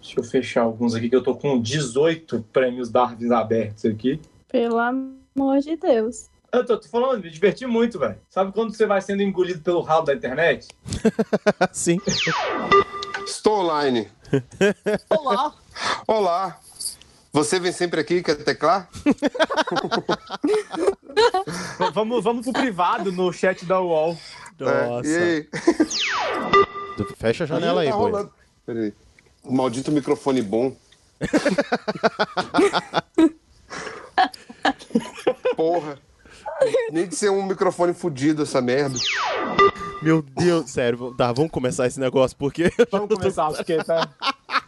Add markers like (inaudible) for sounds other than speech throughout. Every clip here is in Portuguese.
Deixa eu fechar alguns aqui, que eu tô com 18 prêmios Darwin abertos aqui. Pelo amor de Deus. Eu tô, tô falando, me diverti muito, velho. Sabe quando você vai sendo engolido pelo ralo da internet? (laughs) Sim. Estou online. Olá. Olá. Você vem sempre aqui, quer teclar? V- vamos, vamos pro privado no chat da UOL. Nossa. É, e aí? Fecha a janela aí, Tá boi. rolando. Peraí. O maldito (laughs) microfone bom. Porra. Nem de ser um microfone fudido essa merda. Meu Deus, sério, tá, vamos começar esse negócio porque (laughs) Vamos começar, porque tá...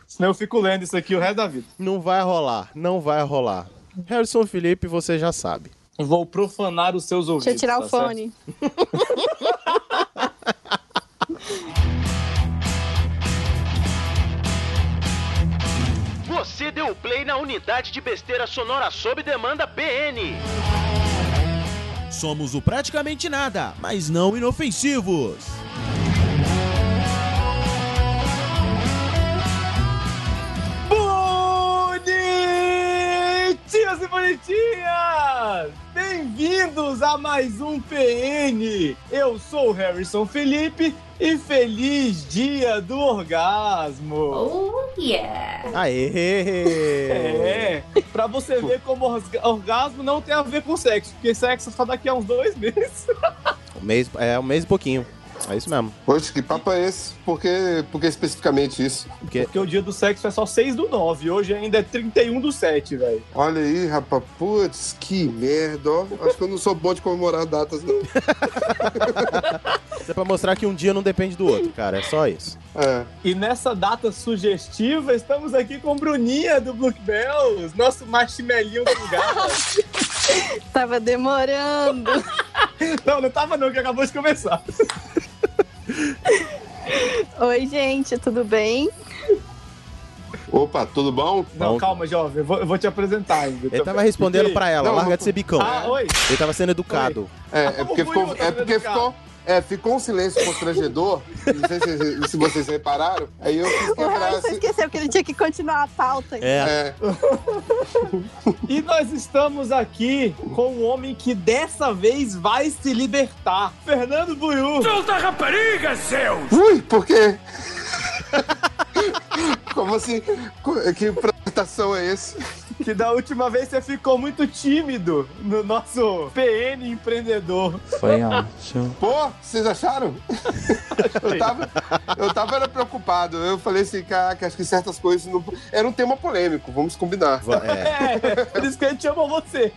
Senão eu fico lendo isso aqui o resto da vida. não vai rolar, não vai rolar. Harrison Felipe, você já sabe. Vou profanar os seus ouvidos. Deixa eu tirar o tá certo? fone. Você deu play na unidade de besteira sonora sob demanda BN. Somos o praticamente nada, mas não inofensivos. Bonitinhas e bonitinhas! Bem-vindos a mais um PN! Eu sou o Harrison Felipe e feliz dia do orgasmo! Oh, yeah. (laughs) Aê! É, pra você ver como orga- orgasmo não tem a ver com sexo, porque sexo é só daqui a uns dois meses. Um mês, é um mês e pouquinho. É isso mesmo. Poxa, que papo é esse? Por que, por que especificamente isso? Porque Porque o dia do sexo é só 6 do 9, hoje ainda é 31 do 7, velho. Olha aí, rapaz. Putz, que merda. ó. Acho que eu não sou bom de comemorar datas, não. isso é pra mostrar que um dia não depende do outro, cara. É só isso. É. E nessa data sugestiva, estamos aqui com Bruninha do Blue Bells, nosso marshmallinho com gás. Tava (laughs) demorando. Não, não tava não, que acabou de começar. Oi, gente, tudo bem? Opa, tudo bom? Não, Bom. calma, jovem, eu vou, eu vou te apresentar ainda. Ele tava respondendo Porque- pra ela, Não, larga não- de ser bicão. Ah, oi. Ele tava sendo educado. É, é como porque foi ficou. outra É vez porque do carro? ficou. É, ficou um silêncio constrangedor. (laughs) Não sei se, se vocês repararam. Aí eu fiz O Harrison quebrar. esqueceu que ele tinha que continuar a pauta. É, É, E nós estamos aqui com um homem que dessa vez vai se libertar. Fernando Buiu. Ui, por quê? (laughs) Como assim? Co- Que interpretação é esse? Que da última vez você ficou muito tímido no nosso PN empreendedor. Pô, vocês acharam? (laughs) Eu tava, eu tava era preocupado. Eu falei assim, caraca, acho que certas coisas não. Era um tema polêmico, vamos combinar. va- é. (laughs) É, por isso que a gente ama você.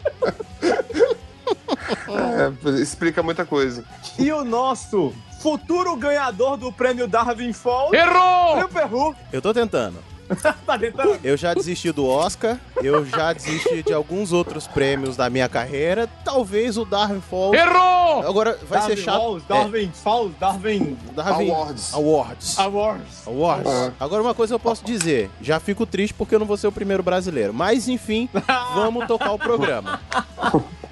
É, explica muita coisa. E o nosso futuro ganhador do prêmio Darwin Fall. Errou! Meu perru. Eu tô tentando. (laughs) Tá tentando? Eu já desisti do Oscar, eu já desisti de alguns outros prêmios da minha carreira. Talvez o Darwin Falls. Errou! Agora vai Darwin ser chato. É. Falls, Darwin Falls, Darwin Darwin Awards. Awards. Awards. Awards. Ah. Agora uma coisa eu posso dizer, já fico triste porque eu não vou ser o primeiro brasileiro, mas enfim, vamos tocar o programa.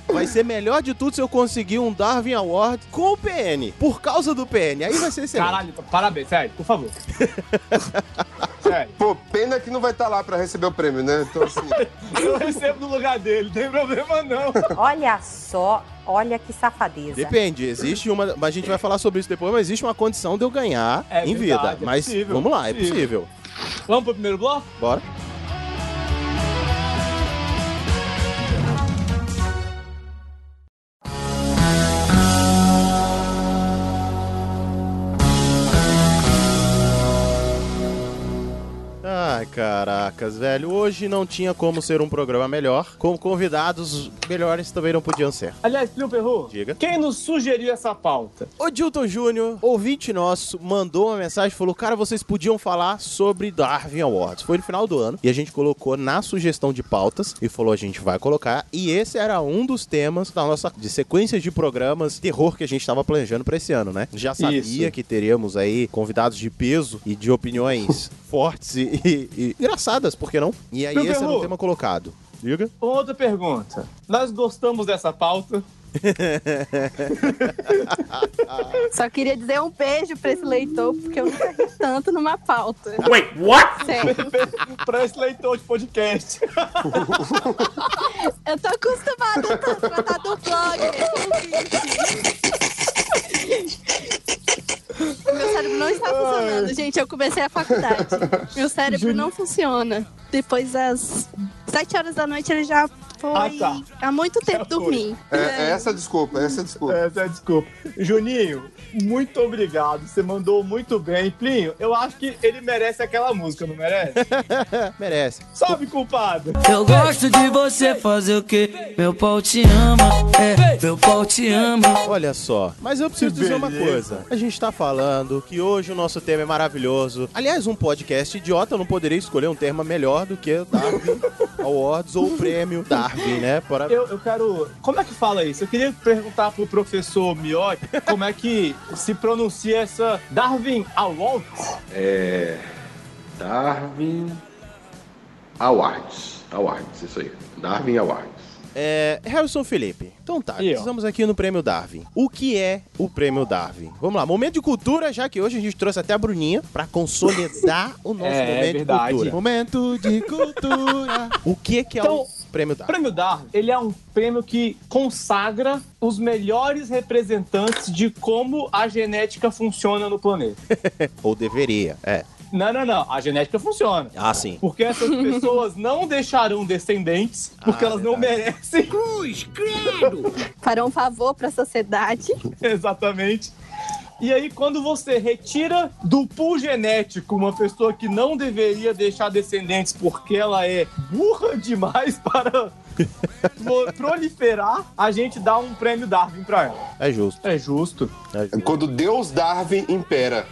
Vai ser melhor de tudo se eu conseguir um Darwin Award com o PN, por causa do PN. Aí vai ser excelente. Caralho, então, parabéns, sério, por favor. sério, Pô, pena que não vai estar lá pra receber o prêmio, né? Então, assim, eu recebo no lugar dele, não tem problema não. Olha só, olha que safadeza. Depende, existe uma. Mas a gente vai falar sobre isso depois, mas existe uma condição de eu ganhar É em verdade, vida. é mas possível, vamos lá, é é possível. Vamos pro primeiro bloco? Bora. Ai, caracas, velho. Hoje não tinha como ser um programa melhor. Com convidados melhores também não podiam ser. Aliás, Pio Perru, Diga. quem nos sugeriu essa pauta? O Dilton Júnior, ouvinte nosso, mandou uma mensagem e falou: Cara, vocês podiam falar sobre Darwin Awards. Foi no final do ano e a gente colocou na sugestão de pautas e falou: A gente vai colocar. E esse era um dos temas da nossa de sequências de programas terror que a gente estava planejando pra esse ano, né? Já sabia Isso. que teríamos aí convidados de peso e (laughs) de opiniões fortes e, e- e engraçadas, por que não? E aí Meu esse era um terror. tema colocado. Diga. Uma outra pergunta. Nós gostamos dessa pauta, Só queria dizer um beijo pra esse leitor, porque eu nunca ri tanto numa pauta. Wait, what? Sério, pra esse leitor de podcast. eu tô acostumada a tratar do blog. Meu cérebro não está funcionando, gente. Eu comecei a faculdade. Meu cérebro não funciona. Depois das sete horas da noite ele já foi Ah, há muito tempo foi. dormir. É, é essa a desculpa, é essa a desculpa. Essa é a desculpa. Juninho, muito obrigado. Você mandou muito bem. Plinho, eu acho que ele merece aquela música, não merece? É, Merece. Salve, culpado! Eu gosto de você fazer o que? Meu pau te ama, é, meu pau te ama. Olha só, mas eu preciso dizer uma coisa. A gente tá falando que hoje o nosso tema é maravilhoso. Aliás, um podcast idiota, eu não poderia escolher um tema melhor do que (laughs) Darwin Awards ou o prêmio Darwin, né? Para... Eu, eu quero. Como é que fala isso? Eu queria perguntar pro professor Miotti como é que se pronuncia essa Darwin Awards. É. Darwin Awards. Awards, isso aí. Darwin Awards. É, Harrison Felipe. Então tá, E eu? estamos aqui no prêmio Darwin. O que é o prêmio Darwin? Vamos lá, momento de cultura, já que hoje a gente trouxe até a Bruninha pra consolidar o nosso (laughs) É, momento verdade. de cultura. Momento de cultura. o que que é Então, o prêmio O Darwin? prêmio Darwin, ele é um prêmio que consagra os melhores representantes de como a genética funciona no planeta. Ou deveria, é. Não, não, não. A genética funciona. Ah, sim. Porque essas pessoas não deixarão descendentes, porque Ah, elas não verdade. merecem Fará um favor pra sociedade. (laughs) exatamente. E aí, quando você retira do pool genético uma pessoa que não deveria deixar descendentes porque ela é burra demais (laughs) para mo- proliferar, a gente dá um prêmio Darwin pra ela. É justo, É justo. é justo. Quando Deus Darwin impera.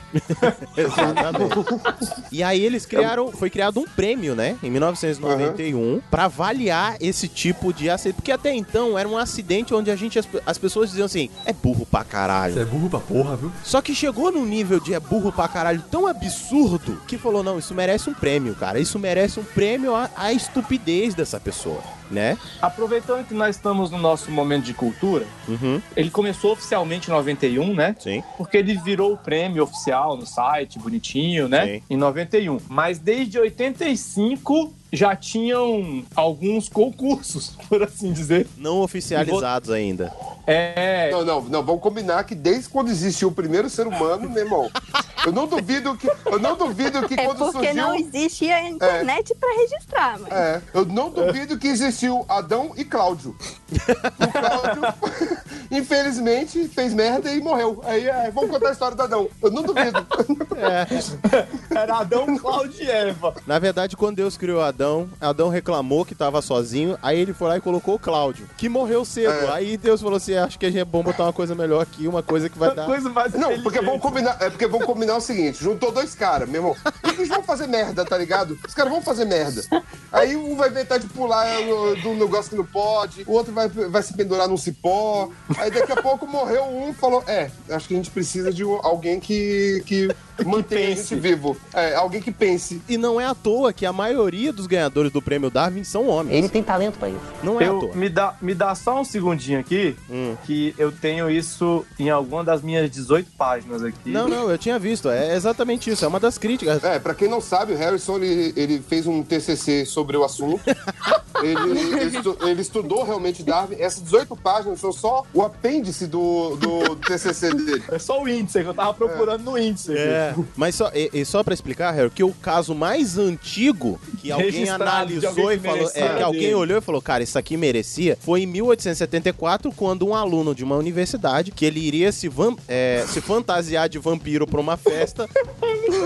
Exatamente. e aí eles criaram, foi criado um prêmio, né, em 1991, pra avaliar esse tipo de acidente, porque até então era um acidente onde a gente as, as pessoas diziam assim: "É burro pra caralho". é burro pra porra, viu? Só que chegou num nível de é burro pra caralho tão absurdo que falou: não, isso merece um prêmio, cara. Isso merece um prêmio à, à estupidez dessa pessoa, né? Aproveitando que nós estamos no nosso momento de cultura, Uhum. ele começou oficialmente em 91, né? Sim. porque ele virou o prêmio oficial no site, bonitinho, né? Sim. Em 91. Mas desde 85 já tinham alguns concursos, (laughs) por assim dizer. Não oficializados ainda. É. Não, não, não, vamos combinar que desde quando existiu o primeiro ser humano, meu irmão. Eu não duvido que. Eu não duvido que É quando porque surgiu. não existe a internet pra registrar, mas É, eu não duvido que existiu Adão e Cláudio. O Cláudio, (laughs) infelizmente, fez merda e morreu. Aí, é, vamos contar a história do Adão. Eu não duvido. Era (laughs) Adão, Cláudio e Eva. Na verdade, quando Deus criou Adão, Adão reclamou que tava sozinho, aí ele foi lá e colocou o Cláudio, que morreu cedo. É. Aí Deus falou assim: acho que a gente é bom botar uma coisa melhor aqui, uma coisa que vai dar. Coisa mais Não, porque inteligente. vão combinar, é porque vão combinar o seguinte: juntou dois caras, meu irmão. Eles vão fazer merda, tá ligado? Os caras vão fazer merda. Aí um vai inventar de pular no- de um negócio que não pode, o outro vai, vai se pendurar num cipó. Aí daqui a pouco morreu um e falou: É, acho que a gente precisa de um- alguém que, que mantenha a pense. gente vivo. É, alguém que pense. E não é à toa que a maioria dos ganhadores do prêmio Darwin são homens. Ele tem talento pra isso. Não é à Eu, toa. me, dá, me dá só um segundinho aqui, Hum. que eu tenho isso em alguma das minhas 18 páginas aqui. Não, não, eu tinha visto. É exatamente isso. É uma das críticas. É, pra quem não sabe, o Harrison ele, ele fez um TCC sobre o (laughs) assunto. Ele, ele estu- ele estudou realmente Darwin. Essas 18 páginas são só o apêndice do, do TCC dele. É só o índice, que eu tava procurando no índice. É, mas só, e, e só pra explicar, Harry, que o caso mais antigo que alguém Registrado, de analisou alguém e que falou, merecia é, que alguém dele. olhou e falou, cara, isso aqui merecia, foi em 1874, quando um aluno de uma universidade, que ele iria se, van- é, se fantasiar de vampiro pra uma festa,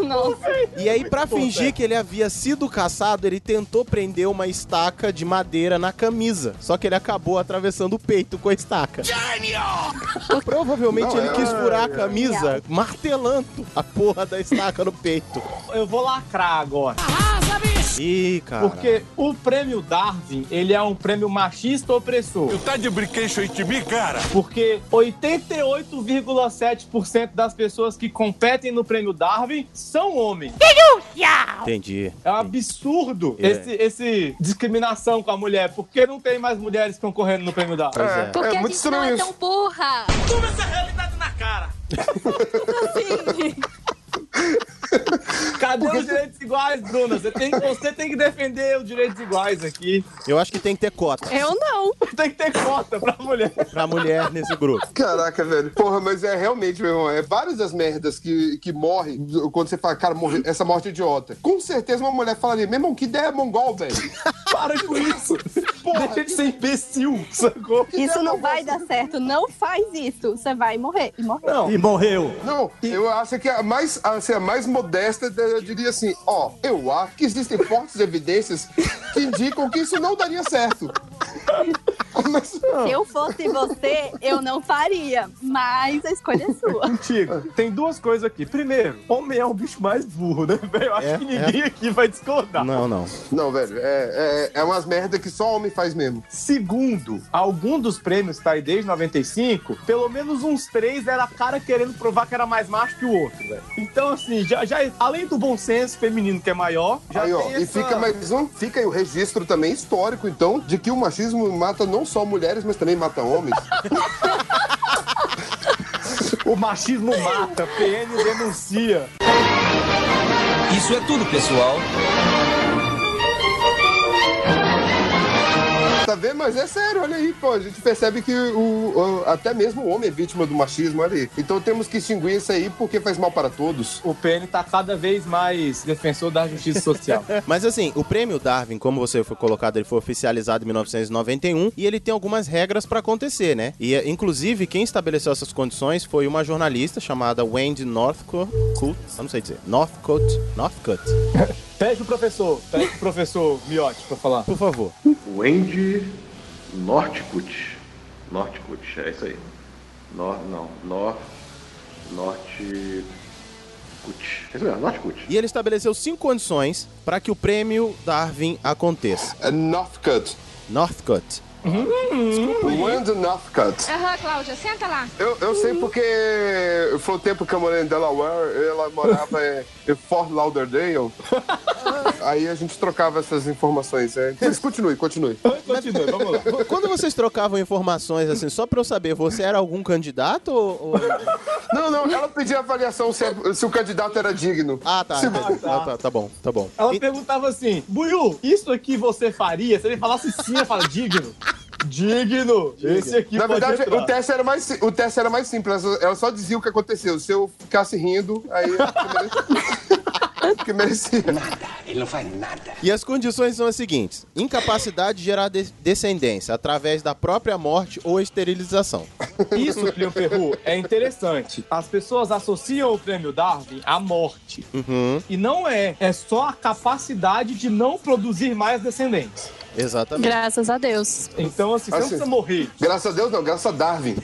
nossa, e aí pra fingir que ele havia sido caçado, ele tentou prender uma estaca de madeira na camisa, só que ele acabou atravessando o peito com a estaca. Provavelmente Não, ele é- quis furar a camisa martelando a porra da estaca no peito. Eu vou lacrar agora. Arrasa, bicho! Ih, cara. Porque o prêmio Darwin, ele é um prêmio machista opressor. Tu tá de brinquedo em mim, cara? Porque 88,7% das pessoas que competem no prêmio Darwin são homens. Denúncia! Entendi. É um absurdo É. esse, esse discriminação com a mulher. Por que não tem mais mulheres concorrendo no prêmio Darwin? Pois é. Porque a gente não é tão burra. Toma essa realidade na cara. Cadê os direitos iguais, Bruna? Você tem, você tem que defender os direitos iguais aqui. Eu acho que tem que ter cota Eu não. Tem que ter cota pra mulher. pra mulher nesse grupo. Caraca, velho. Porra, mas é realmente, meu irmão, é várias das merdas que, que morrem quando você fala, cara, morre- essa morte é idiota. Com certeza uma mulher falaria, meu irmão, que ideia mongol, velho. Para com isso. Porra, Deixa de ser imbecil, sacou? Isso não vai dar certo. Não faz isso. Você vai morrer. E morreu. Não. E morreu. Não, eu acho que a mais, assim, a mais modesta, eu diria assim, ó, eu acho que existem fortes evidências que indicam que isso não daria certo. Mas, Se eu fosse você, eu não faria. Mas a escolha é sua. Contigo. Tem duas coisas aqui. Primeiro, homem é o bicho mais burro, né, velho? Eu acho É, que ninguém aqui vai discordar. Não, não. não, velho, é, é, é umas merdas que só homem faz mesmo. Segundo, algum dos prêmios tá aí desde 95, pelo menos uns três era a cara querendo provar que era mais macho que o outro, velho. Então, assim, já, já- além do bom senso feminino que é maior, já aí, ó, tem e essa- fica mais um, fica aí o registro também histórico, então, de que o machismo mata não só mulheres, mas também mata homens. O machismo mata, (laughs) PN denuncia. Isso é tudo, pessoal. Tá vendo? Mas é sério, olha aí, pô. A gente percebe que o, o- até mesmo o homem é vítima do machismo, olha aí. Então temos que extinguir isso aí porque faz mal para todos. O PN tá cada vez mais defensor da justiça social. (laughs) Mas assim, o prêmio Darwin, como você foi colocado, ele foi oficializado em 1991 e ele tem algumas regras pra acontecer, né? E inclusive quem estabeleceu essas condições foi uma jornalista chamada Wendy Northcott, eu não sei dizer, Northcott, Northcott, Pede pro professor, pede pro professor Miotti pra falar. por favor. Wendy Nortcut. Nortcut, é isso aí. Nor, não, Nor. Norte. Cut. É isso mesmo, Nortcut. E ele estabeleceu cinco condições pra que o prêmio Darwin aconteça. É Northcutt. Northcott. Wendy Northcutt. Aham, Cláudia, senta lá. Eu, eu sei porque foi o tempo que eu morei em Delaware, ela morava em em (laughs) Fort Lauderdale. Aí a gente trocava essas informações. É. Mas continue, continue. Continua, vamos lá. Quando vocês trocavam informações assim, só pra eu saber, você era algum candidato ou... ou- Não, não, ela pedia avaliação se, se o candidato era digno. Ah, tá. Se- entendi. Ah, tá, tá bom, tá bom. Ela perguntava assim, Buiu, isso aqui você faria? Se ele falasse sim, eu falo, digno. Digno. Esse aqui Na pode verdade, entrar. o teste, era mais, si- o teste era mais simples. Ela só- Ela só dizia o que aconteceu. Se eu ficasse rindo, aí. (laughs) Que merecia. Que merecia. E as condições são as seguintes: incapacidade de gerar de- descendência através da própria morte ou esterilização. Isso, Cleo Ferru, é interessante. As pessoas associam o prêmio Darwin à morte. Uhum. E não é. É só a capacidade de não produzir mais descendentes. Exatamente. Graças a Deus. Então, assim, você não Assim. precisa morrer. Graças a Deus, não, graças a Darwin.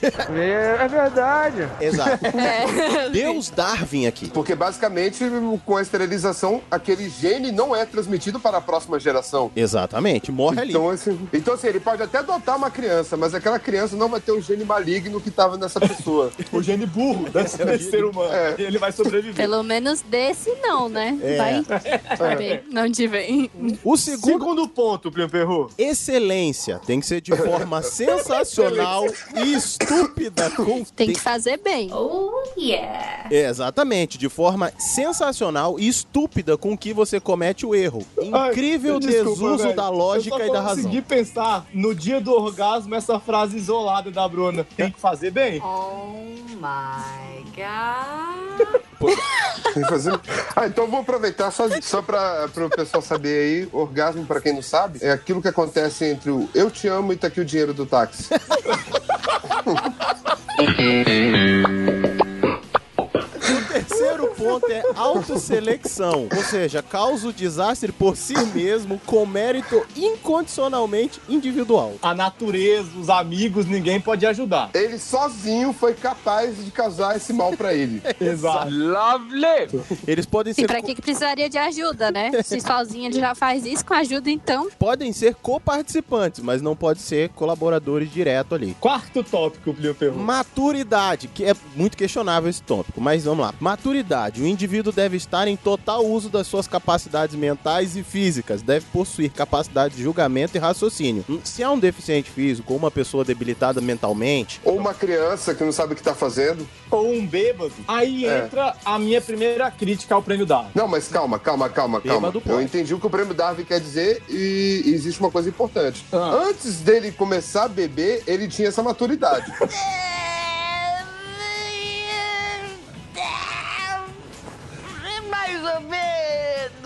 Exato. (laughs) É. Deus Darwin aqui. Porque basicamente, com a esterilização, aquele gene não é transmitido para a próxima geração. Exatamente, morre ali. Então assim, então, assim, ele pode até adotar uma criança, mas aquela criança não vai ter o gene maligno que estava nessa pessoa. O gene burro desse desse ser humano. É. Ele vai sobreviver. Pelo menos desse não, né? É. Vai bem, não te vem. O segundo, Segundo ponto, Cleo Ferru. excelência. Tem que ser (laughs) de forma sensacional e estúpida. Com... Tem que fazer bem. É, Exatamente, de forma sensacional e estúpida com que você comete o erro. Incrível Ai, desculpa, desuso velho. da lógica Eu e só da razão. consegui pensar no dia do orgasmo essa frase isolada da Bruna. Tem que fazer bem. Oh my god. Tem que fazer- Ah, então eu vou aproveitar só, só para o pessoal saber aí, orgasmo, para quem não sabe, é aquilo que acontece entre o eu te amo e tá aqui o dinheiro do táxi. terceiro ponto ponto é autoseleção. Ou seja, causa o desastre por si mesmo com mérito incondicionalmente individual. A natureza, os amigos, ninguém pode ajudar. Ele sozinho foi capaz de causar esse mal pra ele. Exato. Lovely! Eles podem E ser. pra que, que precisaria de ajuda, né? Se sozinho ele já faz isso com ajuda, então. Podem ser coparticipantes, mas não pode ser colaboradores direto ali. Quarto tópico, Plio Perro. Maturidade, que é muito questionável esse tópico, mas vamos lá. Maturidade. O indivíduo deve estar em total uso das suas capacidades mentais e físicas. Deve possuir capacidade de julgamento e raciocínio. Se é um deficiente físico ou uma pessoa debilitada mentalmente, Ou uma criança que não sabe o que tá fazendo. Ou um bêbado. Aí É. entra a minha primeira crítica ao prêmio Darwin. Não, mas calma, calma, calma, calma. Bêbado pode. Eu entendi o que o prêmio Darwin quer dizer e existe uma coisa importante. Ah. Antes dele começar a beber, ele tinha essa (laughs) maturidade. Mais ou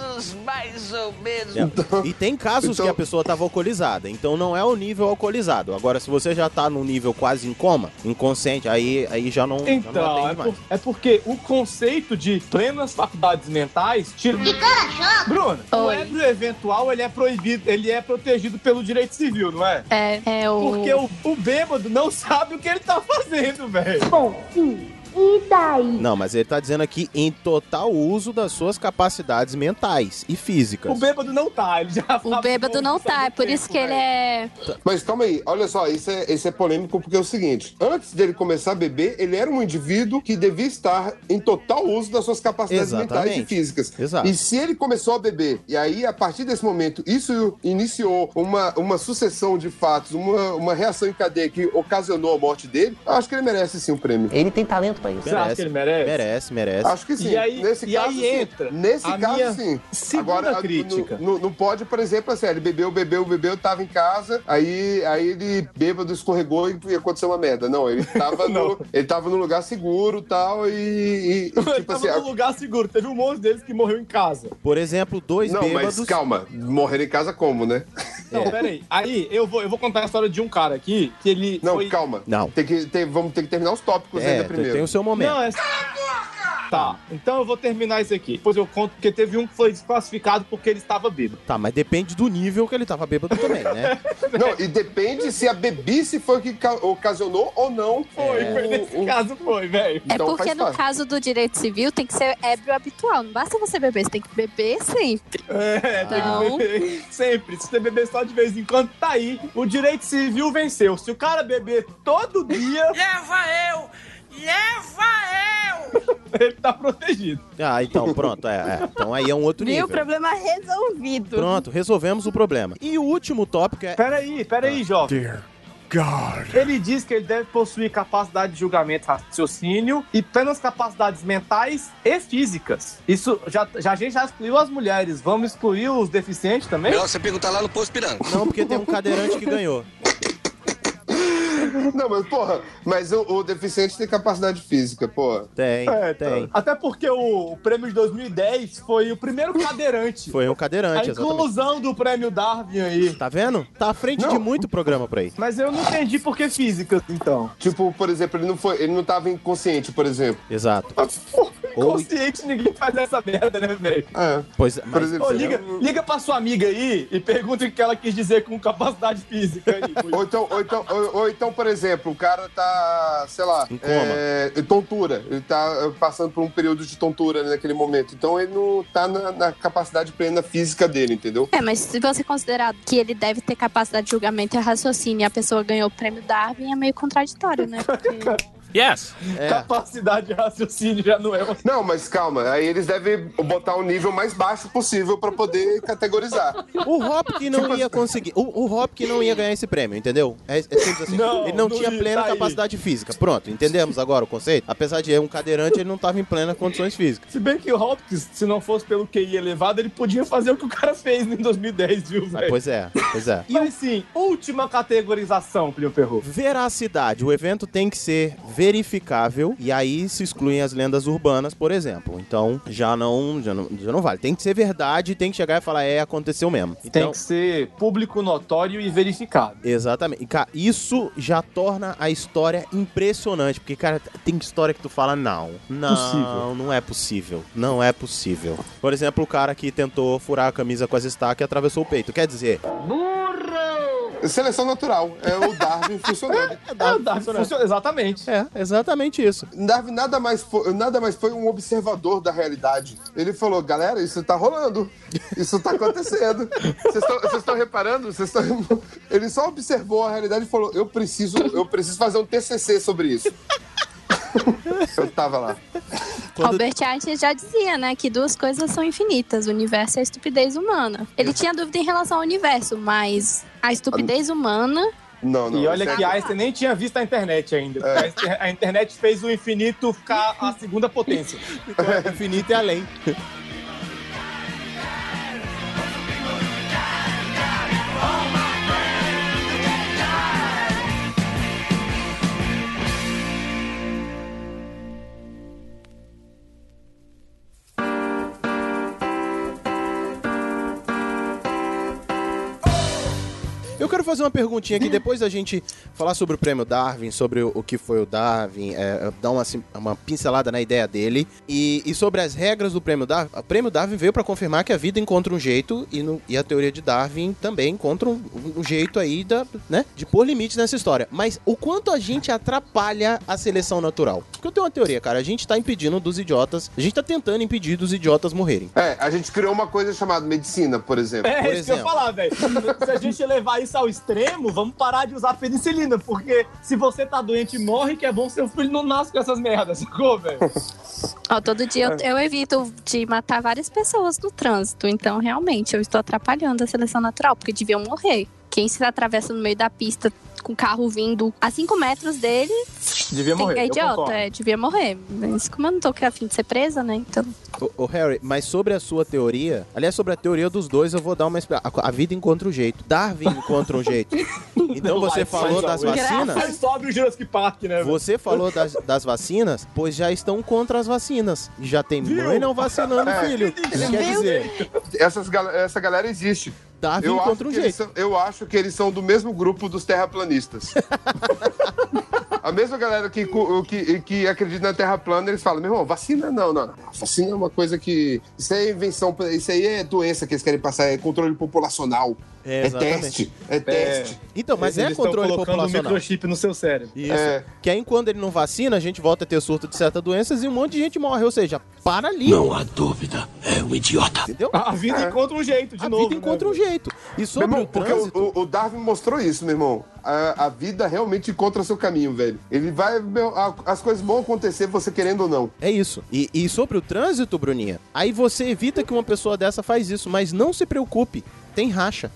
menos, mais ou menos. Então, É. E tem casos que a pessoa tava alcoolizada, então não é o nível alcoolizado. Agora, se você já tá num nível quase em coma, inconsciente, aí, aí já não. já não Então, atende é, mais. por- é porque o conceito de plenas faculdades mentais tira. Bruna, o Oi. ébrio eventual ele é proibido, ele é protegido pelo direito civil, não é? É, é o. Porque o, o bêbado não sabe o que ele tá fazendo, velho. Bom, sim. E daí? Não, mas ele tá dizendo aqui em total uso das suas capacidades mentais e físicas. O bêbado não tá, ele já O bêbado não tá, é por isso que ele né? é. Mas calma aí, olha só, isso é, isso é polêmico porque é o seguinte: antes dele começar a beber, ele era um indivíduo que devia estar em total uso das suas capacidades mentais e Exatamente. físicas. Exato. E se ele começou a beber, e aí a partir desse momento, isso iniciou uma, uma sucessão de fatos, uma, uma reação em cadeia que ocasionou a morte dele, eu acho que ele merece sim um prêmio. Ele tem talento pra isso. Você acha que ele merece? Merece, merece. Acho que sim. E aí- nesse e caso, aí sim. entra Nesse a caso, minha sim. segunda Agora, crítica. Não, não pode, por exemplo, assim, ele bebeu, bebeu, bebeu, tava em casa, aí, aí ele bêbado escorregou e e aconteceu uma merda. Não, ele (laughs) tava, No, ele tava num lugar seguro tal, e. (laughs) (laughs) Ele e tipo tava assim. num lugar seguro, teve um monte deles que morreu em casa. Por exemplo, dois não, bêbados. mas calma, morrer em casa como, né? Não, peraí. Aí eu vou, eu vou contar a história de um cara aqui que ele. Não, foi- calma. Não. Tem que, tem- vamos ter que terminar os tópicos É, ainda primeiro. tem o seu momento. Não, é... Tá, então eu vou terminar isso aqui. Depois eu conto, porque teve um que foi desclassificado porque ele estava bêbado. Tá, mas depende do nível que ele tava bêbado (laughs) também, né? Não, e depende se a bebice foi o que ca- ocasionou ou não. É. então Foi, foi nesse caso foi, velho. É Então porque no caso do direito civil tem que ser ébrio habitual. Não basta você beber, você tem que beber sempre. Então, É, tem que Não. beber (laughs) sempre. Se você beber só de vez em quando, tá aí. O direito civil venceu. Se o cara beber todo dia. (laughs) Leva eu! Leva eu! Ele tá protegido. Ah, então, pronto. É, é. Então aí é um outro Viu? nível. O problema resolvido. Pronto, resolvemos o problema. E o último tópico é. Peraí, peraí, jovem. Ele diz que ele deve possuir capacidade de julgamento, raciocínio e plenas capacidades mentais e físicas. Isso já, já a gente já excluiu as mulheres. Vamos excluir os deficientes também? É Melhor você perguntar lá no posto piranga. Não, porque tem um cadeirante que ganhou. Não, mas porra, mas o, o deficiente tem capacidade física, porra. Tem, É, então. tá. tem. Até porque o, o prêmio de 2010 foi o primeiro cadeirante. Foi um cadeirante, A exatamente. inclusão do prêmio Darwin aí. Tá vendo? Tá à frente de muito programa por aí. Mas eu não entendi por que física, então. Tipo, por exemplo, ele não foi, ele não tava inconsciente, por exemplo. Exato. Ou- Consciente, ninguém faz essa merda, né, velho? Pois É, Por mas, exemplo, Ô, liga, liga pra sua amiga aí e pergunta o que ela quis dizer com capacidade física. aí. Ou então, ou, então, ou, ou então, por exemplo, o cara tá, sei lá, coma. é, tontura. Ele tá é, passando por um período de tontura naquele momento. Então ele não tá na, na capacidade plena física dele, entendeu? É, mas se você considerar que ele deve ter capacidade de julgamento e raciocínio e a pessoa ganhou o prêmio Darwin, é meio contraditório, né? Porque- Yes. É. Capacidade de raciocínio já não é. Não, mas calma, aí eles devem botar o nível mais baixo possível pra poder categorizar. O Hopkins não ia conseguir. O, o Hopkins não ia ganhar esse prêmio, entendeu? É, é simples assim. Não, ele não, não tinha ia, plena tá aí. capacidade física. Pronto, entendemos agora o conceito? Apesar de ser um cadeirante, ele não tava em plenas condições físicas. Se bem que o Hopkins, se não fosse pelo QI elevado, ele podia fazer o que o cara fez em 2010, viu, Ah, velho? pois é. Pois é. E assim, última categorização, Plio Perro. Veracidade. O evento tem que ser verificável e aí se excluem as lendas urbanas, por exemplo. Então já não, já não, já não vale. Tem que ser verdade, tem que chegar e falar, é, aconteceu mesmo. Tem Então, que ser público notório e verificado. Exatamente. E, cara, isso já torna a história impressionante. Porque, cara, tem história que tu fala, não. Não, Possível. não é possível. Não é possível. Por exemplo, o cara que tentou furar a camisa com as estacas e atravessou o peito. Quer dizer, Seleção natural. É o Darwin funcionando. É, o Darwin funcionando. Exatamente. É, exatamente isso. Darwin nada mais, foi, nada mais foi um observador da realidade. Ele falou, galera, isso tá rolando. Isso tá acontecendo. Vocês estão- Vocês estão reparando? Vocês estão- Ele só observou a realidade e falou, eu preciso, eu preciso fazer um TCC sobre isso. Eu tava lá. Albert Einstein já dizia, né, que duas coisas são infinitas, o universo e a estupidez humana. Ele tinha dúvida em relação ao universo, mas a estupidez humana... Não, E olha isso que é- Einstein nem tinha visto a internet ainda. É. A internet fez o infinito ficar a segunda (laughs) potência. Então, é, infinito e além. Eu quero fazer uma perguntinha aqui, depois da gente falar sobre o prêmio Darwin, sobre o, o que foi o Darwin, é, dar uma, assim, uma pincelada na ideia dele, e, e sobre as regras do prêmio Darwin. O prêmio Darwin veio pra confirmar que a vida encontra um jeito, e, no- e a teoria de Darwin também encontra um, um jeito aí da, né, de pôr limite nessa história. Mas o quanto a gente atrapalha a seleção natural? Porque eu tenho uma teoria, cara, a gente tá impedindo dos idiotas, a gente tá tentando impedir dos idiotas morrerem. É, a gente criou uma coisa chamada medicina, por exemplo. (laughs) É Por isso que eu ia exemplo. falar, velho. Se a gente levar isso ao extremo, vamos parar de usar penicilina, porque se você tá doente e morre, que é bom seu filho não nasce com essas merdas, sacou, velho? Ó, todo dia eu, eu evito de matar várias pessoas no trânsito, então realmente eu estou atrapalhando a seleção natural, porque deviam morrer. Quem se atravessa no meio da pista com o carro vindo a 5 metros dele, Devia tem- morrer. é eu idiota, concordo. é, devia morrer. Mas como eu não tô aqui a fim de ser presa, né, (laughs) então... Ô, ô, Harry, mas sobre a sua teoria, aliás, sobre a teoria dos dois, eu vou dar uma expli- A, a vida encontra um jeito. Darwin encontra um jeito. Então você falou das Aí vacinas? sobe o Jurassic Park, né? velho? Você falou das, das vacinas, pois já estão contra as vacinas. E já tem Viu? mãe não vacinando É. filho. Isso quer Viu? dizer, Essas, gal- essa galera existe. Darwin eu, acho encontra um que eles jeito. são, eu acho que eles são do mesmo grupo dos (laughs) terraplanistas. A mesma galera que, cu- que, que acredita na Terra plana, eles falam, meu irmão, vacina não, não. não. Vacina é uma coisa que. Isso aí é invenção, isso aí é doença que eles querem passar, é controle populacional. É, É, exatamente. teste, é, teste. Então, mas Eles é estão controle colocando um populacional. microchip no seu cérebro. Isso. É. Que aí, quando ele não vacina, a gente volta a ter surto de certas doenças e um monte de gente morre. Ou seja, para ali. dúvida, é um idiota. Entendeu? A vida encontra um jeito, de É. A novo. né, vida encontra um jeito. E Meu sobre irmão, o porque trânsito... o, o- o Darwin mostrou isso, meu irmão. A, a vida realmente encontra seu caminho, velho. Ele vai. meu, a- as coisas vão acontecer, você querendo ou não. É isso. E, e sobre o trânsito, Bruninha, aí você evita que uma pessoa dessa faz isso, mas não se preocupe, tem racha.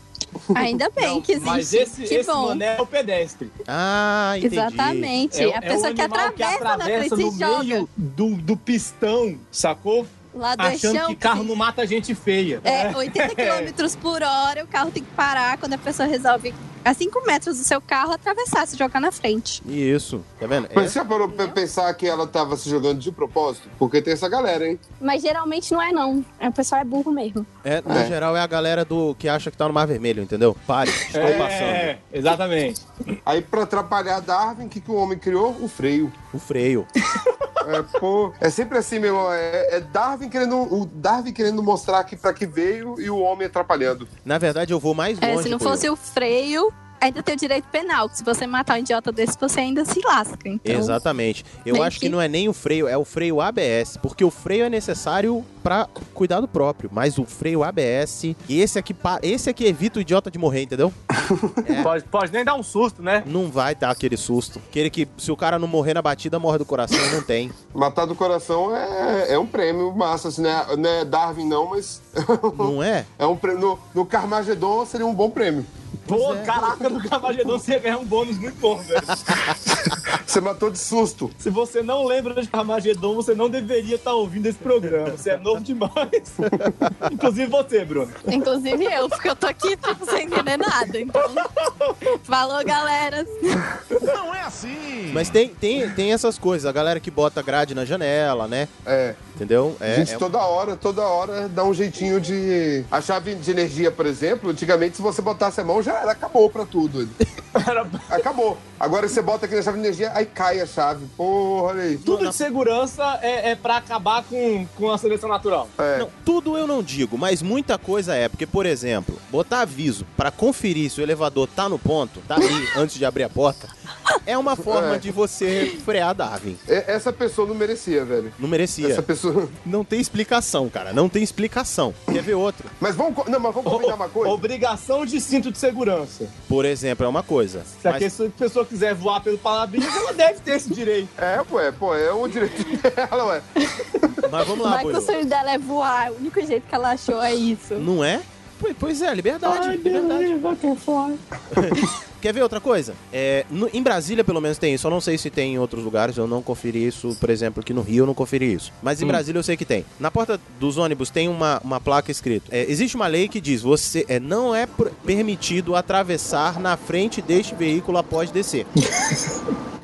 Ainda bem que existe. Mas esse, que esse bom. mané é o pedestre. Ah, entendi. Exatamente. É- a é pessoa o que animal que atravessa, né, na atravessa frente no e joga. meio do, do pistão, sacou? Lá do Achando chão, que carro não mata gente feia. Né? (laughs) É, 80 km por hora, o carro tem que parar quando a pessoa resolve a 5 metros do seu carro atravessar, se jogar na frente. Isso, tá vendo? É- Mas você já parou pra pensar que ela tava se jogando de propósito? Porque tem essa galera, hein? Mas geralmente não é não. O pessoal é burro mesmo. é, no geral, é a galera do que acha que tá no Mar Vermelho, entendeu? Pare, estou passando. É, exatamente. Aí, pra atrapalhar Darwin, o que, que o homem criou? O freio. O freio. (laughs) É, pô, é sempre assim, meu irmão. É, é Darwin querendo, o Darwin querendo mostrar que, pra que veio e o homem atrapalhando. Na verdade, eu vou mais longe. É, se não Bruno. fosse o freio, ainda tem o direito penal. Que se você matar um idiota desse, você ainda se lasca. Então, Exatamente. Eu Meio acho que... que- não é nem o freio, é o freio ABS, porque o freio é necessário pra cuidado próprio, mas o freio ABS, esse aqui, pa- esse aqui evita o idiota de morrer, entendeu? É. Pode, pode nem dar um susto, né? Não vai dar aquele susto. Aquele que, se o cara não morrer na batida, morre do coração, não tem. Matar do coração é, é um prêmio massa, assim, né? Não é Darwin, não, mas. (laughs) Não é? É um prêmio. No, no Carmageddon seria um bom prêmio. é. Pô, caraca, no Camagedon você ganha um bônus muito bom, velho. Você matou de susto. Se você não lembra de Armagedon, você não deveria estar ouvindo esse programa. Você é novo demais. (laughs) Inclusive você, Bruno. Inclusive eu, porque eu tô aqui tipo, sem entender nada. Então. Falou, galera. Não é assim. Mas tem, tem, tem essas coisas. A galera que bota grade na janela, né? É. Entendeu? É, gente, é um- toda hora, toda hora dá um jeitinho de. A chave de energia, por exemplo, antigamente se você botasse a mão já era, acabou pra tudo. Acabou. Agora você bota aqui na chave de energia, aí cai a chave. Porra, olha aí. Tudo de segurança é, é pra acabar com, com a seleção natural. Não, tudo eu não digo, mas muita coisa é. Porque, por exemplo, botar aviso pra conferir se o elevador tá no ponto, tá ali, antes de abrir a porta, é uma forma de você frear Darwin. Essa pessoa não merecia, velho. Não merecia. Essa pessoa. (laughs) Não tem explicação, cara. Não tem explicação. Quer ver outro? Mas vamos. co- Não, mas vamos combinar uma coisa. Obrigação de cinto de segurança. Por exemplo, é uma coisa. Se a pessoa- se a pessoa quiser voar pelo Palabrinho, ela deve ter esse direito. É, ué, pô, é o direito (laughs) dela, ué. Mas vamos lá, Vai que o Bruno. sonho dela é voar. O único jeito que ela achou é isso. Não é? Pois- Pois é, liberdade. Ai, liberdade. Butterfly. (laughs) Quer ver outra coisa? É, no- em Brasília, pelo menos, tem isso. Eu não sei se tem em outros lugares. Eu não conferi isso, por exemplo, aqui no Rio, eu não conferi isso. Mas em Hum. Brasília eu sei que tem. Na porta dos ônibus tem uma, uma placa escrita. é, existe uma lei que diz: você é, não é pr- permitido atravessar na frente deste veículo após (laughs) descer.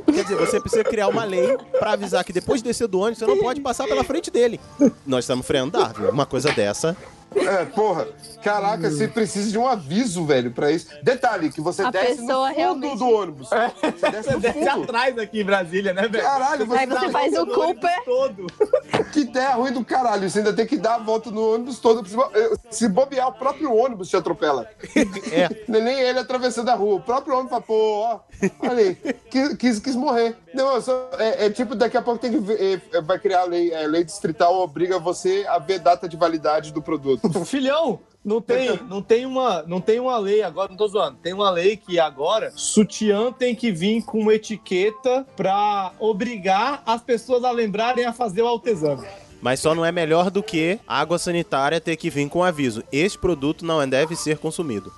Quer dizer, você precisa criar uma lei pra avisar que depois de descer do ônibus, você não pode passar pela frente dele. Nós estamos freando Darwin. Uma coisa dessa. É, porra. Caraca, você precisa de um aviso, velho, pra isso. Detalhe, que você A desce no pessoa fundo realmente- do ônibus. Você desce (laughs) Você no deve fundo. atrás aqui em Brasília, né, velho? Caralho, você, tá Aí você faz o Cooper. todo. Que terra ruim do caralho. Você ainda tem que dar a volta no ônibus todo. Se bo- Se bobear, o próprio ônibus te atropela. É. Não é (laughs) Nem ele atravessando a rua. O próprio homem fala, pô, ó, olha aí, quis, quis, quis morrer. Não, eu só- é, é tipo, daqui a pouco tem que ver- é, vai criar a lei, é, lei distrital obriga você a ver data de validade do produto. (laughs) Filhão, não tem, não tem uma, não tem uma lei agora, não tô zoando. Tem uma lei que agora sutiã tem que vir com uma etiqueta pra obrigar as pessoas a lembrarem a fazer o autoexame. Mas só não é melhor do que a água sanitária ter que vir com aviso. Este produto não é, deve ser consumido.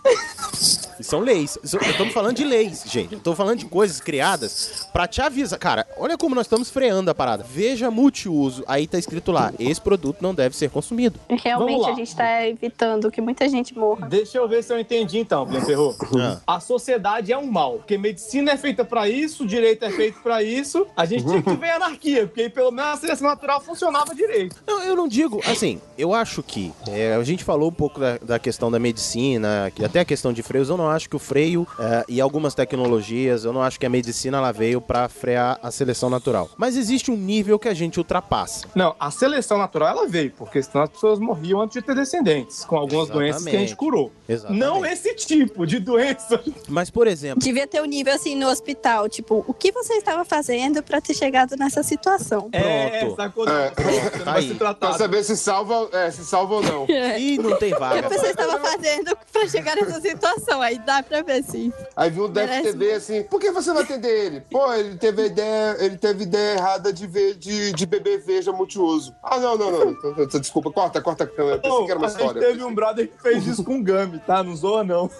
E são leis. Isso- Estamos falando de leis, gente. Estamos falando de coisas criadas pra te avisar. Cara, olha como nós estamos freando a parada. Veja multiuso. Aí tá escrito lá: esse produto não deve ser consumido. Vamos Realmente lá. a gente tá evitando que muita gente morra. Deixa eu ver se eu entendi então, Blen Ferro. Ah. A sociedade é um mal, porque medicina é feita pra isso, direito é feito pra isso. A gente tinha que ver anarquia, porque aí pelo menos a seleção natural funcionava direito. Não, eu não digo, assim, eu acho que é, a gente falou um pouco da, da questão da medicina, que até a questão de freios, eu não acho que o freio é, e algumas tecnologias, eu não acho que a medicina ela veio pra frear a seleção natural. Mas existe um nível que a gente ultrapassa. Não, a seleção natural ela veio, porque senão as pessoas morriam antes de ter descendentes, com algumas doenças que a gente Exatamente. curou. Exatamente. Não esse tipo de doença. Mas, (laughs) por exemplo, Devia ter um nível assim no hospital, tipo, o que você estava fazendo pra ter chegado nessa situação? É, Pronto. sacou? Pronto, tá vai aí. se tratar. Pra saber se salva, é, se salva ou não. É. Ih, não tem O que a vaga. pessoa estava fazendo pra chegar nessa situação? Aí dá pra ver sim. Aí viu o Def Merece TV assim, por que você vai atender (laughs) ele? Pô, ele teve a ideia, ele teve ideia errada de, ver, de, de beber veja multiuso. Ah, não, não, não. Desculpa, corta, corta a câmera. Pensei que era uma a gente história. teve um brother que fez isso com o Gami, tá? Não zoa, não. (laughs)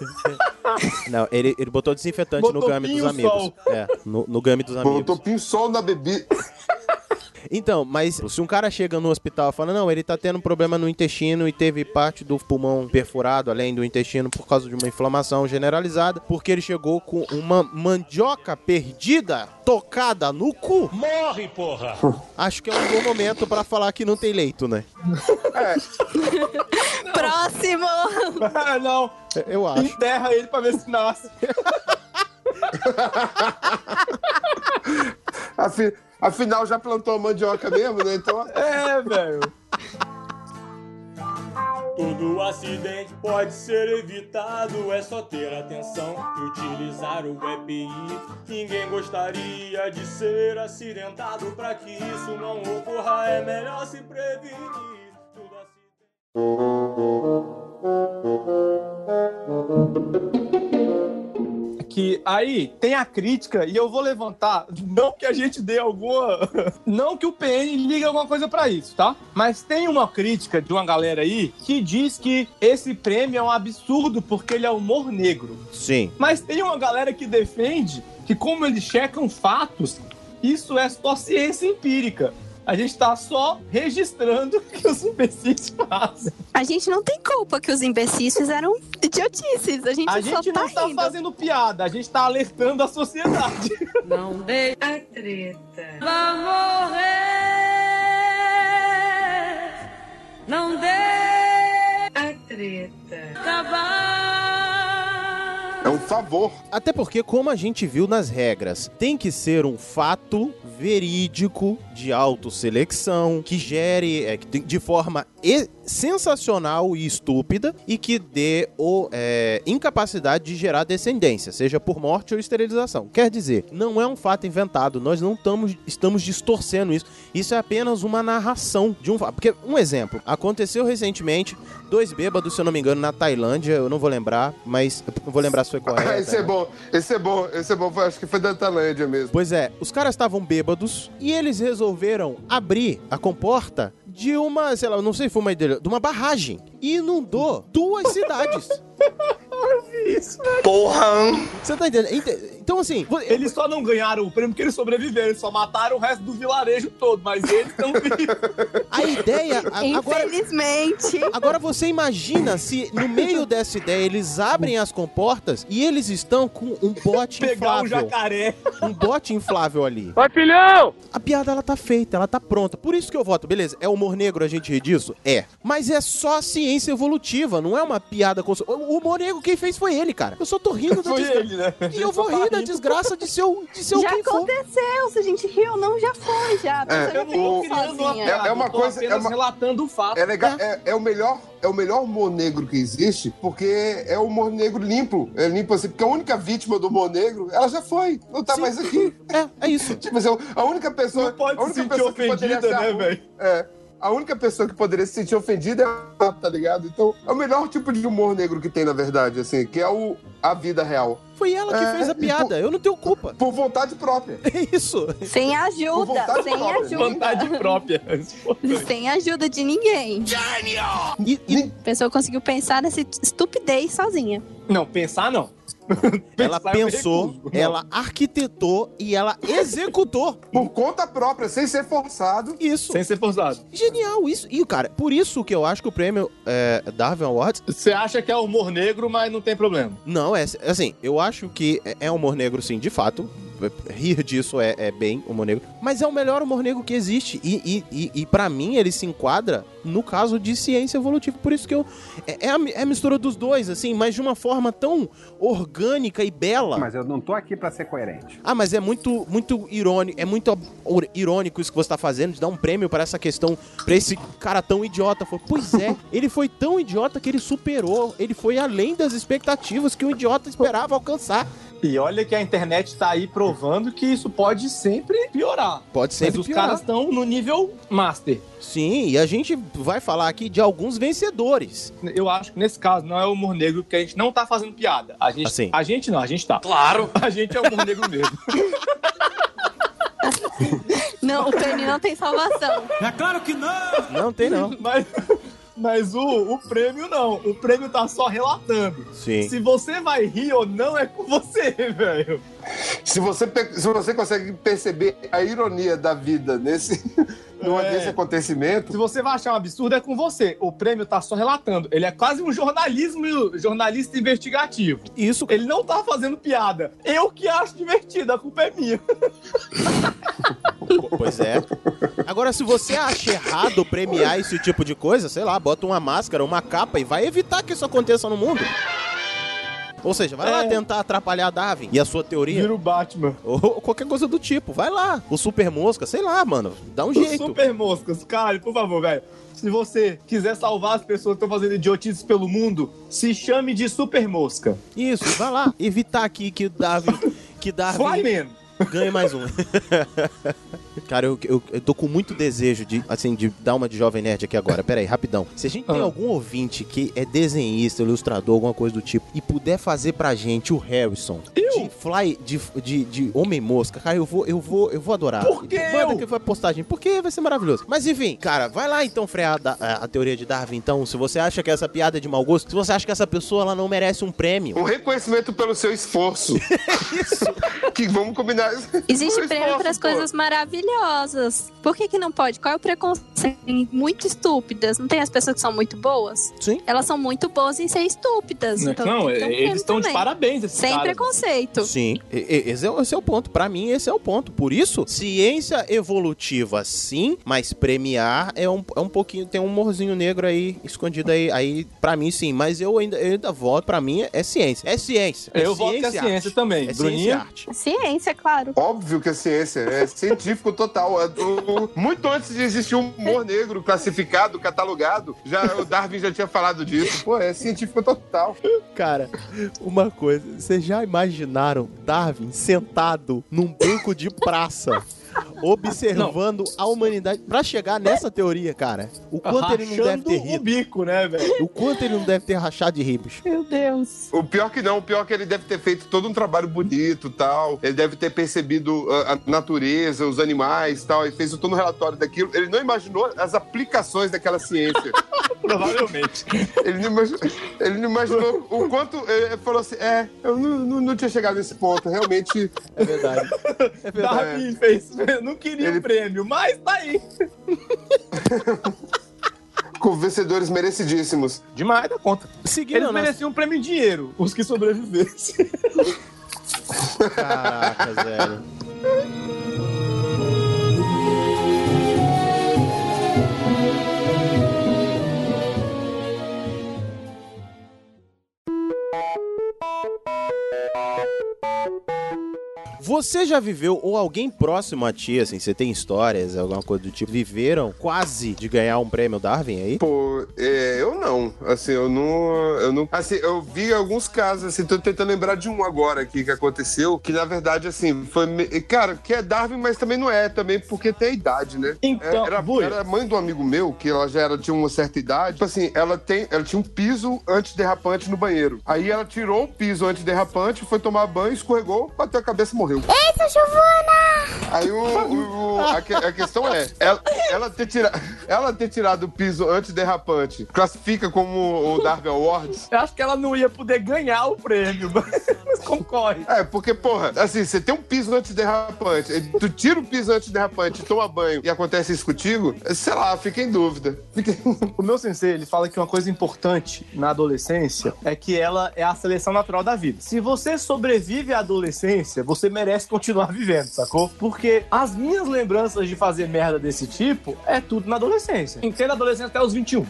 Não, ele, ele botou desinfetante Botou no game dos amigos. pinho-sol. É, no, no game dos amigos. Botou pinho sol na bebida. Então, mas se um cara chega no hospital e fala, não, ele tá tendo um problema no intestino e teve parte do pulmão perfurado, além do intestino, por causa de uma inflamação generalizada, porque ele chegou com uma mandioca perdida, tocada no cu. Morre, porra! Acho que é um bom momento pra falar que não tem leito, né? Próximo! Ah, não. Eu acho. Enterra ele pra ver se nasce. (laughs) Afi- afinal, já plantou a mandioca mesmo, né? Então. É, velho. Todo acidente pode ser evitado, é só ter atenção e utilizar o EPI. Ninguém gostaria de ser acidentado, pra que isso não ocorra é melhor se prevenir. Que aí tem a crítica e eu vou levantar. Não que a gente dê alguma. (laughs) Não que o PN ligue alguma coisa pra isso, tá? Mas tem uma crítica de uma galera aí que diz que esse prêmio é um absurdo porque ele é humor negro. Sim. Mas tem uma galera que defende que, como eles checam fatos, Isso é só ciência empírica. A gente tá só registrando (laughs) o que os imbecis fazem. A gente não tem culpa que os imbecis fizeram idiotices. A gente A só gente tá não tá rindo. fazendo piada, a gente tá alertando a sociedade. Não dei a treta. Vai morrer. Não dei a treta. Acabar. É um favor. Até porque, como a gente viu nas regras, tem que ser um fato verídico de autoseleção que gere é, que tem- de forma e- sensacional e estúpida e que dê o, é, incapacidade de gerar descendência, seja por morte ou esterilização. Quer dizer, não é um fato inventado, nós não tamos, estamos distorcendo isso. Isso é apenas uma narração de um fato. Porque, um exemplo, aconteceu recentemente dois bêbados, se eu não me engano, na Tailândia, eu não vou lembrar, mas eu não vou lembrar (laughs) se foi correto. esse né? é bom, esse é bom, esse é bom. Foi- Acho que foi da Tailândia mesmo. Pois é, os caras estavam bêbados e eles resolveram abrir a comporta de uma, sei lá, não sei se foi uma ideia, de uma barragem. E inundou duas (laughs) cidades. Porra! Você tá entendendo? Ente- Então, assim. Eles só não ganharam o prêmio porque eles sobreviveram, eles só mataram o resto do vilarejo todo, mas eles (laughs) estão (laughs) A ideia. a- Agora, Infelizmente. Agora você imagina se no meio dessa ideia eles abrem as comportas e eles estão com um bote Pegar um inflável. jacaré. Um bote inflável ali. Vai, filhão! A piada ela tá feita, ela tá pronta. Por isso que eu voto. Beleza, é humor negro a gente rir disso? É. Mas é só ciência evolutiva, não é uma piada com. O humor negro quem fez foi ele, cara. Eu só tô rindo da Foi desgraça. ele, né? E eu vou rir da desgraça de seu, de seu já Então quem for. aconteceu, se a gente riu, não, já foi, já. É, É, eu o- não fico sozinha. é, é uma coisa. É uma, relatando o fato. É, legal, é, é o melhor, é o melhor humor negro que existe, porque é o humor negro limpo. É limpo assim, porque a única vítima do humor negro, ela já foi, não tá mais aqui. É, é isso. Tipo assim, a única pessoa. Não pode a única se sentir pessoa que poderia ofendida, ser né, a- velho? É. A única pessoa que poderia se sentir ofendida é a tá ligado? Então, é o melhor tipo de humor negro que tem, na verdade, assim, que é o, a vida real. Foi ela que É, fez a e por- piada, então. eu não tenho culpa. Por vontade própria. É isso. Sem Por ajuda, vontade sem própria. ajuda. (laughs) Vontade própria. Sem ajuda de ninguém. E, A pessoa conseguiu pensar nessa estupidez sozinha. Não, pensar (laughs) não. Ela é um pensou, né? ela arquitetou e ela executou. Por conta própria, sem ser forçado. Isso. Sem ser forçado. Genial isso. E, cara, por isso que eu acho que o prêmio é, Darwin Awards. Você acha que é humor negro, mas não tem problema. Não, é assim, eu acho que é- é humor negro, sim, de fato. Rir disso é, é bem humor negro. Mas é o melhor humor negro que existe. E, e, e, e para mim, ele se enquadra no caso de ciência evolutiva. Por isso que eu. É, é a, mi- é a mistura dos dois, assim, mas de uma forma tão orgânica e bela. Mas eu não tô aqui pra ser coerente. Ah, mas é muito, muito irônico, é muito ab- or- irônico isso que você tá fazendo, de dar um prêmio para essa questão, para esse cara tão idiota. Foi, pois é, ele foi tão idiota que ele superou, ele foi além das expectativas que um idiota esperava alcançar. E olha que a internet tá aí provando que isso pode sempre piorar. Pode sempre Mas os piorar. caras estão no nível master. Sim, e a gente vai falar aqui de alguns vencedores. Eu acho que nesse caso não é o humor negro, porque a gente não tá fazendo piada. A gente, Assim. a gente não, a gente tá. Claro. (laughs) A gente é o humor negro mesmo. Não, o prêmio não tem salvação. É claro que não! Não tem, não. (laughs) Mas, mas o, o prêmio não. O prêmio tá só relatando. Sim. Se você vai rir ou não, é com você, (laughs) velho. Se você, pe- se você consegue perceber a ironia da vida nesse, (laughs) numa- É. nesse acontecimento. Se você vai achar um absurdo, é com você. O prêmio tá só relatando. Ele é quase um jornalismo, jornalista investigativo. Isso. Ele não tá fazendo piada. Eu que acho divertido, a culpa é minha. Pois é. Agora, se você acha errado premiar esse tipo de coisa, sei lá, bota uma máscara, uma capa e vai evitar que isso aconteça no mundo. Ou seja, vai lá tentar atrapalhar a Darwin e a sua teoria. É. Vira um o Batman. Ou qualquer coisa do tipo. Vai lá. O Super Mosca, sei lá, mano. Dá um jeito. Super moscas, cara, por favor, velho. Se você quiser salvar as pessoas que estão fazendo idiotices pelo mundo, se chame de super mosca. Isso, vai lá. (laughs) Ah, Evitar aqui que Darwin. Que Darwin Flyman. ganhe mais um. (laughs) Cara, eu, eu, eu tô com muito desejo de, assim, de dar uma de jovem nerd aqui agora. Pera aí, rapidão. Se a gente tem Ah. algum ouvinte que é desenhista, ilustrador, alguma coisa do tipo, e puder fazer pra gente o Harrison de Fly, de, de, de Homem Mosca, cara, eu vou, eu vou, eu vou adorar. Por que Manda que foi a postagem, porque vai ser maravilhoso. Mas enfim, cara, vai lá então frear a, da- a- a teoria de Darwin, então. Se você acha que essa piada é de mau gosto, se você acha que essa pessoa ela não merece um prêmio. O reconhecimento pelo seu esforço. Isso. Que vamos combinar. Existe Pelo prêmio esforço, para as pô. coisas maravilhosas. Por que, que não pode? Qual é o preconceito? Muito estúpidas. Não tem as pessoas que são muito boas? Sim. Elas são muito boas em ser estúpidas. Não, então não, tem que ter um eles prêmio estão de também. parabéns, esses Sem caras. preconceito. Sim, e- e- esse é, o- esse é o ponto. Pra mim, esse é o ponto. Por isso, ciência evolutiva, sim, mas premiar é um, é um pouquinho. Tem um humorzinho negro aí escondido aí. Aí, pra mim, sim. Mas eu ainda, eu ainda voto. Pra mim, é ciência. É ciência. É Eu voto que é ciência e ciência arte. também. É ciência e Bruninha? arte. Ciência, claro. Óbvio que é ciência, é científico total. É do- muito antes de existir o humor negro classificado, catalogado, já, o Darwin já tinha falado disso. Pô, é científico total. Cara, uma coisa, vocês já imaginaram Darwin sentado num banco de (laughs) praça, observando a humanidade pra chegar nessa teoria, cara? O quanto ele não deve Rachando ter o rido. bico, né, (laughs) velho? O quanto ele não deve ter rachado de ribos. Meu Deus. O pior que não, o pior é que ele deve ter feito todo um trabalho bonito tal. Ele deve ter percebido a, a natureza, os animais tal, e fez todo um relatório daquilo. Ele não imaginou as aplicações daquela ciência. (laughs) Provavelmente. Ele não imaginou, ele não imaginou o quanto. Ele falou assim: é, eu não, não- não tinha chegado nesse ponto, realmente. É verdade. É Darwin fez. (laughs) Não queria o prêmio, mas tá aí. Com vencedores merecidíssimos. Demais da conta. Seguindo Eles a nossa- mereciam um prêmio em dinheiro, os que sobrevivessem. Caraca, velho. Você já viveu, ou alguém próximo a ti, assim, você tem histórias, alguma coisa do tipo, viveram quase de ganhar um prêmio Darwin aí? Pô, é, eu não. Assim, eu não. Eu não. Assim, eu vi alguns casos, assim, tô tentando lembrar de um agora aqui que aconteceu, que na verdade, assim, foi. me- Cara, que é Darwin, mas também não é, também porque tem a idade, né? Então, era, Buia. era mãe do amigo meu, que ela já era, tinha uma certa idade. Tipo assim, ela, tem, ela tinha um piso antiderrapante no banheiro. Aí ela tirou o piso antiderrapante, foi tomar banho, escorregou, bateu a cabeça e morreu. Eita, Giovana! Aí o, o- o- a, que- a questão é, ela, ela ter tira, ela ter tirado o piso antiderrapante classifica como o Darwin Awards? Eu acho que ela não ia poder ganhar o prêmio, mas (laughs) concorre. É, porque, porra, assim, você tem um piso antiderrapante, e tu tira o piso antiderrapante, toma banho e acontece isso contigo, sei lá, fica em dúvida. O meu sensei, ele fala que uma coisa importante na adolescência é que ela é a seleção natural da vida. Se você sobrevive à adolescência, você merece continuar vivendo, sacou? Porque as minhas lembranças de fazer merda desse tipo é tudo na adolescência. Entendo a adolescência até os 21.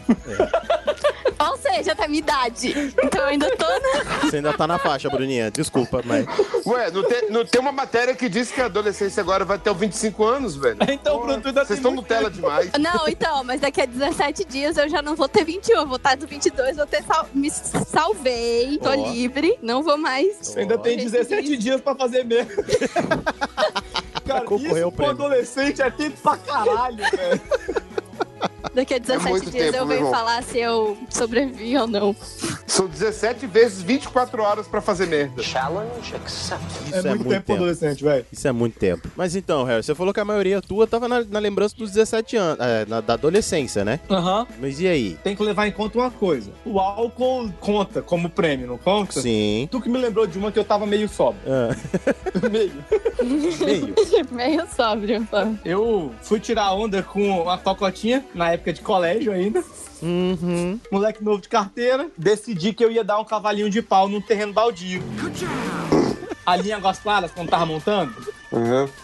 Ou seja, até minha idade. Então eu ainda tô na... Você ainda tá na faixa, Bruninha, desculpa, mas... Ué, não tem, não tem uma matéria que diz que a adolescência agora vai até os 25 anos, velho? (laughs) Então, Bruno, tu Vocês estão Nutella demais. Não, então, mas daqui a 17 dias eu já não vou ter 21, eu vou tá estar do 22, vou ter sal... me salvei, tô Ó. livre, não vou mais. Tá Você ainda tem 17 dias pra fazer (laughs) merda. Cara, isso pro adolescente é tempo pra (laughs) caralho, velho. Daqui a É 17 muito dias tempo, eu meu venho irmão. falar se eu sobrevivi ou não. (laughs) São 17 vezes 24 horas pra fazer merda. Challenge accepted. Isso é, muito, tempo, adolescente, velho. Isso é muito tempo. Mas então, Harry, você falou que a maioria tua tava na, na lembrança dos 17 anos, é, na- da adolescência, né? Aham. Mas e (laughs) aí? Tem que levar em conta uma coisa. O álcool conta como prêmio, não conta? Sim. Tu que me lembrou de uma que eu tava meio sóbrio. (laughs) meio. meio. Meio sóbrio. só. Eu fui tirar onda com a cocotinha, na época de colégio ainda. Uhum. Moleque novo de carteira. Decidi que eu ia dar um cavalinho de pau num terreno baldio. A linha Águas Claras, quando tava montando.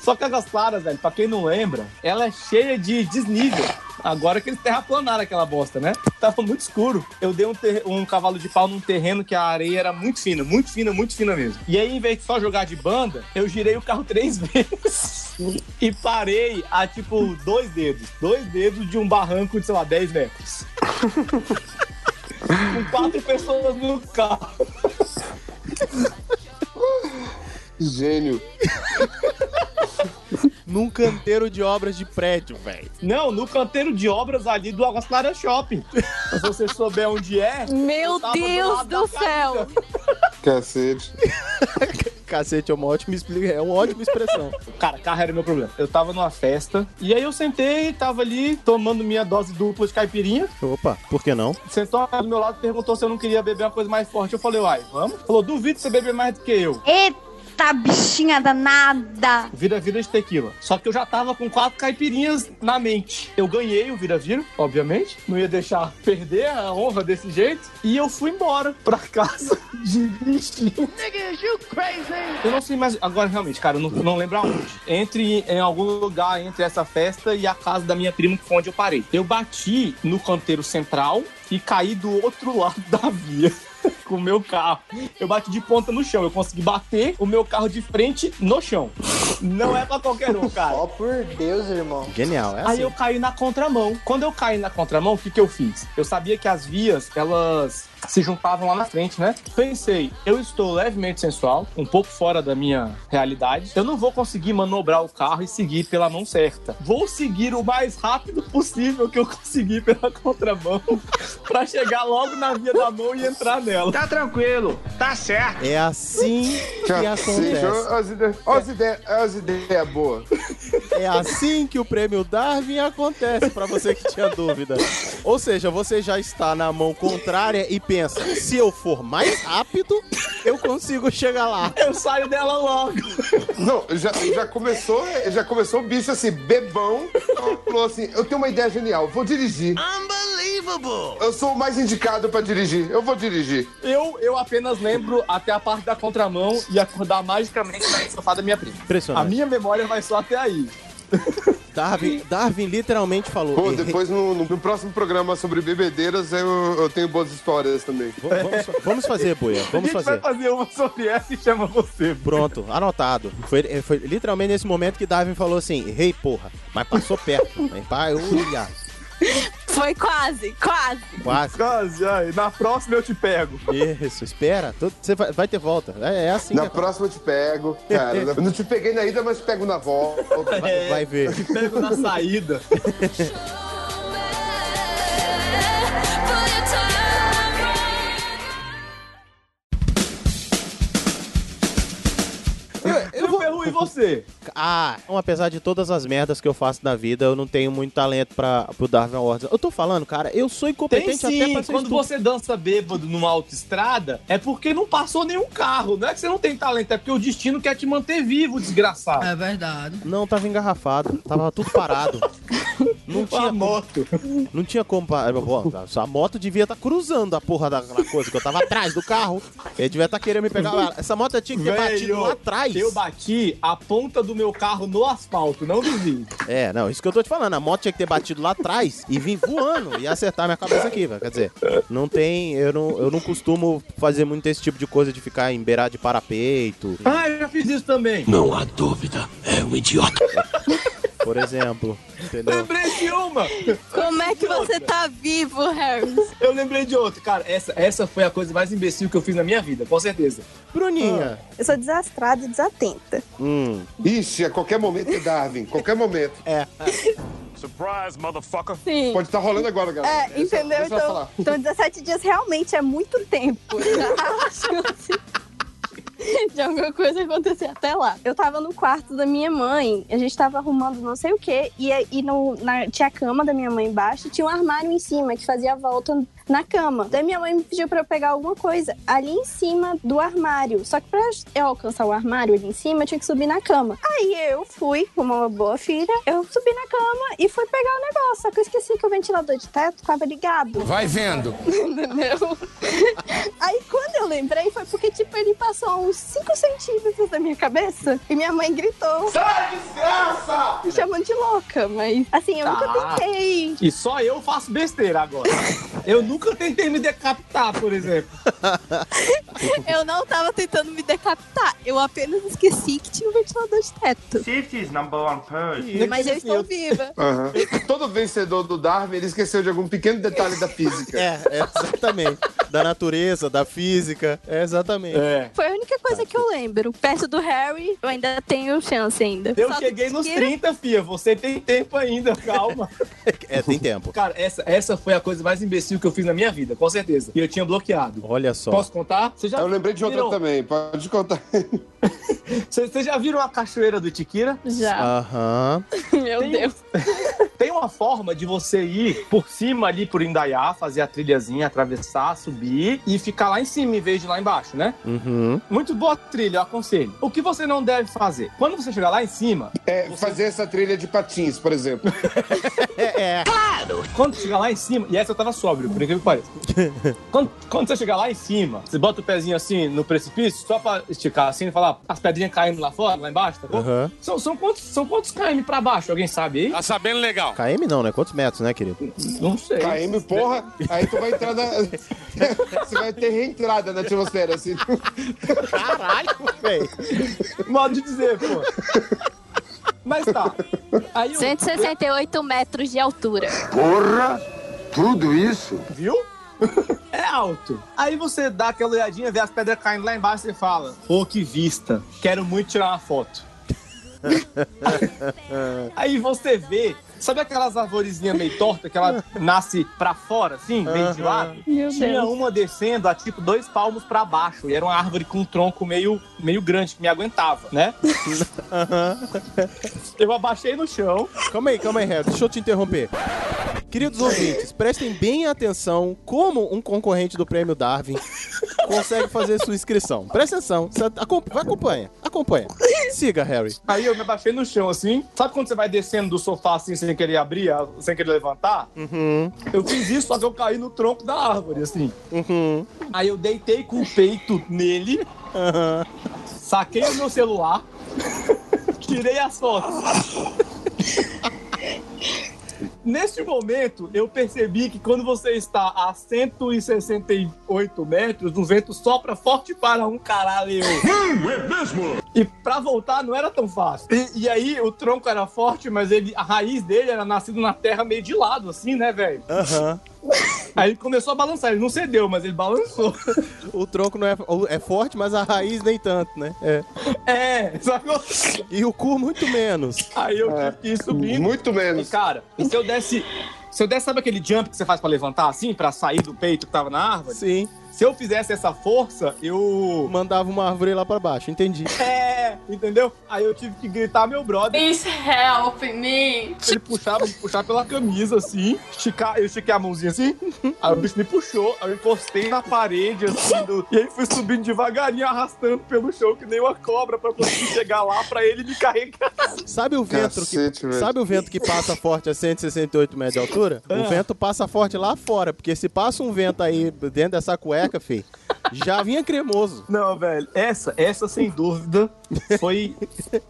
Só que Águas Claras, velho, pra quem não lembra, ela é cheia de desnível. Agora que eles terraplanaram aquela bosta, né? Tava muito escuro. Eu dei um, ter- um cavalo de pau num terreno que a areia era muito fina, muito fina, muito fina mesmo. E aí, em vez de só jogar de banda, eu girei o carro (laughs) três vezes e parei a, tipo, dois dedos. Dois dedos de um barranco de, sei lá, 10 metros. Com quatro pessoas no carro. Gênio. num Um canteiro de obras de prédio, velho. Não, no canteiro de obras ali do Águas Claras Shopping. Se você souber onde é. Meu Deus do, do céu! Cacete. Cacete é uma ótima, expli- é uma ótima expressão. Cara, carro era meu problema. Eu tava numa festa e aí eu sentei, tava ali tomando minha dose dupla de caipirinha. (laughs) Opa, por que não? Sentou do meu lado e perguntou se eu não queria beber uma coisa mais forte. Eu falei, uai, vamos? Falou, duvido você beber mais do que eu. Eita, Tá bichinha danada! Vira-vira de tequila. Só que eu já tava com quatro caipirinhas na mente. Eu ganhei o vira-vira, obviamente. Não ia deixar perder a honra desse jeito. E eu fui embora pra casa (laughs) de bichinho. Eu não sei mais. Agora, realmente, cara, eu não, não lembro aonde. Entre em algum lugar entre essa festa e a casa da minha prima, que foi onde eu parei. Eu bati no canteiro central e caí do outro lado (laughs) da via. Com o meu carro. Eu bati de ponta no chão. Eu consegui bater o meu carro de frente no chão. Não é pra qualquer um, cara. Ó, por Deus, irmão. Genial, é Aí eu caí na contramão. Quando eu caí na contramão, o que, que eu fiz? Eu sabia que as vias, elas se juntavam lá na frente, né? Pensei, eu estou levemente sensual, um pouco fora da minha realidade. Eu não vou conseguir manobrar o carro e seguir pela mão certa. Vou seguir o mais rápido possível que eu conseguir pela contramão (laughs) pra chegar logo na via da mão e entrar nela. Tá tranquilo, tá certo. É assim que acontece. Olha as ideias- olha as ideias- olha as ideias boas. É assim que o prêmio Darwin acontece, pra você que tinha dúvida. Ou seja, você já está na mão contrária e pensa: se eu for mais rápido, eu consigo chegar lá. Eu saio dela logo. Não, já, já começou, já começou o bicho assim, bebão. Falou assim: eu tenho uma ideia genial, vou dirigir. Unbelievable! Eu sou o mais indicado pra dirigir, eu vou dirigir. Eu, eu apenas lembro até a parte da contramão e acordar magicamente na sofá da minha prima. Impressionante. A minha memória vai só até aí. Darwin, Darwin literalmente falou: (laughs) Pô, "Errei." depois no, no- no próximo programa sobre bebedeiras eu, eu tenho boas histórias também. V- Vamos, vamos fazer, Boia. Vamos (laughs) a gente vai fazer. fazer uma sobre essa e chama você. Pronto, anotado. Foi, eh, foi literalmente nesse momento que Darwin falou assim: errei, porra. Mas passou perto. né? Mas, pai, uia, Foi quase, quase. quase. Quase, ai, na próxima eu te pego. Isso, espera. tu- Você vai, vai ter volta. É, é assim Na que próxima eu te pego, cara. Eu não te peguei na ida, mas pego na volta. vai, vai ver. Pego na saída. Eu, vou Ferru, e você? Ah, então, apesar de todas as merdas que eu faço na vida, eu não tenho muito talento para pro Darwin Awards. Eu tô falando, cara, eu sou Tem incompetente até sim, pra ser quando estúpido. você dança bêbado numa autoestrada, é porque não passou nenhum carro. Não é que você não tem talento, é porque o destino quer te manter vivo, desgraçado. É verdade. Não, tava engarrafado, tava tudo parado. Não tinha moto. Não tinha como. pa- Bom, A moto devia estar cruzando a porra da, da coisa, que eu tava atrás do carro. Ele devia estar querendo me pegar. Essa moto tinha que ter batido Velho, lá atrás. Eu bati a ponta do meu carro no asfalto, não vizinho. É, não, isso que eu tô te falando. A moto tinha que ter batido lá atrás e vir voando e acertar minha cabeça aqui, velho. Quer dizer, não tem. Eu não, eu não costumo fazer muito esse tipo de coisa de ficar em beirada de parapeito, Ah, eu já fiz isso também. Não há dúvida, é um idiota. por exemplo. Entendeu? Lembrei de uma! Como é que você tá vivo, Harry? Eu lembrei de outra, cara. Essa, essa foi a coisa mais imbecil que eu fiz na minha vida, com certeza. Ah, Bruninha. Eu sou desastrada e desatenta. Hum. Ixi, a qualquer momento é Darwin, qualquer momento. É. Surprise, motherfucker. Sim. Pode estar rolando agora, galera. É, entendeu? Essa- essa eu vou Então, então 17 dias realmente é muito (laughs) tempo. Já há chance De alguma coisa acontecer até lá. Eu tava no quarto da minha mãe, a gente tava arrumando não sei o que, e, e no, na- tinha a cama da minha mãe embaixo, tinha um armário em cima que fazia a volta na cama. Daí minha mãe me pediu pra eu pegar alguma coisa ali em cima do armário. Só que pra eu alcançar o armário ali em cima, eu tinha que subir na cama. Aí eu fui, como uma boa filha, eu subi na cama e fui pegar o negócio. Só que eu esqueci que o ventilador de teto tava ligado. Vai vendo. Entendeu? (laughs) Aí quando eu lembrei foi porque, tipo, ele passou uns 5 centímetros da minha cabeça e minha mãe gritou. Sai, desgraça! Me chamando de louca, mas assim, eu nunca Tá. tentei. E só eu faço besteira (laughs) agora. Eu nunca tentei me decapitar, por exemplo. Eu não tava tentando me decapitar. Eu apenas esqueci que tinha um ventilador de teto. Safety's number one é Isso, Mas eu estou viva. Aham. Todo vencedor do Darwin, ele esqueceu de algum pequeno detalhe da física. (laughs) É, é exatamente. da natureza, da física. É, exatamente. É. Foi a única coisa que eu lembro. Perto do Harry, eu ainda tenho chance ainda. Eu Só cheguei nos queira- 30, fia. Você tem tempo ainda, calma. É, tem tempo. Cara, essa, essa foi a coisa mais imbecil que eu fiz na minha vida, com certeza. E eu tinha bloqueado. Olha só. Posso contar? Você já Eu lembrei de outra viram- também, pode contar. Vocês vocês já viram a cachoeira do Tiquira? Já. Aham. Meu um Deus. Tem uma forma de você ir por cima ali por Indaiá, fazer a trilhazinha, atravessar, subir e ficar lá em cima em vez de lá embaixo, né? Uhum. Muito boa trilha, eu aconselho. O que você não deve fazer? Quando você chegar lá em cima. É, fazer essa trilha de patins, por exemplo. é, Claro! Quando chegar lá em cima. E essa eu tava sóbrio, por incrível que (laughs) pareça. quando, quando você chegar lá em cima, você bota o pezinho assim no precipício, só pra esticar assim e falar as pedrinhas caindo lá fora, lá embaixo, tá bom? Aham. São, são quantos, são quantos KM pra baixo? Alguém sabe aí? Tá sabendo legal. KM não, né? Quantos metros, né, querido? Não sei. KM, porra, aí tu vai entrar na. (laughs) Você vai ter reentrada na atmosfera, assim. Caralho, velho. Modo de dizer, pô. Mas tá. Aí eu- 168 metros de altura. Porra! Tudo isso? Viu? (laughs) É alto. Aí você dá aquela olhadinha, vê as pedras caindo lá embaixo e fala: Pô, que vista. Quero muito tirar uma foto. (laughs) Aí você vê, sabe aquelas arvorezinhas meio tortas que ela nasce pra fora, assim, meio de Aham. lado? Meu Tinha Deus. uma descendo a tipo dois palmos pra baixo. E era uma árvore com um tronco meio, meio grande que me aguentava, né? Eu abaixei no chão. Calma aí, calma aí, Harry. Deixa eu te interromper. Queridos ouvintes, prestem bem atenção como um concorrente do prêmio (laughs) Darwin consegue fazer sua inscrição. Presta atenção. Você acompa- Vai, acompanha. Acompanha. Siga, Harry. Aí eu me abaixei no chão, assim. Sabe quando você vai descendo do sofá, assim, sem querer abrir, a- sem querer levantar? Uhum. Eu fiz isso, só que eu caí no tronco da árvore, assim. Aí eu deitei com o peito nele. Saquei o meu celular. (laughs) tirei as fotos. Neste momento, eu percebi que quando você está a 168 metros, o vento sopra forte para um caralho. é mesmo? E pra voltar não era tão fácil. E, e aí o tronco era forte, mas ele, a raiz dele era nascido na terra meio de lado, assim, né, velho? Aham. Aí ele começou a balançar, ele não cedeu, mas ele balançou. (laughs) O tronco não é, é forte, mas a raiz nem tanto, né? É. É, sacou? E o cu muito menos. Aí eu tive que ir subindo. É. Muito menos. E, cara, e se eu desse. Se eu desse, sabe aquele jump que você faz pra levantar assim, pra sair do peito que tava na árvore? Sim. Se eu fizesse essa força, eu. Mandava uma árvore lá pra baixo, entendi. É, entendeu? Aí eu tive que gritar meu brother. Please help me. Ele puxava, me puxava pela camisa, assim, esticar, eu estiquei a mãozinha assim, (laughs) aí o bicho me puxou, aí eu encostei na parede, assim, do- e aí fui subindo devagarinho, arrastando pelo chão, que nem uma cobra, pra conseguir chegar lá pra ele me carregar. Sabe o vento Cacete, que, velho. Sabe o vento que passa forte a 168 metros de altura? Ah. O vento passa forte lá fora, porque se passa um vento aí dentro dessa cueca, fi, já vinha cremoso. Não, velho, essa, essa sem dúvida foi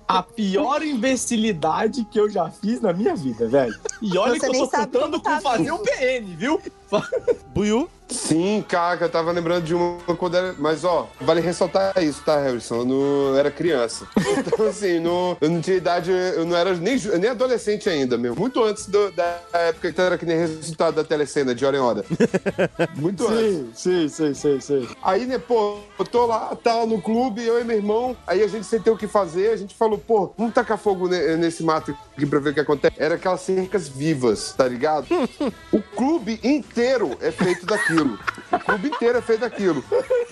a pior imbecilidade que eu já fiz na minha vida, velho. E olha Você que eu nem tô sabe contando como com tá fazer vivo. um PN, viu? Buiu? Sim, caraca, eu tava lembrando de uma quando era. Mas ó, vale ressaltar isso, tá, Harrison? Eu não eu era criança. (laughs) Então, assim, não- eu não tinha idade, eu não era nem, ju- nem adolescente ainda, meu. Muito antes do- da época que era que nem resultado da telecena, de hora em hora. Muito antes. Sim, sim, sim, sim. Aí, né, pô, eu tô lá, tá no clube, eu e meu irmão. Aí a gente sem ter o que fazer, a gente falou, pô, vamos tacar fogo ne- nesse mato aqui pra ver o que acontece. Era aquelas cercas vivas, tá ligado? o clube inteiro é feito daquilo. O clube inteiro é feito daquilo. (laughs)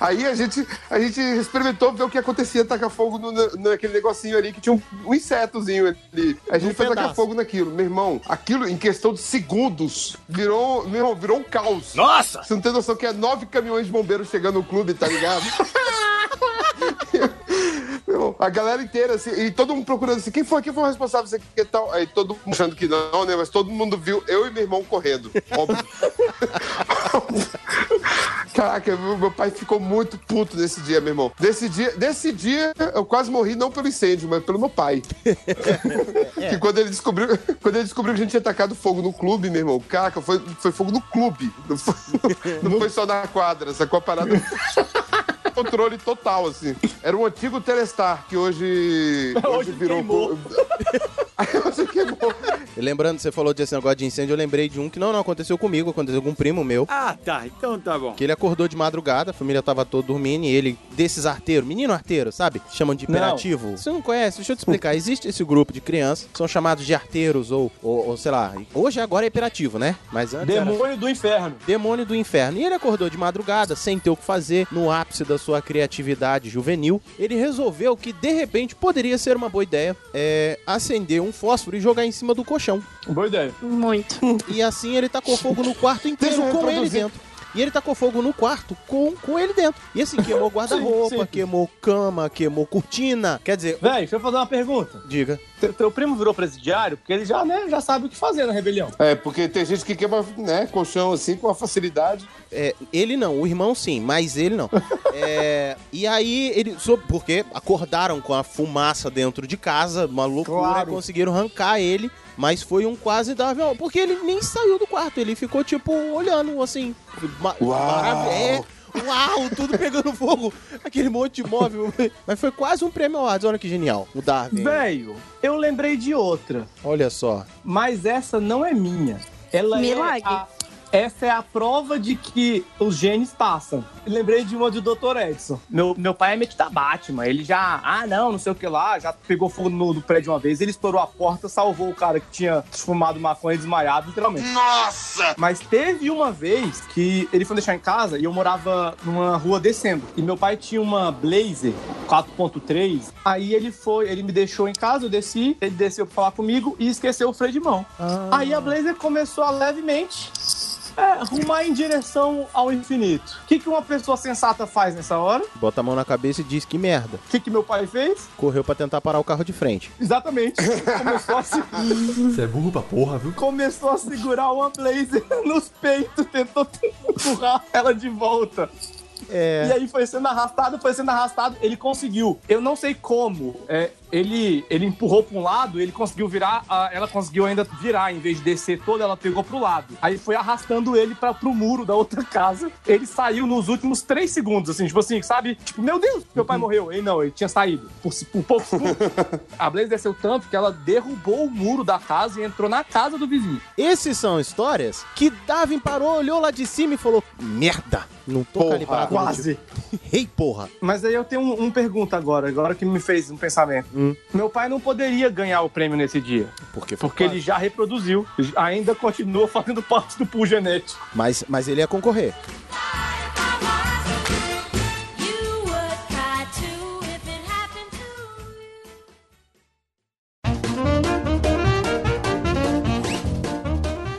Aí a gente, a gente experimentou ver o que acontecia, tacar fogo no, no- naquele negocinho ali que tinha um, um insetozinho ali. A gente Um foi tacar pedaço. fogo naquilo. Meu irmão, aquilo em questão de segundos virou, meu irmão, virou um caos. Nossa! Você não tem noção que é nove caminhões de bombeiros chegando no clube, tá ligado? Meu irmão, A galera inteira, assim, e todo mundo procurando assim, quem foi, quem foi o responsável, isso aqui e tal. Aí todo mundo achando que não, né? Mas todo mundo viu eu e meu irmão correndo. Óbvio. Caraca, meu, meu pai ficou muito puto nesse dia, meu irmão. Desse dia, desse dia, eu quase morri não pelo incêndio, mas pelo meu pai. Que quando ele descobriu, (laughs) quando ele descobriu que a gente tinha atacado fogo no clube, meu irmão, caraca, foi, (laughs) foi fogo no clube. Não foi, não foi só na quadra, sacou a parada? (laughs) controle total, assim. Era um antigo Telestar que hoje. um Hoje queimou. (laughs) E Lembrando, você falou desse negócio de incêndio, eu lembrei de um que não, não aconteceu comigo, aconteceu com um primo meu. Ah, tá. Então tá bom. Que ele acordou de madrugada, a família tava toda dormindo e ele, desses arteiros, menino arteiro, sabe? Chamam de imperativo. Você não conhece? Deixa eu te (laughs) explicar. Existe esse grupo de crianças, são chamados de arteiros ou, ou, ou sei lá. Hoje agora é imperativo, né? Mas antes. era- Demônio do inferno. Demônio do inferno. E ele acordou de madrugada, sem ter o que fazer, no ápice da sua criatividade juvenil. Ele resolveu que, de repente, poderia ser uma boa ideia é, acender um fósforo e jogar em cima do colchão. Boa ideia. Muito. E assim ele tacou fogo no quarto inteiro Deixa eu com ele reproduzir. dentro. E ele tacou fogo no quarto com, com ele dentro. E assim, (laughs) queimou Sim, guarda-roupa, sim. queimou cama, queimou cortina. Quer dizer, Véi, deixa eu fazer uma pergunta. Diga. Teu, teu primo virou presidiário porque ele já, né, já sabe o que fazer na rebelião. É, porque tem gente que queima, né, colchão assim com uma facilidade. É, ele não, o irmão sim, mas ele não. É, e aí ele. só Porque acordaram com a fumaça dentro de casa, uma loucura, Claro. conseguiram arrancar ele, mas foi um quase da avião. Porque ele nem saiu do quarto, ele ficou tipo olhando assim. ma- Uau. marav- é, Uau, tudo pegando fogo, aquele monte de móvel. (laughs) Mas foi quase um prêmio Awards, olha que genial, o Darwin. Velho, eu lembrei de outra, Olha só. mas essa não é minha. Ela Milagre. é. A, essa é a prova de que os genes passam. Lembrei de uma do Dr. Edson. Meu, meu pai é meio que da Batman. Ele já. Ah, não, não sei o que lá. Já pegou fogo no, no prédio uma vez. Ele estourou a porta, salvou o cara que tinha fumado maconha e desmaiado, literalmente. Nossa! Mas teve uma vez que ele foi deixar em casa e eu morava numa rua descendo. E meu pai tinha uma Blazer 4.3. Aí ele foi, ele me deixou em casa, eu desci, ele desceu pra falar comigo e esqueceu o freio de mão. Aí a Blazer começou a levemente é, rumar em direção ao infinito. O que, que uma pessoa sensata faz nessa hora? Bota a mão na cabeça e diz que merda. O que, que meu pai fez? Correu pra tentar parar o carro de frente. Exatamente. Começou a se... Você é burro pra porra, viu? Começou a segurar uma Blazer nos peitos, tentou empurrar ela de volta. É. E aí foi sendo arrastado, foi sendo arrastado, ele conseguiu. Eu não sei como. é, ele, ele empurrou pra um lado, ele conseguiu virar, a- ela conseguiu ainda virar, em vez de descer toda, ela pegou pro lado. Aí foi arrastando ele pra, pro muro da outra casa. Ele saiu nos últimos três segundos, assim, tipo assim, sabe? Tipo, meu Deus, meu Uhum. pai morreu. Ele não, ele tinha saído. Por, si- por pouco segundo. A Blaze desceu tanto que ela derrubou o muro da casa e entrou na casa do vizinho. Esses são histórias que Davin parou, olhou lá de cima e falou: Merda, (laughs) não tô Porra, calibrado. no quase. tipo." Ei, porra. Mas aí eu tenho um, um pergunta agora, agora que me fez um pensamento. Hum. Meu pai não poderia ganhar o prêmio nesse dia. Por quê? Porque ele já reproduziu, ainda continua fazendo parte do pool genético. Mas, mas ele ia concorrer.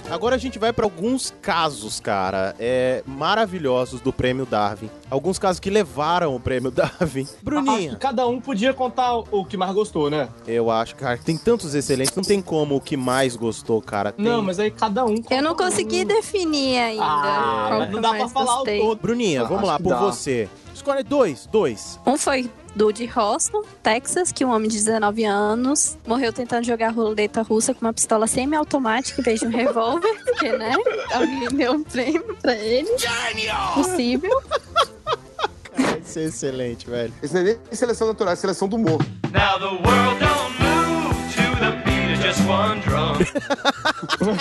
Agora a gente vai pra alguns casos, cara, é, maravilhosos do prêmio Darwin. Alguns casos que levaram o prêmio (laughs) Darwin. Bruninha. Ah, cada um podia contar o que mais gostou, né? Eu acho, cara, tem tantos excelentes, não tem como o que mais gostou, cara. Tem... Não, mas aí cada um. Eu não consegui definir ainda. é, Ah, qual mas que não eu dá mais pra falar o gostei. todo. Bruninha, Ah, vamos acho lá, que por dá. você. Escolhe dois, (laughs) dois. Um foi do de Houston, Texas, que um homem de 19 anos morreu tentando jogar roleta russa com uma pistola semiautomática em vez de um revólver, (laughs) porque, né? Alguém deu um prêmio pra ele. Possível. Isso é excelente, velho. Isso não é nem seleção natural, é seleção do humor. Now the world don't move to the beat of just one drum.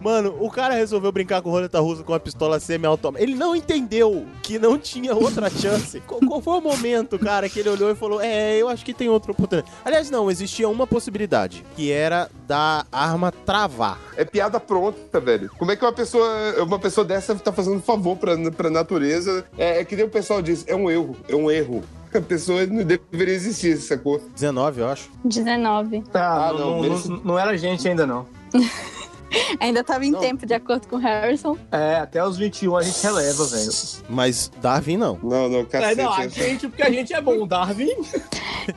Mano, o cara resolveu brincar com roleta russa com uma pistola semi-automática. Ele não entendeu que não tinha outra chance. Qual, qual foi o momento, cara, que ele olhou e falou: É, eu acho que tem outra oportunidade. Aliás, não, existia uma possibilidade, que era da arma travar. É piada pronta, velho. Como é que uma pessoa, uma pessoa dessa tá fazendo um favor pra, pra natureza? É, é que nem o pessoal diz, é um erro, é um erro. A pessoa não deveria existir, sacou? 19, eu acho. 19. Ah, Ah, não, não, não, merece- não- não era gente ainda, não. Ainda tava em tempo, de acordo com o Harrison. É, até os 21 a gente releva, velho. Mas Darwin não. Não, não, É, cacete. não, a é- gente, porque a gente é bom, Darwin.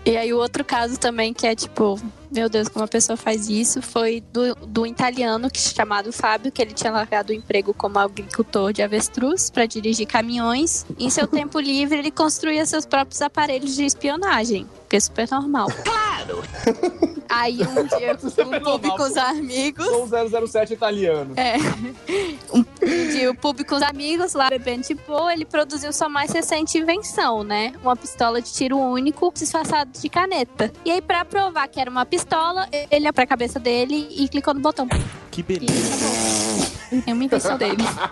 E aí o outro caso também que é tipo, meu Deus, como a pessoa faz isso, foi do, do italiano que chamado Fábio, que ele tinha largado o emprego como agricultor de avestruz para dirigir caminhões. Em seu tempo livre, ele construía seus próprios aparelhos de espionagem. porque é super normal. Claro! Aí um dia eu fui pra um pub com os amigos. Sou um 007 italiano. É. Um dia o pub com os amigos lá bebendo de boa, ele produziu sua mais recente invenção, né? Uma pistola de tiro único disfarçado de caneta. E aí, pra provar que era uma pistola, ele abriu a cabeça dele e clicou no botão. Que beleza. É uma invenção dele. né?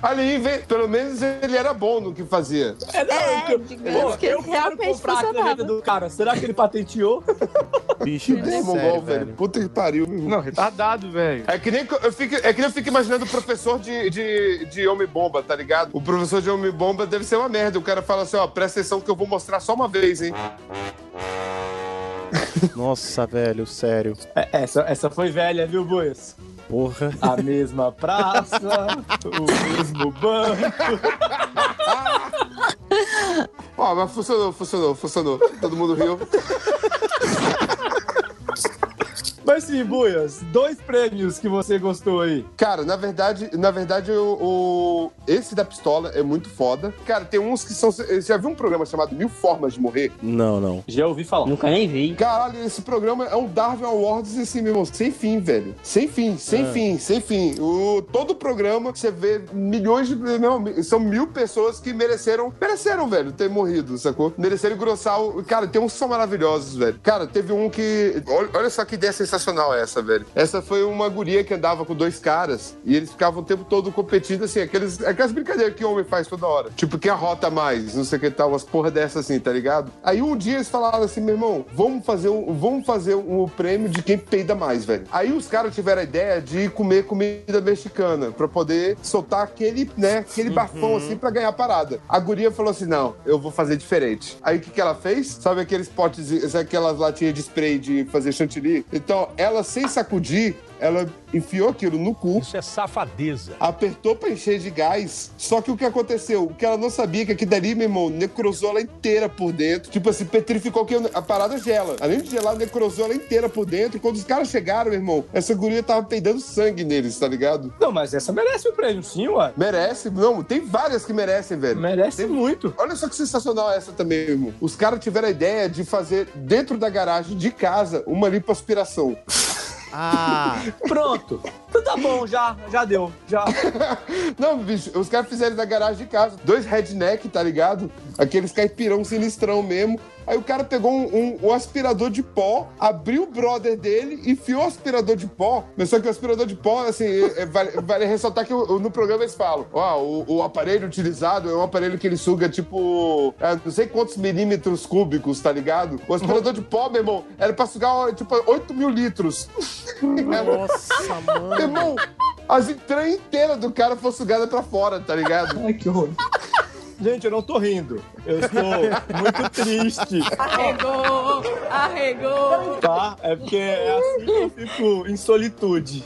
Ali, vem- pelo menos ele era bom no que fazia. É, não, eu, pô, eu quero comprar a caneta do cara. Será que ele patenteou? Bicho, que Demon sério, Ball, É um velho. Puta que pariu. Não, retardado, velho. É que nem que eu fico, é que nem eu fico imaginando o professor de, de, de Homem-Bomba, tá ligado? O professor de Homem-Bomba deve ser uma merda. O cara fala assim, ó, presta atenção que eu vou mostrar só uma vez, hein? Nossa, velho, sério. É, essa, essa foi velha, viu, Boias? Porra. A mesma praça, o mesmo banco. Ó, mas funcionou, funcionou, funcionou. Todo mundo riu. Mas sim, Buias, dois prêmios que você gostou aí. Cara, na verdade, na verdade, o, o- esse da pistola é muito foda. Cara, tem uns que são. Você já viu um programa chamado Mil Formas de Morrer? Não, não. Já ouvi falar. Nunca nem vi. Caralho, esse programa é um Darwin Awards, assim, meu irmão, sem fim, velho. Sem fim, sem É. fim, sem fim. O, todo programa, você vê milhões de. Não, mi- são mil pessoas que mereceram. Mereceram, velho, ter morrido, sacou? Mereceram engrossar o. Cara, tem uns que são maravilhosos, velho. Cara, teve um que. Olha, olha só que ideia sensacional essa, velho. Essa foi uma guria que andava com dois caras e eles ficavam o tempo todo competindo, assim, aqueles, aquelas brincadeiras que o homem faz toda hora. Tipo, quem arrota mais, não sei o que tal, umas porra dessa assim, tá ligado? Aí um dia eles falaram assim, meu irmão, vamos fazer um, vamos fazer um prêmio de quem peida mais, velho. Aí os caras tiveram a ideia de comer comida mexicana pra poder soltar aquele, né, aquele bafão assim pra ganhar a parada. A guria falou assim, não, eu vou fazer diferente. Aí o que que ela fez? Sabe aqueles potes, aquelas latinhas de spray de fazer chantilly? Então, ela sem sacudir, ela enfiou aquilo no cu. Isso é safadeza. Apertou pra encher de gás. Só que o que aconteceu? O que ela não sabia é que aquilo dali, meu irmão, necrosou ela inteira por dentro. Tipo assim, petrificou que a parada é gela. Além de gelar, necrosou ela inteira por dentro. E quando os caras chegaram, meu irmão, essa guria tava peidando sangue neles, tá ligado? Não, mas essa merece o prêmio, sim, ué. Merece. Não, tem várias que merecem, velho. Merece muito. Olha só que sensacional essa também, meu irmão. Os caras tiveram a ideia de fazer dentro da garagem de casa uma lipoaspiração. Ah, pronto. Então tá bom, já, já deu, já. Não, bicho, os caras fizeram na garagem de casa. Dois redneck, tá ligado? Aqueles caipirão sinistrão mesmo. Aí o cara pegou um, um- um aspirador de pó, abriu o brother dele, enfiou o aspirador de pó. Mas só que o aspirador de pó, assim, é- é- vale, vale ressaltar que o- o- no programa eles falam: ó, o, o aparelho utilizado é um aparelho que ele suga, tipo, é, não sei quantos milímetros cúbicos, tá ligado? O aspirador de pó, meu irmão, era pra sugar, ó, tipo, 8 mil litros. Nossa, mano. Meu irmão, as entranhas inteiras do cara foram sugadas pra fora, tá ligado? Ai, que horror. Gente, eu não tô rindo. Eu estou muito triste. Arregou! Arregou! Tá? É porque é assim que eu fico em solitude.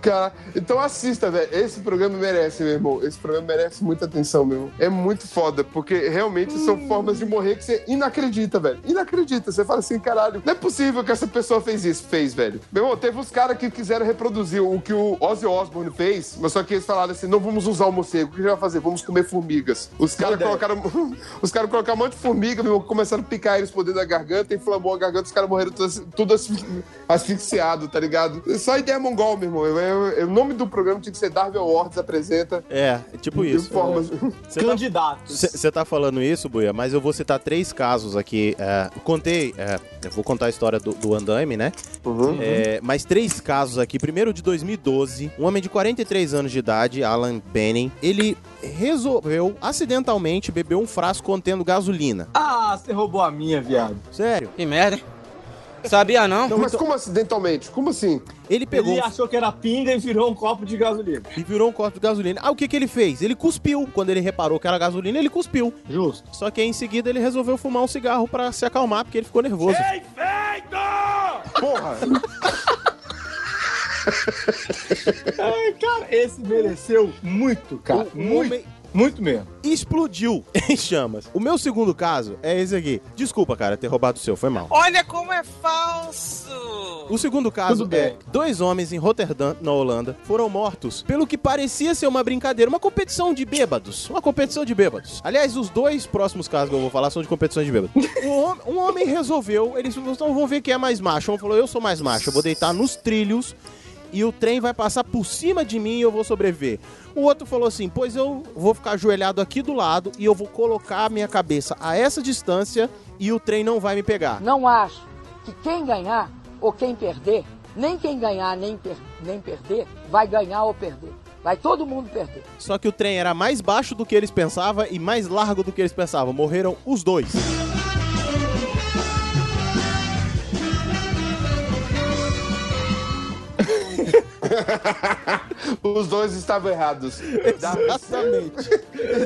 Cara, então assista, velho. Esse programa merece, meu irmão. Esse programa merece muita atenção, meu irmão. É muito foda, porque realmente são formas de morrer que você inacredita, velho. Inacredita. Você fala assim, caralho, não é possível que essa pessoa fez isso. Fez, velho. Meu irmão, teve uns caras que quiseram reproduzir o que o Ozzy Osbourne fez, mas só que eles falaram assim, não vamos usar o morcego. O que a gente vai fazer? Vamos comer formigas. Os caras colocaram os caras colocaram um monte de formiga, meu irmão, começaram a picar eles por dentro da garganta, inflamou a garganta, os caras morreram todos- tudo asfixi- asfixiado, tá ligado? Só ideia mongol, meu irmão. Eu- eu- eu- o nome do programa tinha que ser Darwin Awards apresenta. É, tipo isso. Formas... (laughs) tá- Candidato. Você tá falando isso, Buia, mas eu vou citar três casos aqui. é, contei, é, eu vou contar a história do, do andaime, né? Uhum. É, mas três casos aqui. Primeiro de 2012, um homem de 43 anos de idade, Alan Benning, ele resolveu acidentalmente beber um frasco contendo gasolina. Ah, você roubou a minha, viado. Sério? Que merda. Sabia não? Então, mas como acidentalmente? Como assim? Ele pegou Ele um- achou que era pinga e virou um copo de gasolina. E virou um copo de gasolina. Ah, o que que ele fez? Ele cuspiu. Quando ele reparou que era gasolina, ele cuspiu. Justo. Só que aí, em seguida ele resolveu fumar um cigarro pra se acalmar, porque ele ficou nervoso. Porra! Ai, cara, esse mereceu muito, cara. O muito. Um homem- Muito mesmo. (laughs) Explodiu (laughs) em chamas. O meu segundo caso é esse aqui. Desculpa, cara, ter roubado o seu, foi mal. Olha como é falso! O segundo caso é: dois homens em Rotterdam, na Holanda, foram mortos pelo que parecia ser uma brincadeira, uma competição de bêbados. Uma competição de bêbados. Aliás, os dois próximos casos que eu vou falar são de competições de bêbados. Um, hom- um homem resolveu, eles então vão ver quem é mais macho. Um falou: eu sou mais macho, eu vou deitar nos trilhos e o trem vai passar por cima de mim e eu vou sobreviver. O outro falou assim: pois eu vou ficar ajoelhado aqui do lado e eu vou colocar a minha cabeça a essa distância e o trem não vai me pegar. Não acho que quem ganhar ou quem perder, nem quem ganhar nem, per- nem perder, vai ganhar ou perder. Vai todo mundo perder. Só que o trem era mais baixo do que eles pensavam e mais largo do que eles pensavam. Morreram os dois. Os dois estavam errados. Exatamente.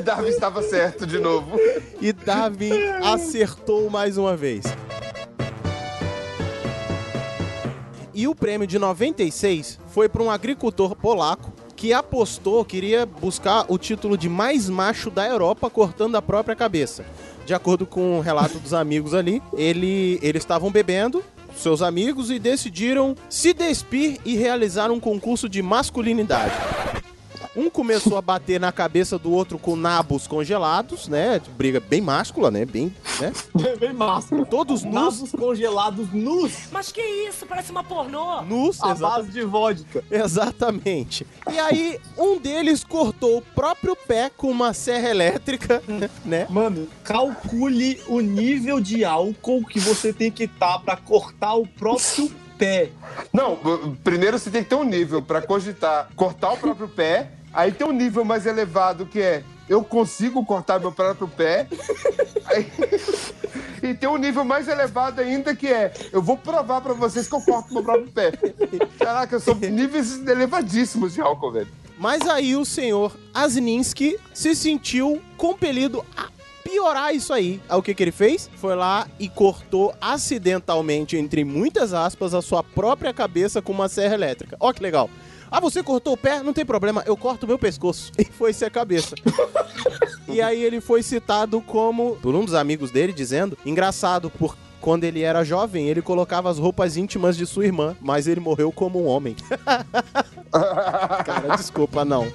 Darwin estava certo de novo. E Darwin acertou mais uma vez. E o prêmio de 96 foi para um agricultor polaco que apostou, queria buscar o título de mais macho da Europa cortando a própria cabeça. De acordo com o relato dos amigos ali, ele, eles estavam bebendo, seus amigos, e decidiram se despir e realizar um concurso de masculinidade. Um começou a bater na cabeça do outro com nabos congelados, né? Briga bem máscula, né? Bem, né? Bem máscula. Todos nus. Nabos congelados nus. Mas que isso? Parece uma pornô. Nus, A exata- base de vodka. Exatamente. E aí, um deles cortou o próprio pé com uma serra elétrica, (laughs) né? Mano, calcule o nível de álcool que você tem que estar pra cortar o próprio pé. Não, b- primeiro você tem que ter um nível pra cogitar cortar o próprio pé. Aí tem um nível mais elevado que é eu consigo cortar meu próprio pé. (laughs) Aí- e tem um nível mais elevado ainda que é eu vou provar pra vocês que eu corto meu próprio pé. Caraca, são níveis elevadíssimos de álcool, velho. Mas aí o senhor Asninski se sentiu compelido a piorar isso aí. Aí o que, que ele fez? Foi lá e cortou acidentalmente, entre muitas aspas, a sua própria cabeça com uma serra elétrica. Ó que legal. Ah, você cortou o pé? Não tem problema, eu corto o meu pescoço. (laughs) E foi-se a cabeça. e aí ele foi citado como, por um dos amigos dele, dizendo, engraçado, por quando ele era jovem, ele colocava as roupas íntimas de sua irmã, mas ele morreu como um homem. Cara, desculpa, não.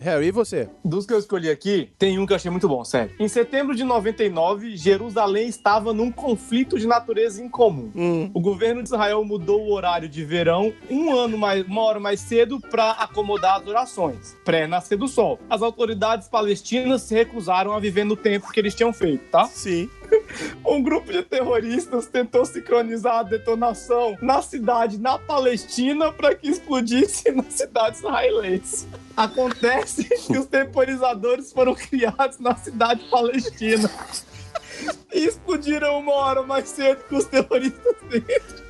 Harry, e você? Dos que eu escolhi aqui, tem um que eu achei muito bom, sério. Em setembro de 99, Jerusalém estava num conflito de natureza incomum. O governo de Israel mudou o horário de verão um ano mais, uma hora mais cedo para acomodar as orações, pré-nascer do sol. As autoridades palestinas se recusaram a viver no tempo que eles tinham feito, tá? Sim. Um grupo de terroristas tentou sincronizar a detonação na cidade, na Palestina, para que explodisse (laughs) na cidade israelense. Acontece que os temporizadores foram criados na cidade palestina e explodiram uma hora mais cedo que os terroristas dentro.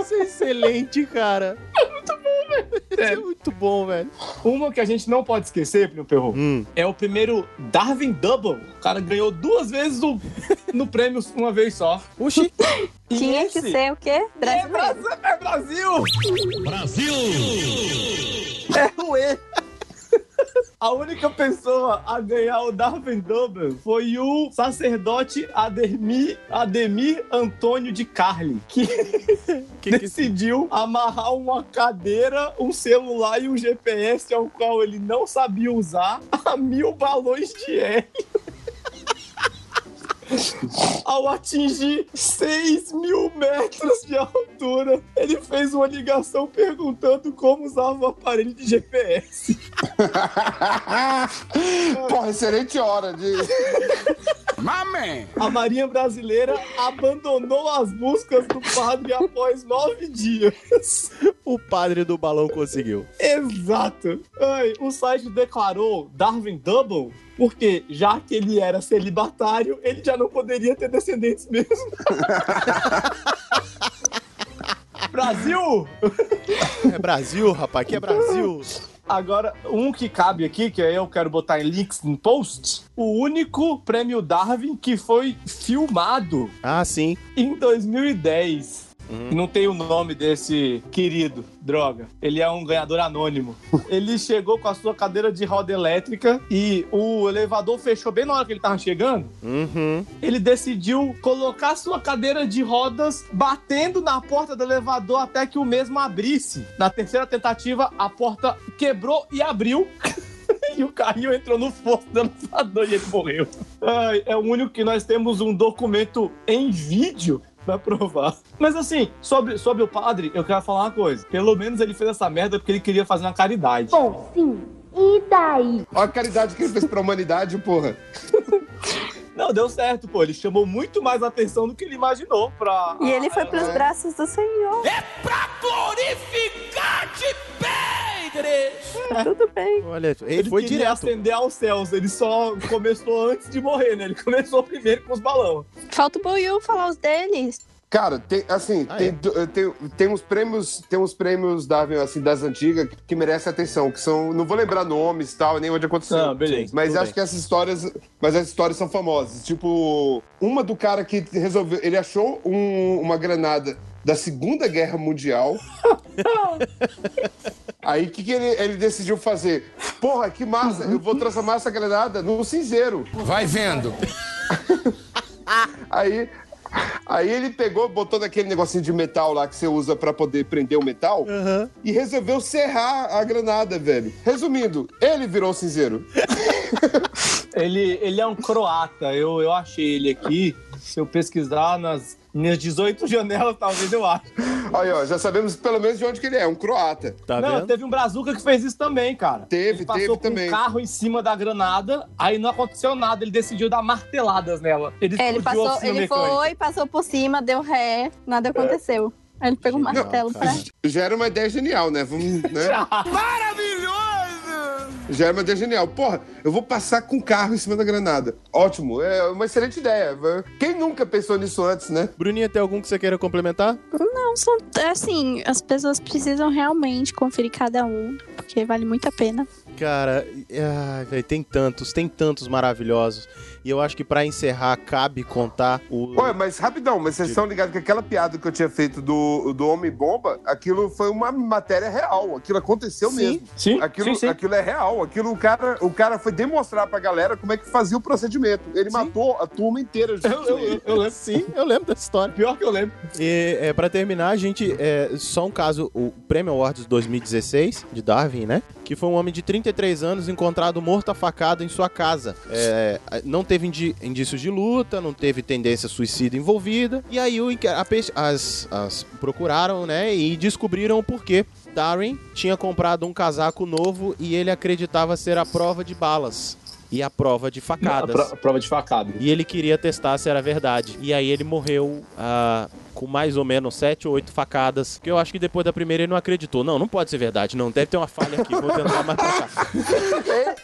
Isso é excelente, cara. É muito bom, velho. É muito bom, velho. Uma que a gente não pode esquecer, Plínio Perro, é o primeiro Darwin Double. O cara ganhou duas vezes o- no prêmio, uma vez só. Oxi! Tinha que ser o quê? É Brasil! É Brasil! É o E. (laughs) A única pessoa a ganhar o Darwin Double foi o sacerdote Ademir, Ademir Antônio de Carli, que, decidiu amarrar uma cadeira, um celular e um GPS ao qual ele não sabia usar a mil balões de hélio. Ao atingir 6 mil metros de altura, ele fez uma ligação perguntando como usava o aparelho de GPS. Porra, excelente hora de. Mamãe! A Marinha Brasileira abandonou as buscas do padre após nove dias. (laughs) O padre do balão conseguiu. Exato. Ai, o site declarou Darwin Double porque, já que ele era celibatário, ele já não poderia ter descendentes mesmo. (laughs) Brasil! É Brasil, rapaz, aqui é Brasil. Agora, um que cabe aqui, que eu quero botar em links no post, o único prêmio Darwin que foi filmado. Ah, sim. Em 2010. Não tem o nome desse querido, droga. Ele é um ganhador anônimo. ele chegou com a sua cadeira de roda elétrica e o elevador fechou bem na hora que ele tava chegando. Uhum. Ele decidiu colocar sua cadeira de rodas batendo na porta do elevador até que o mesmo abrisse. Na terceira tentativa, a porta quebrou e abriu. (laughs) e o carrinho entrou no fosso do elevador e ele morreu. Ai, É o único que nós temos um documento em vídeo pra provar. Mas assim, sobre, sobre o padre, eu quero falar uma coisa. Pelo menos ele fez essa merda porque ele queria fazer uma caridade. Bom, sim. E daí? Olha a caridade que ele fez pra humanidade, porra. Não, deu certo, pô. Ele chamou muito mais atenção do que ele imaginou pra. E ele foi pros É. braços do Senhor. É pra glorificar de pedres! Hum, Tudo bem. Olha, ele, foi queria direto. ascender aos céus. Ele só começou antes de morrer, né? Ele (laughs) começou primeiro com os balão. Falta o Boiú falar os deles. Cara, tem, assim, tem, do- tem, tem uns prêmios, tem uns prêmios Darwin, assim, das antigas que- que merecem atenção, que são, não vou lembrar nomes e tal, nem onde aconteceu. Ah, beleza, Mas tudo acho bem. que essas histórias, mas as histórias são famosas. Tipo, uma do cara que resolveu, ele achou um- uma granada da Segunda Guerra (laughs) Mundial. Aí o que, que ele, ele decidiu fazer? Porra, que massa! Eu vou transformar essa granada num cinzeiro. Vai vendo! (laughs) Aí, aí ele pegou, botou naquele negocinho de metal lá que você usa pra poder prender o metal e resolveu serrar a granada, velho. Resumindo, ele virou cinzeiro. Ele, ele é um croata. Eu, eu achei ele aqui. Se eu pesquisar nas minhas 18 janelas, talvez eu ache. Aí, ó, já sabemos pelo menos de onde que ele é, um croata. Tá não, teve um brazuca que fez isso também, cara. Teve, ele passou teve com também. um carro em cima da granada, aí não aconteceu nada, ele decidiu dar marteladas nela. Ele, É, explodiu assim ele o passou, auxílio ele mecânico. foi, passou por cima, deu ré, nada aconteceu. Aí ele pegou um martelo tá, pra. É. Já era uma ideia genial, né? Vamos, né? Maravilhoso! Já era uma ideia genial. Porra, eu vou passar com o carro em cima da granada. Ótimo, é uma excelente ideia. Quem nunca pensou nisso antes, né? Bruninha, tem algum que você queira complementar? Não, são é assim, as pessoas precisam realmente conferir cada um, porque vale muito a pena. Cara, e- ai, velho, tem tantos, tem tantos maravilhosos. E eu acho que pra encerrar, cabe contar o. Ué, mas rapidão, mas vocês estão ligados que aquela piada que eu tinha feito do, do Homem-Bomba, aquilo foi uma matéria real. Aquilo aconteceu mesmo. (laughs) sim, aquilo, sim, sim. aquilo é real. Aquilo o cara, o cara foi demonstrar pra galera como é que fazia o procedimento. Ele matou a turma inteira. junto Eu, com eu, ele. eu, eu lembro. Sim, eu lembro dessa história. Pior que eu lembro. E é, para terminar, a gente é, só um caso, o Prêmio Awards 2016 de Darwin, né? Que foi um homem de 33 anos encontrado morto a facada em sua casa. É, não teve indi- indícios de luta, não teve tendência suicida envolvida. E aí o inque- a pe- as, as procuraram, né? E descobriram o porquê. Darwin tinha comprado um casaco novo e ele acreditava ser a prova de balas. E a prova de facadas. Pro- prova de facada. E ele queria testar se era verdade. E aí ele morreu ah, com mais ou menos sete ou oito facadas. Que eu acho que depois da primeira ele não acreditou. Não, não pode ser verdade. Não, deve ter uma falha aqui. Vou tentar matar.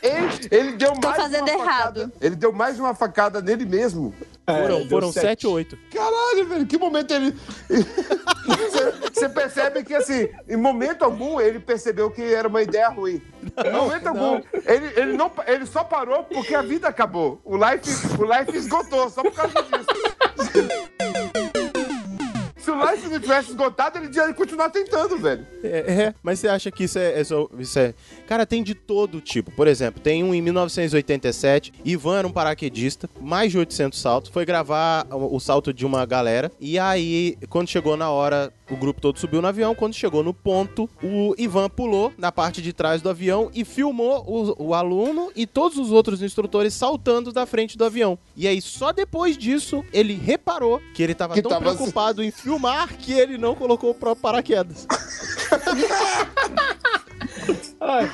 ele, É, ele deu Tô mais fazendo uma errado. Ele deu mais uma facada nele mesmo. Foram, foram sete ou oito. Caralho, velho, que momento ele. Você- Você percebe que, assim, em momento algum ele percebeu que era uma ideia ruim. em momento algum. Ele, ele, não, ele só parou porque a vida acabou. O life, o life esgotou, só por causa disso. Se o life não tivesse esgotado, ele ia continuar tentando, velho. É, é, mas você acha que isso é, é só- isso é- Cara, tem de todo tipo. Por exemplo, tem um em 1987. Ivan era um paraquedista, mais de 800 saltos. Foi gravar o, o salto de uma galera. E aí, quando chegou na hora, o grupo todo subiu no avião. Quando chegou no ponto, o Ivan pulou na parte de trás do avião e filmou o, o aluno e todos os outros instrutores saltando da frente do avião. E aí, só depois disso, ele reparou que ele tava Que tão tava- preocupado em filmar que ele não colocou o próprio paraquedas. Ai,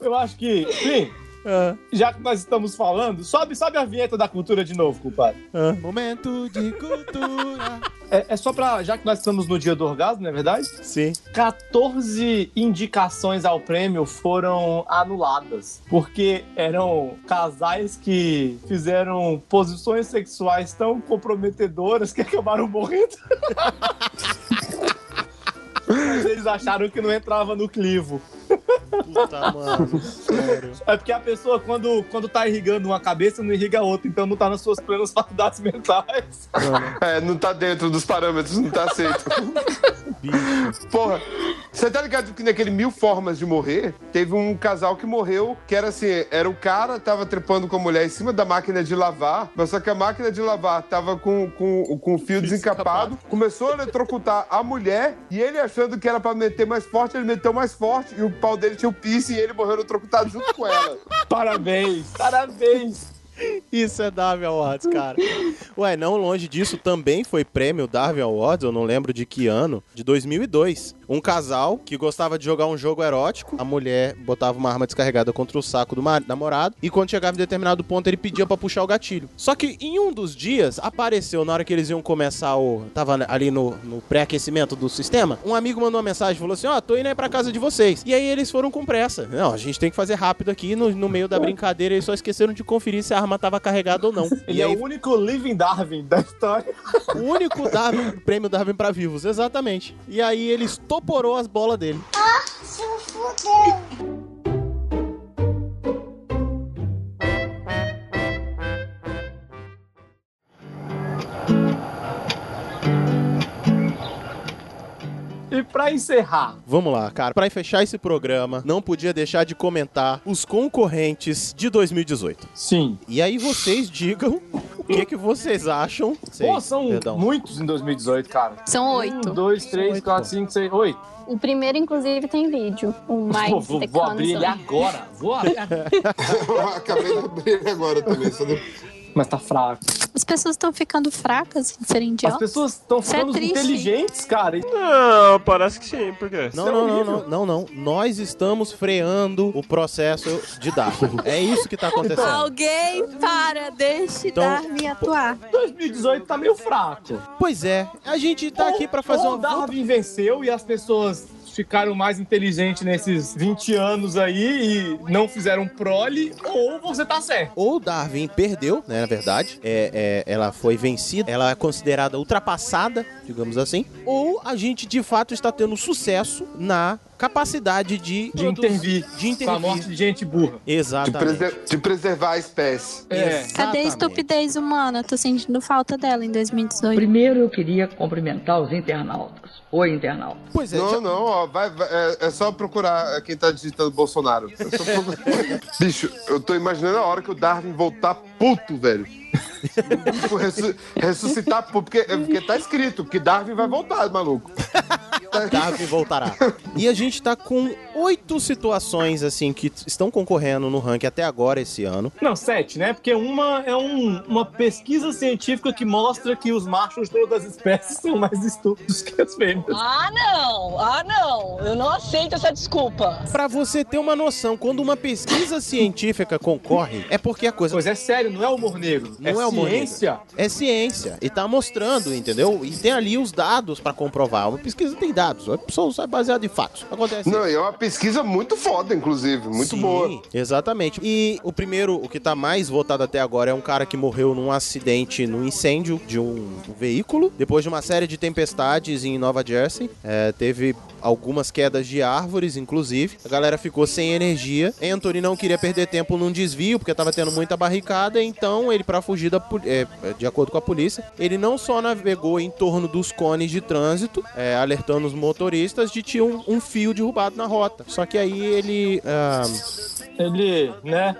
eu acho que. Sim. Ah. Já que nós estamos falando, sobe, sobe a vinheta da cultura de novo, compadre. Momento de cultura. É, é só pra. Já que nós estamos no dia do orgasmo, não é verdade? Sim. 14 indicações ao prêmio foram anuladas. Porque eram casais que fizeram posições sexuais tão comprometedoras que acabaram morrendo. Mas eles acharam que não entrava no clivo. Puta, (laughs) mano, sério. É porque a pessoa, quando, quando tá irrigando uma cabeça, não irriga a outra, então não tá nas suas plenas faculdades (laughs) mentais. É, não tá dentro dos parâmetros, não tá aceito. Porra, você tá ligado que naquele Mil Formas de Morrer, teve um casal que morreu, que era assim, era o cara, tava trepando com a mulher em cima da máquina de lavar, mas só que a máquina de lavar tava com, com, com o fio desencapado, começou a eletrocutar a mulher, e ele achando que era pra meter mais forte, ele meteu mais forte, e o pau dele tinha o piercing, e ele morreu eletrocutado junto com ela. Parabéns, parabéns. Isso é Darwin Awards, cara. (laughs) Ué, não longe disso, também foi prêmio Darwin Awards, eu não lembro de que ano, de 2002. Um casal que gostava de jogar um jogo erótico, a mulher botava uma arma descarregada contra o saco do ma- namorado e quando chegava em determinado ponto ele pedia pra puxar o gatilho. Só que em um dos dias apareceu, na hora que eles iam começar o... Tava ali no, no pré-aquecimento do sistema, um amigo mandou uma mensagem, falou assim, ó, tô indo aí pra casa de vocês. E aí eles foram com pressa. Não, a gente tem que fazer rápido aqui, no, no meio da brincadeira eles só esqueceram de conferir se a arma tava carregada ou não. Ele e é o único Living Darwin da história. o único Darwin, prêmio Darwin pra vivos, exatamente. E aí ele estoporou as bolas dele. Ah, se fudeu. E pra encerrar, Vamos lá, cara. Pra fechar esse programa, não podia deixar de comentar os concorrentes de 2018. Sim. E aí vocês digam o que, que vocês acham. Sei, Pô, são um- perdão. muitos em 2018, cara. São oito. Um, dois, três, quatro, cinco, seis, oito. O primeiro, inclusive, tem vídeo. O (laughs) Pô, Minds vou, the vou abrir ele Console. agora. Vou (laughs) abrir agora. (laughs) Acabei de abrir ele agora também. Só não... Mas tá fraco. As pessoas estão ficando fracas em serem As idiotas. pessoas estão Isso é ficando triste. inteligentes, cara. Não, parece que sim, por quê? Não, não, não, não, não, não. Nós estamos freando o processo de Darwin. É isso que tá acontecendo. Alguém para, deixe Então, Darwin atuar. 2018 tá meio fraco. Pois é, a gente tá aqui pra fazer Ou uma. Darwin venceu e as pessoas ficaram mais inteligentes nesses 20 anos aí e não fizeram prole, ou você tá certo. Ou Darwin perdeu, né? Na verdade, é, é, ela foi vencida, ela é considerada ultrapassada, digamos assim. Ou a gente de fato está tendo sucesso na capacidade de, De intervir. de Com a morte de intervir. gente burra. de, Exatamente. preser- de preservar a espécie. É. Cadê a Exatamente. estupidez humana? Eu tô sentindo falta dela em 2018. Primeiro eu queria cumprimentar os internautas. Oi, internautas. Pois é, já- Não, não, ó, vai, vai- é, é só procurar quem tá digitando Bolsonaro. É só procurar. Bicho, eu tô imaginando a hora que o Darwin voltar puto, velho. Tipo, ressu- ressuscitar puto, porque, é, porque tá escrito que Darwin vai voltar, maluco. né? Darwin voltará. E a gente tá com oito situações, assim, que t- estão concorrendo no ranking até agora esse ano. Não, sete, né? Porque uma é um- uma pesquisa científica que mostra que os machos de todas as espécies são mais estúpidos que as fêmeas. Ah, não! Ah, não! Eu não aceito essa desculpa. Pra você ter uma noção, quando uma pesquisa científica concorre, é porque a coisa Pois é sério, não é humor negro. Não é humor ciência. é ciência e tá mostrando, entendeu? E tem ali os dados pra comprovar. Uma pesquisa tem dados, a pessoa é baseada em fatos. Acontece. Não, e é uma pesquisa muito foda, inclusive. Muito Sim, boa. Exatamente. E o primeiro, o que tá mais votado até agora é um cara que morreu num acidente, num incêndio de um veículo. Depois de uma série de tempestades em Nova Jersey, É, teve algumas quedas de árvores, inclusive. A galera ficou sem energia. Anthony não queria perder tempo num desvio, porque tava tendo muita barricada, então ele, pra fugir da poli- é, de acordo com a polícia, ele não só navegou em torno dos cones de trânsito, é, alertando os motoristas de que tinha um, um fio derrubado na rota. Só que aí ele... ah, Ele, né?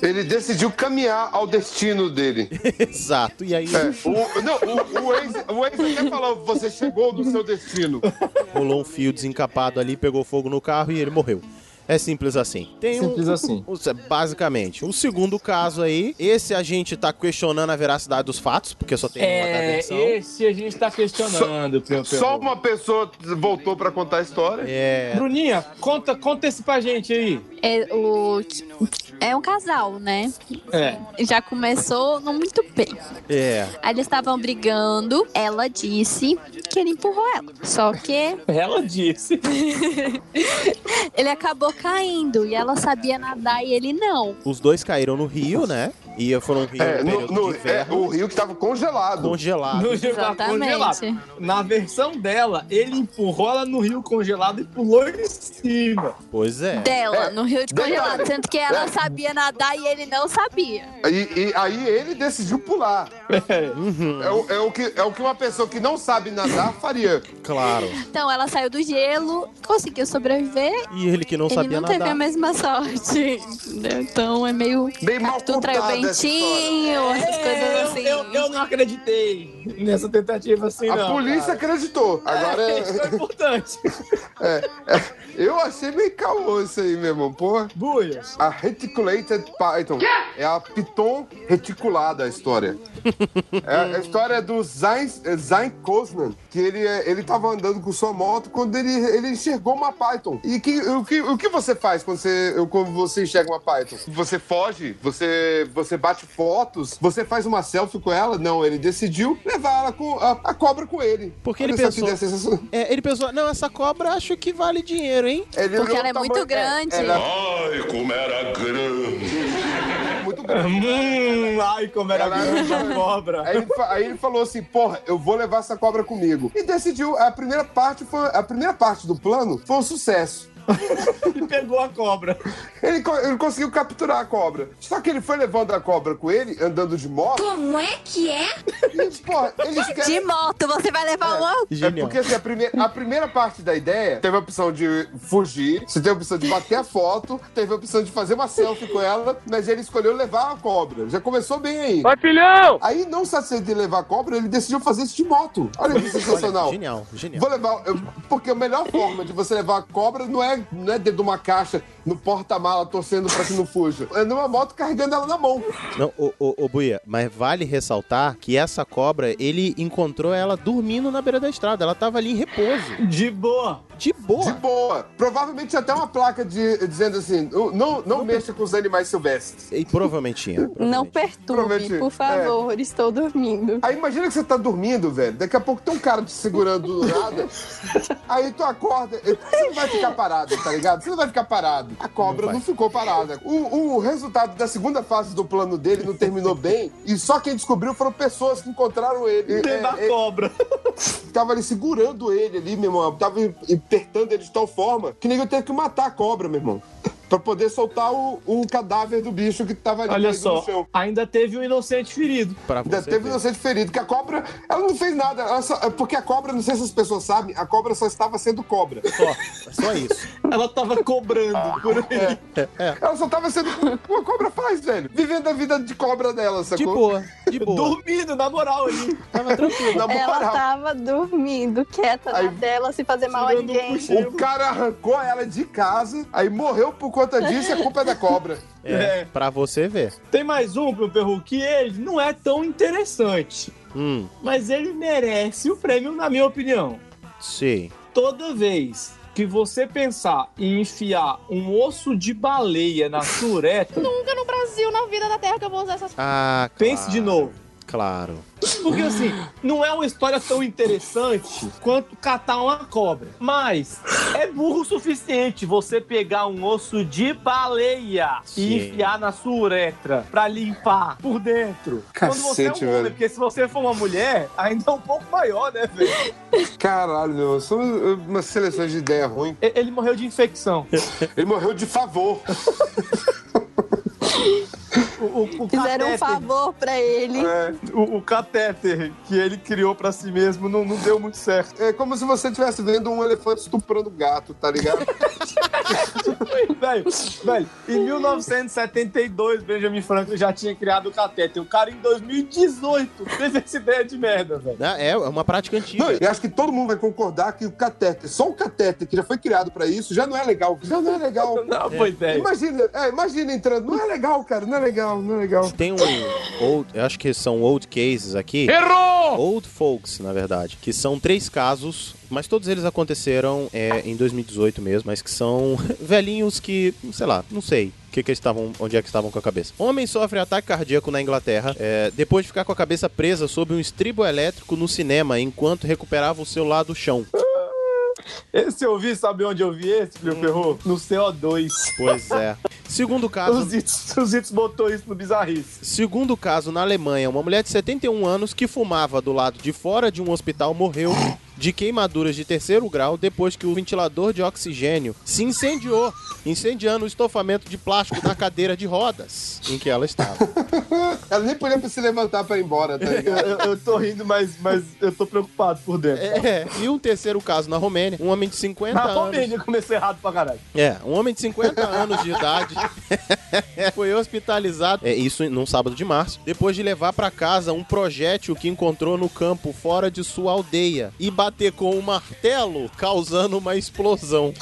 Ele decidiu caminhar ao destino dele. Exato. E aí É, o, não, o, o ex, o ex até falou: você chegou no seu destino. rolou um fio desencapado ali, pegou fogo no carro e ele morreu. É simples assim. Tem um- Simples (laughs) assim. um- basicamente. O segundo caso aí, esse a gente tá questionando a veracidade dos fatos, porque só tem uma da É, versão. esse a gente tá questionando, Pio Pio. Só uma pessoa voltou pra contar a história. É, Bruninha, conta, conta esse pra gente aí. É, o... é um casal, né? É. Já começou não muito bem. é. Aí eles estavam brigando. Ela disse que ele empurrou ela. Só que Ela disse. ele acabou caindo e ela sabia nadar e ele não. Os dois caíram no rio, né? E foram um rio É, no no- período no- de inverno. é, o rio que tava congelado. (laughs) Congelado. No rio tava congelado. Na versão dela, ele empurrou ela no rio congelado e pulou em cima. Pois é. Dela, no rio de detalhe. congelado. Tanto que ela sabia nadar e ele não sabia. E, e aí ele decidiu pular. É, o, é o que, é o que uma pessoa que não sabe nadar faria. Claro. Então, ela saiu do gelo, conseguiu sobreviver. E ele que não ele sabia não teve nadar. a mesma sorte. entendeu? Então é meio. Bem mal Tu traiu o contada essa Bentinho, essas coisas assim. Eu, eu não acreditei nessa tentativa assim, A não. polícia cara. acreditou. Agora. É, isso é importante. É, é, eu achei meio caô isso aí, meu irmão. Porra. Buias. A Reticulated Python. É a Piton reticulada a (laughs) história. É a história do Zayn, é, Zayn Cosman, que ele, é, ele tava andando com sua moto quando ele, ele enxergou uma Python. E que, o, que, o que você faz quando você, quando você enxerga uma Python? Você foge? Você, você bate fotos? Você faz uma selfie com ela? Não, ele decidiu levar ela com, a, a cobra com ele. Porque ele Olha só que pensou. ideia sensacional. É, ele pensou, não, essa cobra acho que vale dinheiro, hein? Ele Porque olhou ela o é muito grande. Ai, como era grande. muito grande. Hum, ai, como era Ela- grande a cobra. Aí ele, fa- aí ele falou assim, porra, eu vou levar essa cobra comigo. E decidiu, a primeira parte foi, a primeira parte do plano foi um sucesso. E pegou a cobra. Ele, co- ele conseguiu capturar a cobra. Só que ele foi levando a cobra com ele, andando de moto. Como é que é? E, porra, eles De querem... moto, você vai levar uma. É porque assim, a, prime- a primeira parte da ideia teve a opção de fugir, você teve a opção de bater a foto, teve a opção de fazer uma selfie com ela, mas ele escolheu levar a cobra. Já começou bem aí. Vai, filhão! Aí, não satisfeito de levar a cobra, ele decidiu fazer isso de moto. Olha que sensacional. Genial, genial. Vou levar. eu- Porque a melhor forma de você levar a cobra não é, não é dentro de uma caixa, no porta-mala, torcendo pra que não fuja. É numa moto carregando ela na mão. Não, ô, ô, ô, Buia, mas vale ressaltar que essa cobra, ele encontrou ela dormindo na beira da estrada. Ela tava ali em repouso. De boa. De boa. De boa. Provavelmente tinha até uma placa de, dizendo assim: não, não, não mexa com os animais silvestres. E provavelmente tinha. Não provavelmente. perturbe, Prometi. por favor, estou dormindo. Aí imagina que você tá dormindo, velho. Daqui a pouco tem um cara te segurando do nada. Aí tu acorda. Você não vai ficar parado, tá ligado? Você não vai ficar parado. A cobra não, ficou parada. O, o resultado da segunda fase do plano dele não terminou bem. E só quem descobriu foram pessoas que encontraram ele. É, Dentro da é, cobra. tava ali segurando ele ali, meu irmão. Tava apertando ele de tal forma que ninguém teve que matar a cobra, meu irmão. Pra poder soltar o, o cadáver do bicho que tava ali Olha preso no só, chão. ainda teve um inocente ferido. Pra você Ainda teve ver. inocente ferido, que a cobra, ela não fez nada, ela só- é porque a cobra, não sei se as pessoas sabem, a cobra só estava sendo cobra. Só, só isso. Ela tava cobrando por ele. Ela só estava sendo como a cobra faz, velho. Vivendo a vida de cobra dela, Tá De sacou? boa, de boa. Dormindo, na moral, ali. Tipo, Tava tranquilo. Na Ela tá moral, tava dormindo, quieta Aí- na dela, sem fazer mal a Tirando um ninguém. cochilo. o cara arrancou ela de casa, aí morreu por conta disso e a culpa é da cobra. É, É. pra você ver. Tem mais um pro Perru que ele não é tão interessante, Hum, mas ele merece o prêmio, na minha opinião. sei. Toda vez que você pensar em enfiar um osso de baleia na sua uretra, Nunca no Brasil, na vida da Terra, que eu vou usar essas Ah, claro. pense de novo. Claro. Porque assim, não é uma história tão interessante quanto catar uma cobra. Mas é burro o suficiente você pegar um osso de baleia Sim. e enfiar na sua uretra pra limpar por dentro. Quando você é um Cacete, homem, velho. porque se você for uma mulher, ainda é um pouco maior, né, velho? Caralho, meu, são umas seleções de ideia ruim. E- Ele morreu de infecção. É. Ele morreu de favor. O, o, o Fizeram catéter- um favor pra ele. É, O, o catéter que ele criou pra si mesmo não, não deu muito certo. é como se você estivesse vendo um elefante estuprando um gato, tá ligado? velho, velho, em 1972, Benjamin Franklin já tinha criado o cateter. O cara, em 2018, teve essa ideia de merda, velho. Ah, É, é uma prática antiga. Não, eu acho que todo mundo vai concordar que o catéter, só o catéter que já foi criado pra isso, já não é legal. Já não é (laughs) legal. Não, pois é. Imagina, é, imagina entrando. Não é legal, cara. Não é legal, não é legal. Tem um old, eu acho que são old cases aqui. Errou! Old folks, na verdade, que são três casos, mas todos eles aconteceram é, em 2018 mesmo, mas que são (laughs) velhinhos que, sei lá, não sei. o Que que eles estavam, onde é que estavam com a cabeça? Homem sofre ataque cardíaco na Inglaterra é, depois de ficar com a cabeça presa sob um estribo elétrico no cinema enquanto recuperava o celular do chão. Esse eu vi, sabe onde eu vi esse, Frio Ferro? No CO2. Pois é. Segundo caso. Os Itos, os Itos botou isso no bizarrice. Segundo caso, na Alemanha, uma mulher de 71 anos que fumava do lado de fora de um hospital morreu de queimaduras de terceiro grau depois que o ventilador de oxigênio se incendiou, incendiando o estofamento de plástico da cadeira de rodas em que (laughs) ela estava. Ela nem podia se levantar pra ir embora, tá ligado? eu, eu tô rindo, mas, mas eu tô preocupado por dentro. É, e um terceiro caso na Romênia, um homem de 50 Na anos. Romênia começou errado pra caralho. É, um homem de 50 (laughs) anos de idade foi hospitalizado, é, isso num sábado de março, depois de levar pra casa um projétil que encontrou no campo fora de sua aldeia e bater com um martelo, causando uma explosão.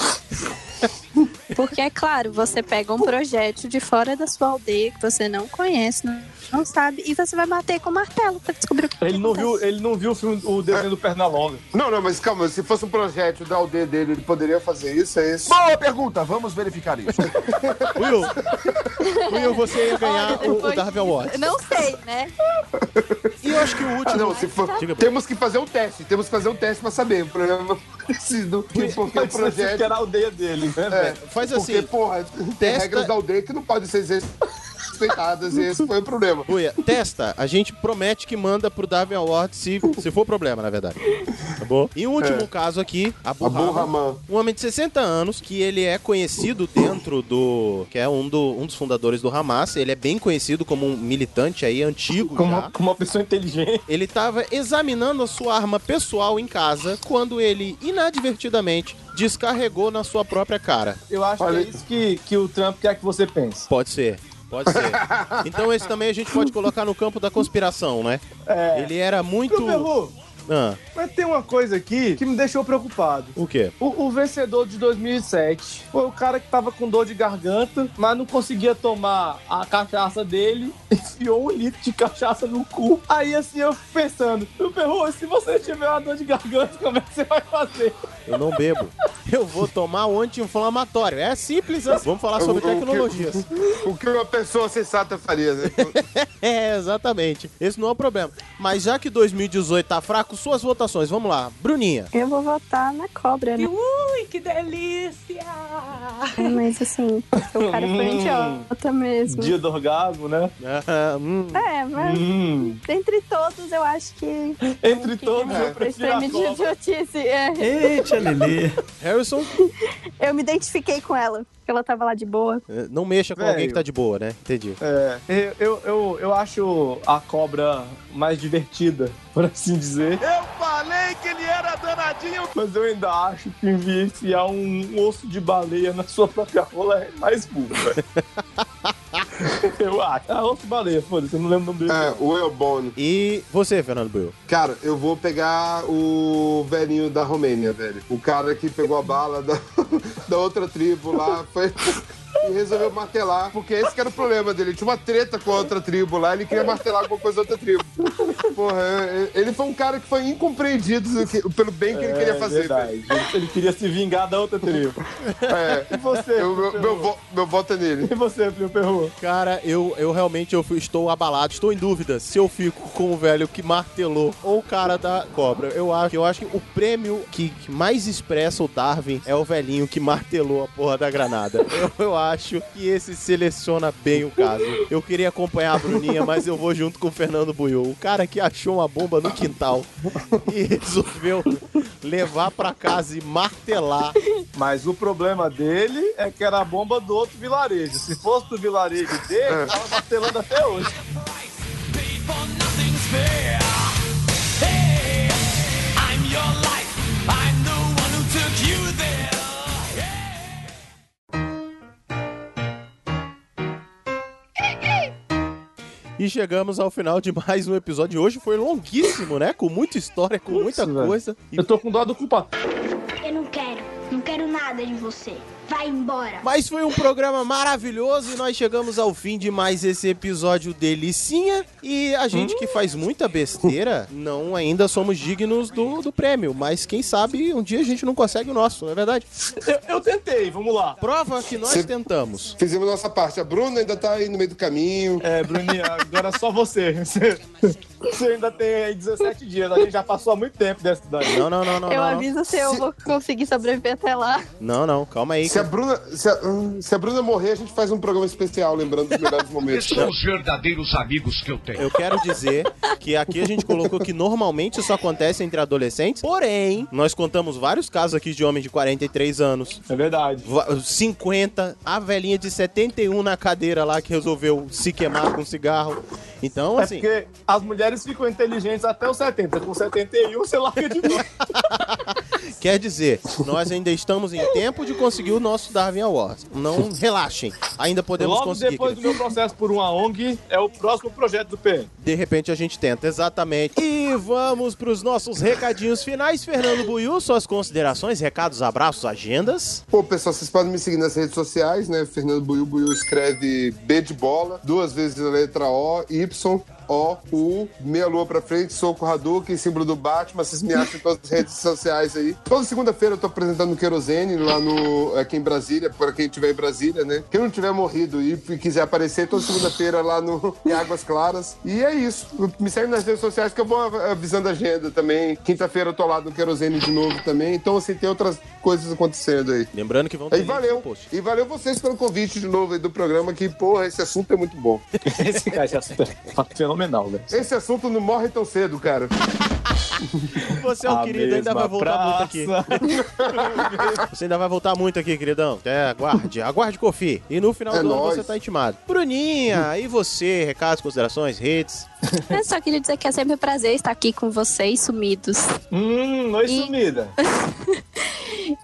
Porque, é claro, você pega um projétil de fora da sua aldeia que você não conhece, não, não sabe, e você vai bater com martelo pra descobrir o que Ele não viu, ele não viu o, filme, o desenho do Pernalonga. (laughs) Não, não, mas calma, se fosse um projétil da aldeia dele, ele poderia fazer isso, é isso? Boa pergunta, vamos verificar isso. Will, Will, você ia ganhar Olha, o- o, depois Darwin Award. Não sei, né? E eu acho que o último. não, se for- Diga, Bruno. temos que fazer um teste, temos que fazer um teste pra saber. O problema se (laughs) do que porque o Mas você projeto. era a aldeia dele, né, É, velho? faz porque, assim, porra, tem testa- regras da aldeia que não podem ser (laughs) respeitadas, e esse foi o problema. Uia, testa, a gente promete que manda pro Darwin Award se, se for problema, na verdade. Tá bom? E um último É. caso aqui, a A Burra. burra, man. Um homem de 60 anos, que ele é conhecido dentro do. que é um, do- um dos fundadores do Hamas. Ele é bem conhecido como um militante aí antigo. Como já. uma, como uma pessoa inteligente. Ele estava examinando a sua arma pessoal em casa quando ele, inadvertidamente, descarregou na sua própria cara. Eu acho Olha- que é isso que, que o Trump quer que você pense. Pode ser. (laughs) Pode ser. Então esse também a gente pode colocar no campo da conspiração, né? É. Ele era muito. Meu Perru, Ah, mas tem uma coisa aqui que me deixou preocupado. o quê? O, o vencedor de 2007 foi o cara que tava com dor de garganta, mas não conseguia tomar a cachaça dele, (laughs) enfiou um litro de cachaça no cu. Aí assim eu fico pensando, meu perro, se você tiver uma dor de garganta, como é que você vai fazer? Eu não bebo. (laughs) Eu vou tomar o anti-inflamatório. É simples assim. Vamos falar sobre O- o que- tecnologias. O que uma pessoa sensata (laughs) faria, né? É, exatamente. Esse não é o problema. Mas já que 2018 tá fraco, suas votações. Vamos lá. Bruninha. Eu vou votar na cobra, né? Ui, que delícia! Mas assim, o cara foi Hum. idiota mesmo. Dia do orgasmo, né? Ah, (laughs) hum. É, mas Hum. entre todos eu acho que Entre todos, eu prefiro prestei a de cobra. idiotice. é. Eita, Lelê. Harrison, Eu me identifiquei com ela, porque ela tava lá de boa. eh, não mexa com É. Velho. alguém que tá de boa, né? Entendi. É, eu, eu, eu, eu acho a cobra mais divertida, (laughs) por assim dizer. Eu falei que ele era danadinho. Mas eu ainda acho que enfiar um osso de baleia na sua própria rola é mais burro, velho. (laughs) eu acho. Ah, osso de baleia, foda-se, eu não lembro o nome dele. É, o Elbone. E você, Fernando Buil? Cara, eu vou pegar o velhinho da Romênia, velho. O cara que pegou a bala da, (laughs) da outra tribo lá, foi. E resolveu martelar, porque esse que era o problema dele. Ele Tinha uma treta com a outra tribo lá, ele queria martelar alguma coisa da outra tribo. Porra, eu- eu- ele foi um cara que foi incompreendido do que- pelo bem que ele queria fazer. É, verdade. velho. Ele- Ele queria se vingar da outra tribo. É, E você, eu- meu, Fio meu, Perru? vo- meu voto é nele. E você, Fio Perru? Cara, eu, eu realmente eu fui- estou abalado, estou em dúvida se eu fico com o velho que martelou ou o cara da cobra. Eu acho, eu acho que o prêmio que, que mais expressa o Darwin é o velhinho que martelou a porra da granada. (laughs) Eu, eu acho que esse seleciona bem o caso. Eu queria acompanhar a Bruninha, mas eu vou junto com o Fernando Buiu, o cara que achou uma bomba no quintal e (laughs) resolveu levar pra casa e martelar. Mas o problema dele é que era a bomba do outro vilarejo. Se fosse do vilarejo dele, tava martelando até hoje. I'm your life. I'm the one who took you there. E chegamos ao final de (laughs) mais um episódio. Hoje foi longuíssimo, né? Com muita história, com Putz, muita velho. coisa. E- Eu tô com dó do culpa. Eu não quero. Não quero nada de você. Vai embora. Mas foi um programa maravilhoso e nós chegamos ao fim de mais esse episódio delicinha. E a gente Hum. que faz muita besteira, não ainda somos dignos do, do prêmio. Mas quem sabe um dia a gente não consegue o nosso, não é verdade? Eu, eu tentei, vamos lá. Prova que nós Cê- tentamos. Fizemos nossa parte. A Bruna ainda tá aí no meio do caminho. É, Bruninha, agora é só você. Você, você ainda tem aí 17 dias, a gente já passou há muito tempo dessa daí. Não, não, não, não, eu não, não. aviso se eu vou conseguir sobreviver até lá. Não, não, calma aí, Se a Bruna, se a, se a Bruna morrer, a gente faz um programa especial lembrando dos melhores momentos. São os verdadeiros amigos que eu tenho. Eu quero dizer que aqui a gente colocou que normalmente isso acontece entre adolescentes, porém, nós contamos vários casos aqui de homens de 43 anos. É verdade. 50, a velhinha de 71 na cadeira lá que resolveu se queimar com cigarro. Então, É assim. porque as mulheres ficam inteligentes até os 70. Com 71, você larga de novo. Quer dizer, nós ainda estamos em tempo de conseguir o nosso Darwin Awards. Não relaxem. Ainda podemos Logo conseguir. depois do querido. meu processo por uma ONG, é o próximo projeto do PN. De repente a gente tenta, exatamente. E vamos para os nossos recadinhos finais. Fernando Buiu, suas considerações, recados, abraços, agendas. Pô, pessoal, vocês podem me seguir nas redes sociais, né? Fernando Buiu, Buiu escreve B de bola, duas vezes a letra O, Y, O, U, meia lua pra frente, soco Hadouken, símbolo do Batman, vocês me acham em todas as redes sociais aí. Toda segunda-feira eu tô apresentando no Querosene, lá no, aqui em Brasília, pra quem tiver em Brasília, né? Quem não tiver morrido e e quiser aparecer, toda segunda-feira lá no (laughs) em Águas Claras. E é isso. Me segue nas redes sociais que eu vou av- avisando a agenda também. Quinta-feira eu tô lá no Querosene de novo também. Então, assim, tem outras coisas acontecendo aí. Lembrando que vão E link no valeu. E valeu vocês pelo convite de novo aí do programa, que, porra, esse assunto é muito bom. (laughs) Esse, cara, esse assunto é (laughs) fenomenal, velho. Esse assunto não morre tão cedo, cara. Você é um A querido, ainda vai mesma voltar muito aqui. você ainda vai voltar muito aqui, queridão. É, aguarde, aguarde, Kofi. E no final É do ano nóis. você tá intimado. Bruninha, e você? Recados, considerações, redes? Eu só queria dizer que é sempre um prazer estar aqui com vocês, sumidos. (laughs) Hum, oi, sumida.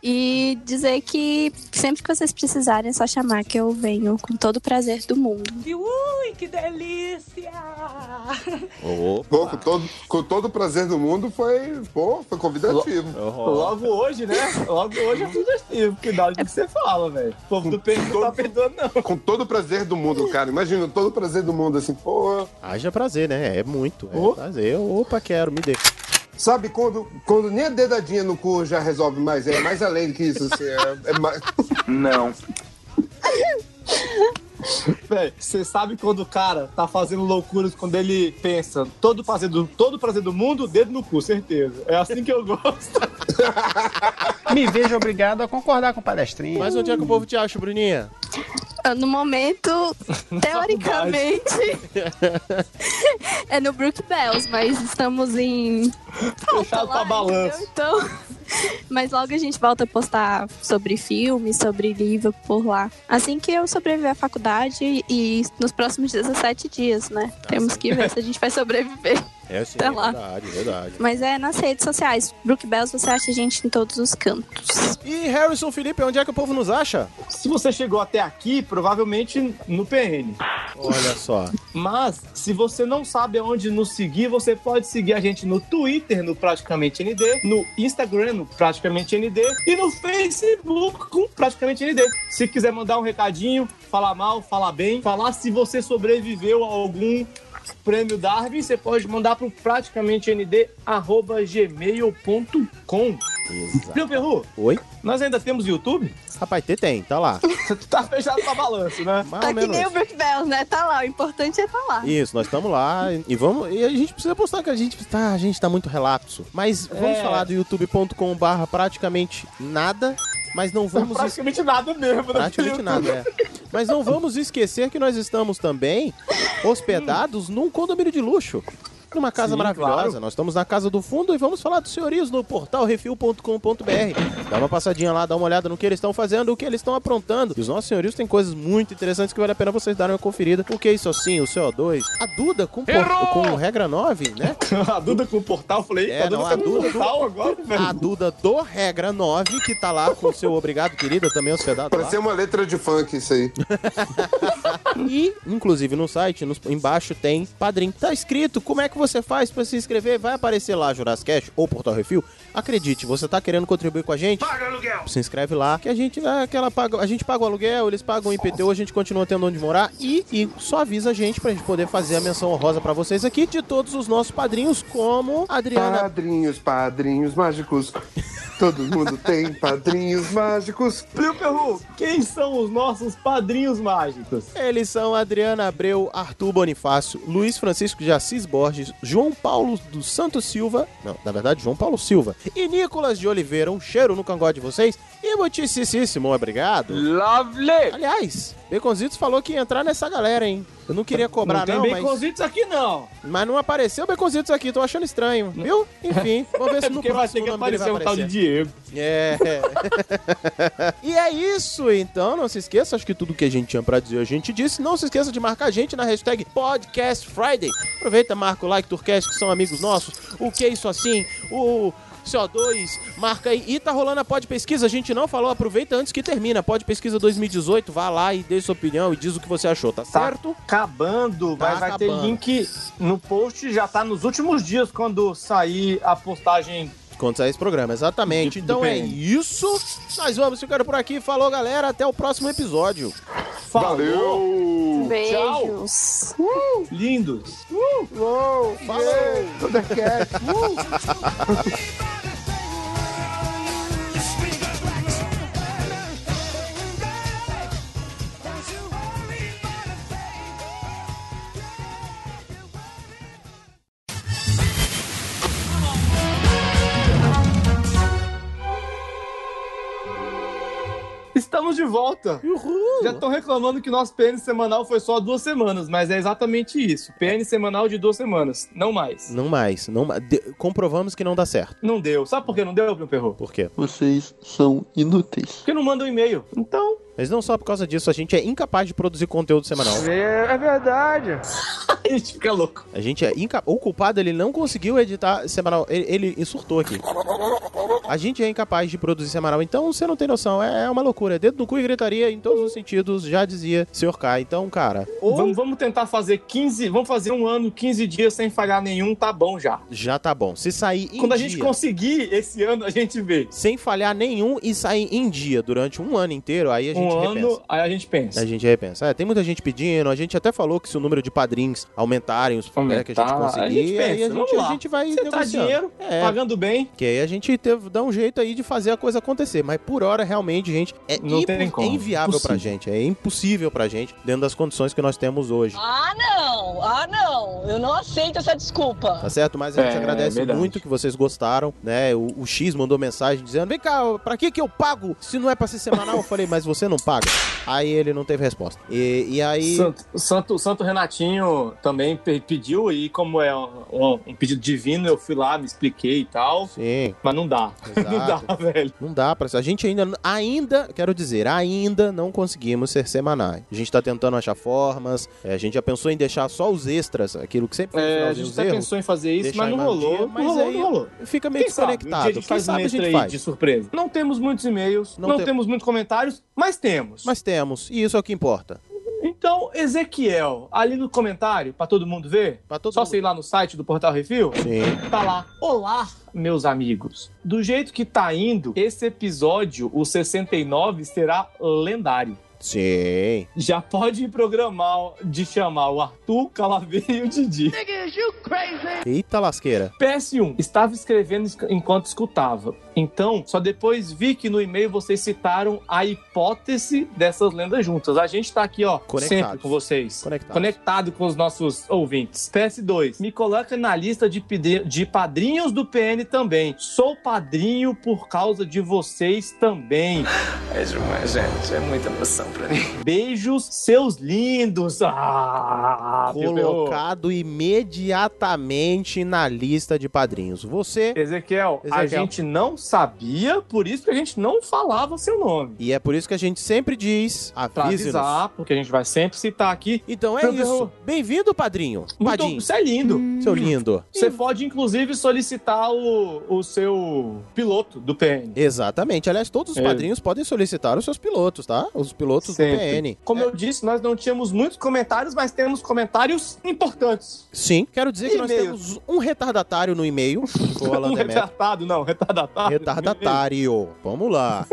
E dizer que sempre que vocês precisarem é só chamar que eu venho com todo o prazer do mundo. Que, ui, que delícia! Pô, com, todo, com todo o prazer do mundo, foi, pô, foi convidativo. Logo hoje, né? Logo hoje é sugestivo. Cuidado do que você fala, velho. O povo do PN não tá perdoando, não. É. Com todo o prazer do mundo, cara. Imagina, todo o prazer do mundo, assim, pô. Haja prazer, né? É muito. É prazer. Opa, quero, me dê. Sabe quando, quando nem a dedadinha no cu já resolve mais? É mais além do que isso, assim. É, é mais... Não. Véi, Você sabe quando o cara tá fazendo loucuras quando ele pensa todo prazer do, todo prazer do mundo, dedo no cu, certeza. É assim que eu gosto. Me vejo obrigado a concordar com o palestrinho. Mas onde é que o povo te acha, Bruninha? Ah, (laughs) No momento, teoricamente, é no Brook Bells, mas estamos em. Fechado pra balanço. Então. Mas logo a gente volta a postar sobre filme, sobre livro por lá. Assim que eu sobreviver à faculdade e nos próximos 17 dias, né? Tá Temos que ver se a gente vai sobreviver. É sim, Tá lá. verdade, verdade. Mas é nas redes sociais. Brook Bells você acha a gente em todos os cantos. E Harrison Felipe, onde é que o povo nos acha? Se você chegou até aqui, provavelmente no PN. Olha só. Mas, se você não sabe aonde nos seguir, você pode seguir a gente no Twitter, no Praticamente ND, no Instagram, no Praticamente ND, e no Facebook, com Praticamente ND. Se quiser mandar um recadinho, falar mal, falar bem, falar se você sobreviveu a algum prêmio Darwin, você pode mandar pro praticamente nd@gmail.com. Viu, Perru? Oi? Nós ainda temos YouTube? (laughs) Rapaz, tem, tem, tá lá. tá fechado pra balanço, né? Mais tá ou que menos. nem o Brook Bells, né? Tá lá. O importante é tá lá. Isso, nós estamos lá e vamos. E a gente precisa postar que a gente tá, a gente tá muito relapso. Mas vamos É. falar do youtube.com/barra praticamente nada. Mas não vamos es- Praticamente nada mesmo, né? praticamente nada. É. Mas não vamos esquecer que nós estamos também hospedados num condomínio de luxo. Numa casa Sim, maravilhosa. claro. Nós estamos na casa do fundo e vamos falar dos senhorios no portal refil.com.br. Dá uma passadinha lá, dá uma olhada no que eles estão fazendo, o que eles estão aprontando. E os nossos senhorios têm coisas muito interessantes que vale a pena vocês darem uma conferida. Porque isso assim, o CO2, a Duda com, por- com regra 9, né? (laughs) a Duda com o portal, falei, é, a Duda não, tá a com Duda, portal (laughs) agora, velho. a Duda do regra 9, que tá lá com o seu obrigado, querida, também hospedado lá. Parecia uma letra de funk isso aí. E, inclusive, no site, nos- embaixo tem padrinho. Tá escrito como é que você faz pra se inscrever. Vai aparecer lá Jurassic ou Portal Refil. Acredite, você tá querendo contribuir com a gente? Paga aluguel! Se inscreve lá, que a gente dá aquela paga, a gente paga o aluguel, eles pagam o IPTU, a gente continua tendo onde morar e, e só avisa a gente pra gente poder fazer a menção honrosa pra vocês aqui de todos os nossos padrinhos, como Adriana Padrinhos, padrinhos mágicos. Todo mundo tem padrinhos mágicos. Ah. Plio Perru, quem são os nossos padrinhos mágicos? Eles são Adriana Abreu, Arthur Bonifácio, Luiz Francisco de Assis Borges, João Paulo do Santo Silva, não, na verdade, João Paulo Silva, e Nicolas de Oliveira. Um cheiro no cangó de vocês e muitíssimo obrigado. Lovely! Aliás, Baconzitos falou que ia entrar nessa galera, hein? Eu não queria cobrar, não, não tem mas... baconzitos aqui, não. Mas não apareceu Baconzitos aqui, tô achando estranho, viu? Enfim, vamos ver se no (laughs) É Porque vai ter próximo que nome dele vai aparecer um tal de aparecer. Diego. É. e é isso, então. Não se esqueça, acho que tudo que a gente tinha pra dizer a gente disse. Não se esqueça de marcar a gente na hashtag Podcast Friday. Aproveita, marca o like, Turcast, que são amigos nossos. O que é isso assim? O... CO2, marca aí. E tá rolando a Pod Pesquisa, a gente não falou, aproveita antes que termina. Pod Pesquisa 2018, vá lá e dê sua opinião e diz o que você achou, tá Tá certo? acabando, Tá vai, vai ter acabando. link no post, já tá nos últimos dias quando sair a postagem. Quando sair esse programa, exatamente. Então é PM. isso. Nós vamos ficando por aqui. Falou, galera. Até o próximo episódio. Valeu! Beijos. Tchau. Lindos. Uh, uou, falou. Toda cat. Estamos de volta. Já estão reclamando que nosso PN semanal foi só duas semanas, mas é exatamente isso. PN semanal de duas semanas, não mais. Não mais. Não ma- de- Comprovamos que não dá certo. Não deu. Sabe por que não deu, meu perro? Por quê? Vocês são inúteis. Porque não mandam e-mail. Então. Mas não só por causa disso, a gente é incapaz de produzir conteúdo semanal. É, verdade. (laughs) a gente fica louco. A gente é incapaz. O culpado, ele não conseguiu editar semanal. Ele, ele surtou aqui. A gente é incapaz de produzir semanal, então você não tem noção. É é uma loucura. É Dedo no cu e gritaria em todos os sentidos, já dizia Sr. K. Então, cara, Vamos, vamos tentar fazer 15. Vamos fazer um ano, 15 dias sem falhar nenhum, tá bom já. já tá bom. Se sair em Quando a dia, gente conseguir esse ano, a gente vê. sem falhar nenhum e sair em dia durante um ano inteiro, aí a gente Um repensa. ano, aí a gente pensa. A gente repensa. É, tem muita gente pedindo, a gente até falou que se o número de padrinhos aumentarem, os né, que a gente Aumentar, conseguir, tá? a gente aí pensa, a vamos gente, a lá. gente vai Você tá negociando. dinheiro, É. pagando bem. Que aí a gente teve, dá um jeito aí de fazer a coisa acontecer. Mas por hora, realmente, gente, é, Não impo- tem como. é inviável pra Impossível. gente. É impossível pra gente dentro das condições que nós temos hoje. Ah, não! Ah, não! Eu não aceito essa desculpa. Tá certo? Mas a gente É, agradece verdade. muito que vocês gostaram, né? O, o X mandou mensagem dizendo: Vem cá, pra que que eu pago se não é pra ser semanal? Eu falei: Mas você não paga. Aí ele não teve resposta. E, e aí. Santo, o Santo, o Santo Renatinho também pe- pediu, e como é um, um- um pedido divino, eu fui lá, me expliquei e tal. Sim. Mas não dá. (laughs) não Exato. dá, velho. Não dá pra. A gente ainda, ainda, quero dizer, ainda não conseguimos ser semanais. A gente tá tentando achar formas. é, a gente já pensou em deixar só os extras, aquilo que sempre foi no É, a finalzinho, gente os até erros. pensou em fazer isso, Deixar mas não em mais um rolou. dia, não mas rolou, aí não rolou. Fica meio Quem sabe, um dia desconectado. a gente Quem faz um sabe a extra gente aí faz. de surpresa. Não temos muitos e-mails, Não não, tem- temos muitos comentários, mas temos. Mas temos, e isso é o que importa. Então, Ezequiel, ali no comentário, pra todo mundo ver, pra todo só mundo. sei lá no site do Portal Refil, Sim. tá lá. Olá, meus amigos. Do jeito que tá indo, esse episódio, o 69, será lendário. Sim. Já pode programar de chamar o Arthur, Calaveira e o Didi. Eita lasqueira. PS1. Estava escrevendo esc- enquanto escutava. Então, só depois vi que no e-mail vocês citaram a hipótese dessas lendas juntas. A gente tá aqui, ó, Conectados. sempre com vocês. Conectado. Conectado com os nossos ouvintes. PS2. Me coloca na lista de, pide- de padrinhos do PN também. Sou padrinho por causa de vocês também. (laughs) É demais, gente. É muita emoção pra mim. Beijos, seus lindos. Ah, Pio Pio. Colocado imediatamente na lista de padrinhos. Você. Ezequiel, a Ezequiel. gente não sabia, por isso que a gente não falava seu nome. E é por isso que a gente sempre diz, pra avise-nos. avisar, porque a gente vai sempre citar aqui. Então é Meu isso. Deus. Bem-vindo, padrinho. Então, Padinho, isso é lindo. seu lindo. Você pode, inclusive, solicitar o, o seu piloto do PN. Exatamente. Aliás, todos os É. padrinhos podem solicitar os seus pilotos, tá? Os pilotos do É. Sempre. PN. Como eu disse, nós não tínhamos muitos comentários, mas temos comentários importantes. Sim. Quero dizer que nós E-mails. temos um retardatário no e-mail. que foi o Alan (laughs) Um Demetrio. retardado, não, retardatário. (laughs) Retardatário. Vamos lá.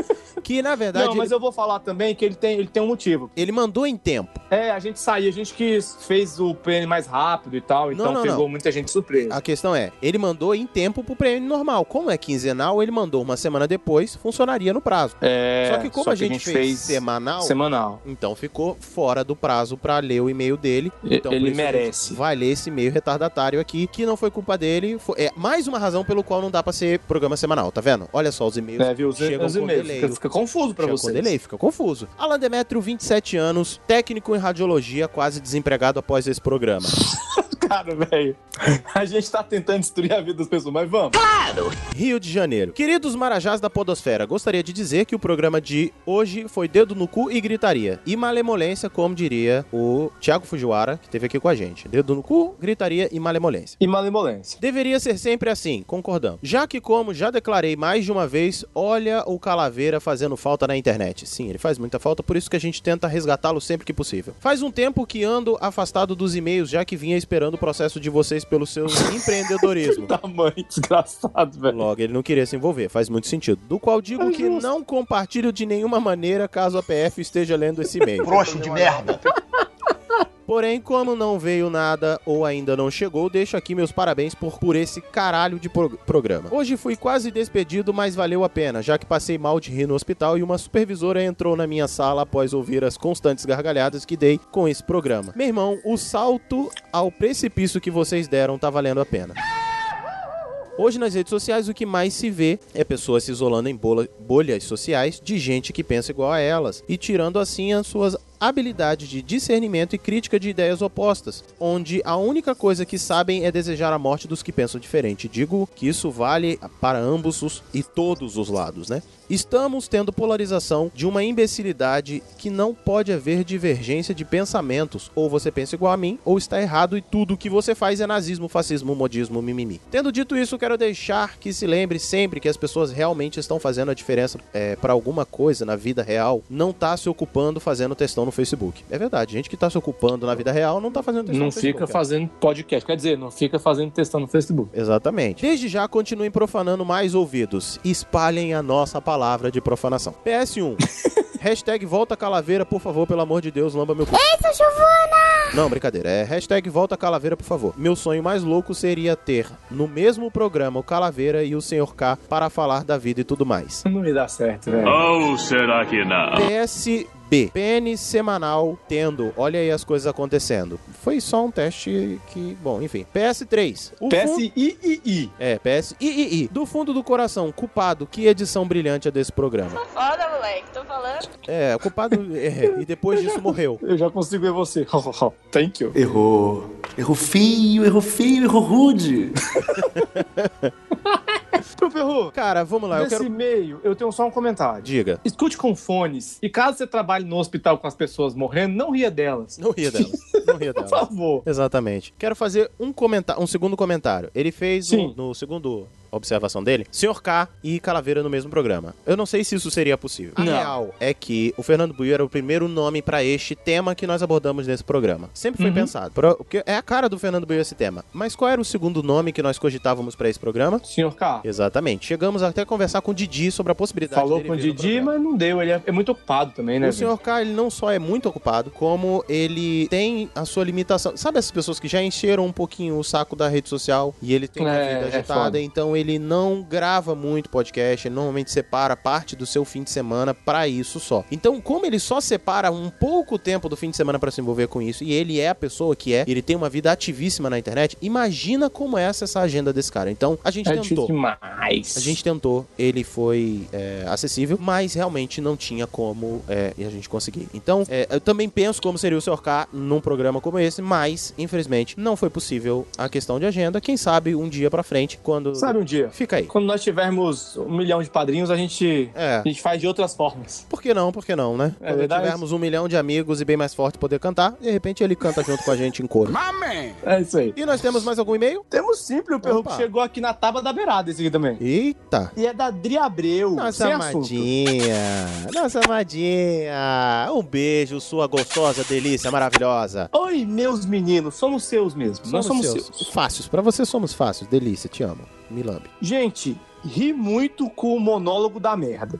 Que na é verdade. Não, mas eu vou falar também que ele tem, ele tem um motivo. Ele mandou em tempo. É, a gente saiu, a gente que fez o prêmio mais rápido e tal, então não, pegou não. muita gente surpresa. A questão é, ele mandou em tempo pro prêmio normal. Como é quinzenal, ele mandou uma semana depois, funcionaria no prazo. É, Só que como só a, que a gente gente fez, fez semanal, semanal. então ficou fora do prazo pra ler o e-mail dele. E- Então, ele por isso a gente merece. Vai ler esse e-mail retardatário aqui, que não foi culpa dele. Foi- é mais uma razão pelo qual não dá pra ser programa semanal, tá vendo? Olha só os e-mails. É, viu? Os- chegam os com e-mails. delay. Fica- fica confuso pra Chegam vocês. Com delay, fica confuso. Alan Demetrio, 27 anos, técnico em radiologia, quase desempregado após esse programa. Cara, velho, a gente tá tentando destruir a vida das pessoas, mas vamos. Claro! Rio de Janeiro. Queridos Marajás da Podosfera, gostaria de dizer que o programa de hoje foi dedo no cu e gritaria. E malemolência, como diria o Thiago Fujiwara, que esteve aqui com a gente. Dedo no cu, gritaria e malemolência. E malemolência. Deveria ser sempre assim, concordamos. Já que, como já declarei mais de uma vez, olha o Calaveira fazendo falta na internet. Sim, ele faz muita falta, por isso que a gente tenta resgatá-lo sempre que possível. Faz um tempo que ando afastado dos e-mails, já que vinha esperando o processo de vocês pelo seu (laughs) empreendedorismo. Tamanho Tá, desgraçado, velho. Logo, ele não queria se envolver, faz muito sentido. Do qual digo que não compartilho de nenhuma maneira caso a PF esteja lendo esse (laughs) e-mail. Trouxa de merda. Porém, como não veio nada ou ainda não chegou, deixo aqui meus parabéns por, por esse caralho de pro- programa. Hoje fui quase despedido, mas valeu a pena, já que passei mal de rir no hospital e uma supervisora entrou na minha sala após ouvir as constantes gargalhadas que dei com esse programa. Meu irmão, o salto ao precipício que vocês deram tá valendo a pena. Hoje nas redes sociais o que mais se vê é pessoas se isolando em bola- bolhas sociais de gente que pensa igual a elas e tirando assim as suas habilidades de discernimento e crítica de ideias opostas, onde a única coisa que sabem é desejar a morte dos que pensam diferente. Digo que isso vale para ambos os, e todos os lados, né? Estamos tendo polarização de uma imbecilidade que não pode haver divergência de pensamentos. Ou você pensa igual a mim, ou está errado e tudo que você faz é nazismo, fascismo, modismo, mimimi. Tendo dito isso, quero deixar que se lembre sempre que as pessoas realmente estão fazendo a diferença é, para alguma coisa na vida real, não tá se ocupando fazendo textão no Facebook. É verdade, gente que tá se ocupando na vida real não tá fazendo textão Não no Facebook. fica cara. fazendo podcast, quer dizer, não fica fazendo testão no Facebook. Exatamente. Desde já, continuem profanando mais ouvidos. Espalhem a nossa palavra de profanação. PS1. hashtag volta calaveira, por favor, pelo amor de Deus, lamba meu cu. Eita, Giovana! Não, brincadeira. É hashtag volta calaveira, por favor. Meu sonho mais louco seria ter no mesmo programa o Calaveira e o Sr. K para falar da vida e tudo mais. Não ia dar certo, velho. Oh, Ou será que não? PSB. PN semanal tendo. Olha aí as coisas acontecendo. Foi só um teste que, bom, enfim. PS3. O PSIII. É, PSIII. Do fundo do coração, culpado, que edição brilhante é desse programa. Foda, moleque, tô falando. É, o culpado. é, e depois disso morreu. Eu já consigo ver você. (laughs) Thank you. Errou. Errou feio, errou feio, errou rude. Pro Ferru. Cara, vamos lá. eu Nesse quero- e-mail, eu tenho só um comentário. Diga. Escute com fones. E caso você trabalhe no hospital com as pessoas morrendo, não ria delas. Não ria delas. Não (laughs) ria delas. Por favor. Exatamente. Quero fazer um comentário, um segundo comentário. Ele fez um- Sim. no segundo observação dele, Sr. K e Calaveira no mesmo programa. Eu não sei se isso seria possível. A Não. real é que o Fernando Buio era o primeiro nome pra este tema que nós abordamos nesse programa. Sempre foi Uhum. pensado. Pro- Porque é a cara do Fernando Buio esse tema. Mas qual era o segundo nome que nós cogitávamos pra esse programa? Sr. K. Exatamente. Chegamos até a conversar com o Didi sobre a possibilidade Falou dele com o vir no Didi, mas não deu. Ele é é muito ocupado também, né? o senhor K, ele não só é muito ocupado, como ele tem a sua limitação. Sabe essas pessoas que já encheram um pouquinho o saco da rede social e ele tem uma É, vida é agitada, foda. então ele não grava muito podcast, ele normalmente separa parte do seu fim de semana pra isso só. Então, como ele só separa um pouco tempo do fim de semana pra se envolver com isso, e ele é a pessoa que é, ele tem uma vida ativíssima na internet, imagina como é essa agenda desse cara. Então, a gente É difícil tentou. demais. A gente tentou, ele foi é, acessível, mas realmente não tinha como é, e a gente conseguir. Então, é, eu também penso como seria o Sr. K num programa como esse, mas, infelizmente, não foi possível a questão de agenda. Quem sabe um dia pra frente, quando. Sabe um dia? Fica aí. Quando nós tivermos um milhão de padrinhos, a gente, É. a gente faz de outras formas. Por que não? Por que não, né? É Quando verdade. tivermos um milhão de amigos e bem mais forte poder cantar, de repente ele canta junto com a gente em coro. É isso aí. E nós temos mais algum e-mail? Temos sim, o Perru Opa. chegou aqui na tábua da beirada esse aqui também. Eita! E é da Dri Abreu. Nossa sem assunto. amadinha, nossa amadinha. Um beijo, sua gostosa delícia maravilhosa. Oi, meus meninos, somos seus mesmo. Nós somos seus. Fáceis. Pra você somos fáceis. Delícia, te amo. Me lambe. Gente, ri muito com o monólogo da merda.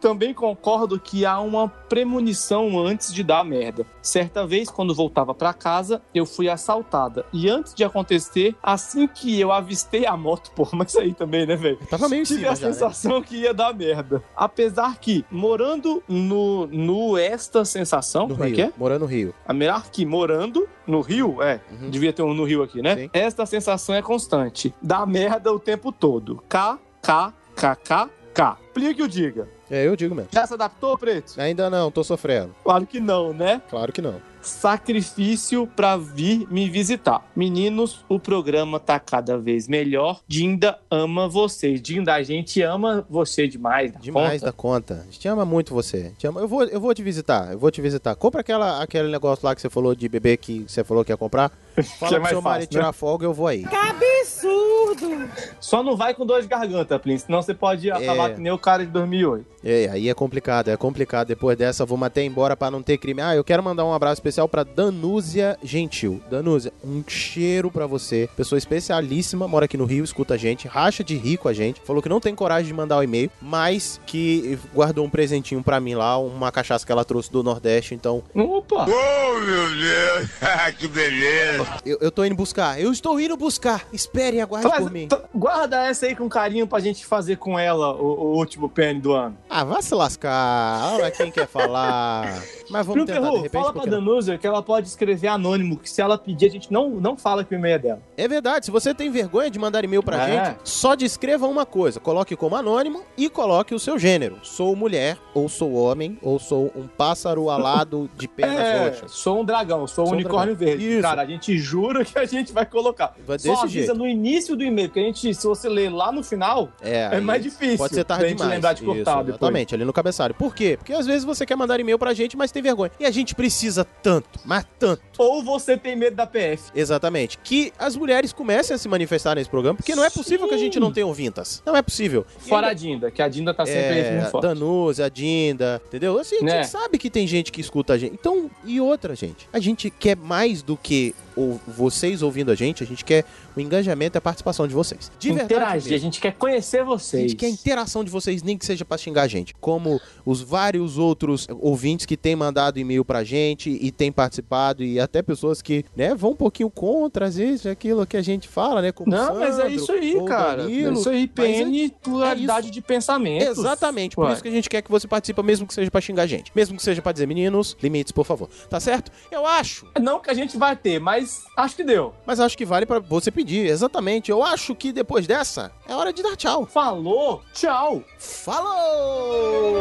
Também concordo que há uma premonição antes de dar merda. Certa vez, quando voltava para casa, eu fui assaltada. E antes de acontecer, assim que eu avistei a moto, (laughs) pô, mas aí também, né, velho? Tava meio em Tive cima a já, né? sensação que ia dar merda. Apesar que, morando no, no Esta Sensação, como é Rio, que é? Morando no Rio. A melhor que morando no Rio, é, Uhum. devia ter um no Rio aqui, né? Esta sensação é constante. Dá merda o tempo todo. K, K, K, K, K. Plique o diga. É, eu digo mesmo. Já se adaptou, Preto? Ainda não, tô sofrendo. Claro que não, né? Claro que não. Sacrifício pra vir me visitar. Meninos, o programa tá cada vez melhor. Dinda ama vocês. Dinda, a gente ama você demais. dá Demais conta? da conta. A gente ama muito você. Te ama. Eu, vou, eu vou te visitar, eu vou te visitar. Compra aquela, aquele negócio lá que você falou de bebê que você falou que (laughs) ia comprar. é Fala pro mais seu marido fácil, né? tirar folga, eu vou aí. Que absurdo! Só não vai com dor de garganta, Plin, senão você pode acabar que nem o cara de 2008. É, aí é complicado, é complicado. Depois dessa, vamos até embora pra não ter crime. Ah, eu quero mandar um abraço especial pra Danúzia Gentil. Danúzia, um cheiro pra você. Pessoa especialíssima, mora aqui no Rio, escuta a gente, racha de rir com a gente. Falou que não tem coragem de mandar o e-mail, mas que guardou um presentinho pra mim lá, uma cachaça que ela trouxe do Nordeste, então... Opa! Oh, meu Deus! que beleza! Eu, eu tô indo buscar, eu estou indo buscar. Esperem, aguardem Traz- por mim. t- Guarda essa aí com carinho pra gente fazer com ela o, o último PN do ano. Ah, vai se lascar. Olha quem (laughs) quer falar. Mas vamos Pro tentar, Perru, de repente, fala pra por que não? Danusa que ela pode escrever anônimo, que se ela pedir, a gente não, não fala que o e-mail é dela. É verdade, se você tem vergonha de mandar e-mail pra É. gente, só descreva uma coisa, coloque como anônimo e coloque o seu gênero. Sou mulher, ou sou homem, ou sou um pássaro alado de (laughs) pernas É, roxas. Sou um dragão, sou, um Sou um unicórnio dragão. verde. Isso. Cara, a gente jura que a gente vai colocar. Vai Só desse avisa jeito. no início do e-mail, porque a gente, se você ler lá no final, é, aí mais difícil. Pode ser tarde pra gente demais. lembrar de cortar Isso, depois. exatamente, ali no cabeçalho. Por quê? Porque às vezes você quer mandar e-mail pra gente, mas tem vergonha. E a gente precisa tanto, mas tanto. Ou você tem medo da PF. Exatamente. Que as mulheres comecem a se manifestar nesse programa, porque não é possível que a gente não tenha ouvintas. Não é possível. E Fora ainda- a Dinda, que a Dinda tá sempre aí é, firme e forte. Danusa, Dinda, entendeu? Assim, a Né? gente sabe que tem gente que escuta a gente. Então, e outra, gente? A gente quer mais do que ou vocês ouvindo a gente, a gente quer o engajamento e a participação de vocês. De verdade Interagir, mesmo. a gente quer conhecer A vocês. gente quer a interação de vocês, nem que seja pra xingar a gente. Como os vários outros ouvintes que têm mandado e-mail pra gente e têm participado, e até pessoas que, né, vão um pouquinho contra, às vezes, aquilo que a gente fala, né? Como o Não, mas é Sandro, isso aí, ou o cara. Danilo. É isso aí, Mas PN, pluralidade de pensamentos. Exatamente, por Ué. isso que a gente quer que você participe, mesmo que seja pra xingar a gente. Mesmo que seja pra dizer, meninos, limites, por favor. Tá certo? Eu acho. Não que a gente vai ter, mas acho que deu. Mas acho que vale pra você pedir, exatamente. Eu acho que depois dessa, é hora de dar tchau. Falou, tchau. Falou!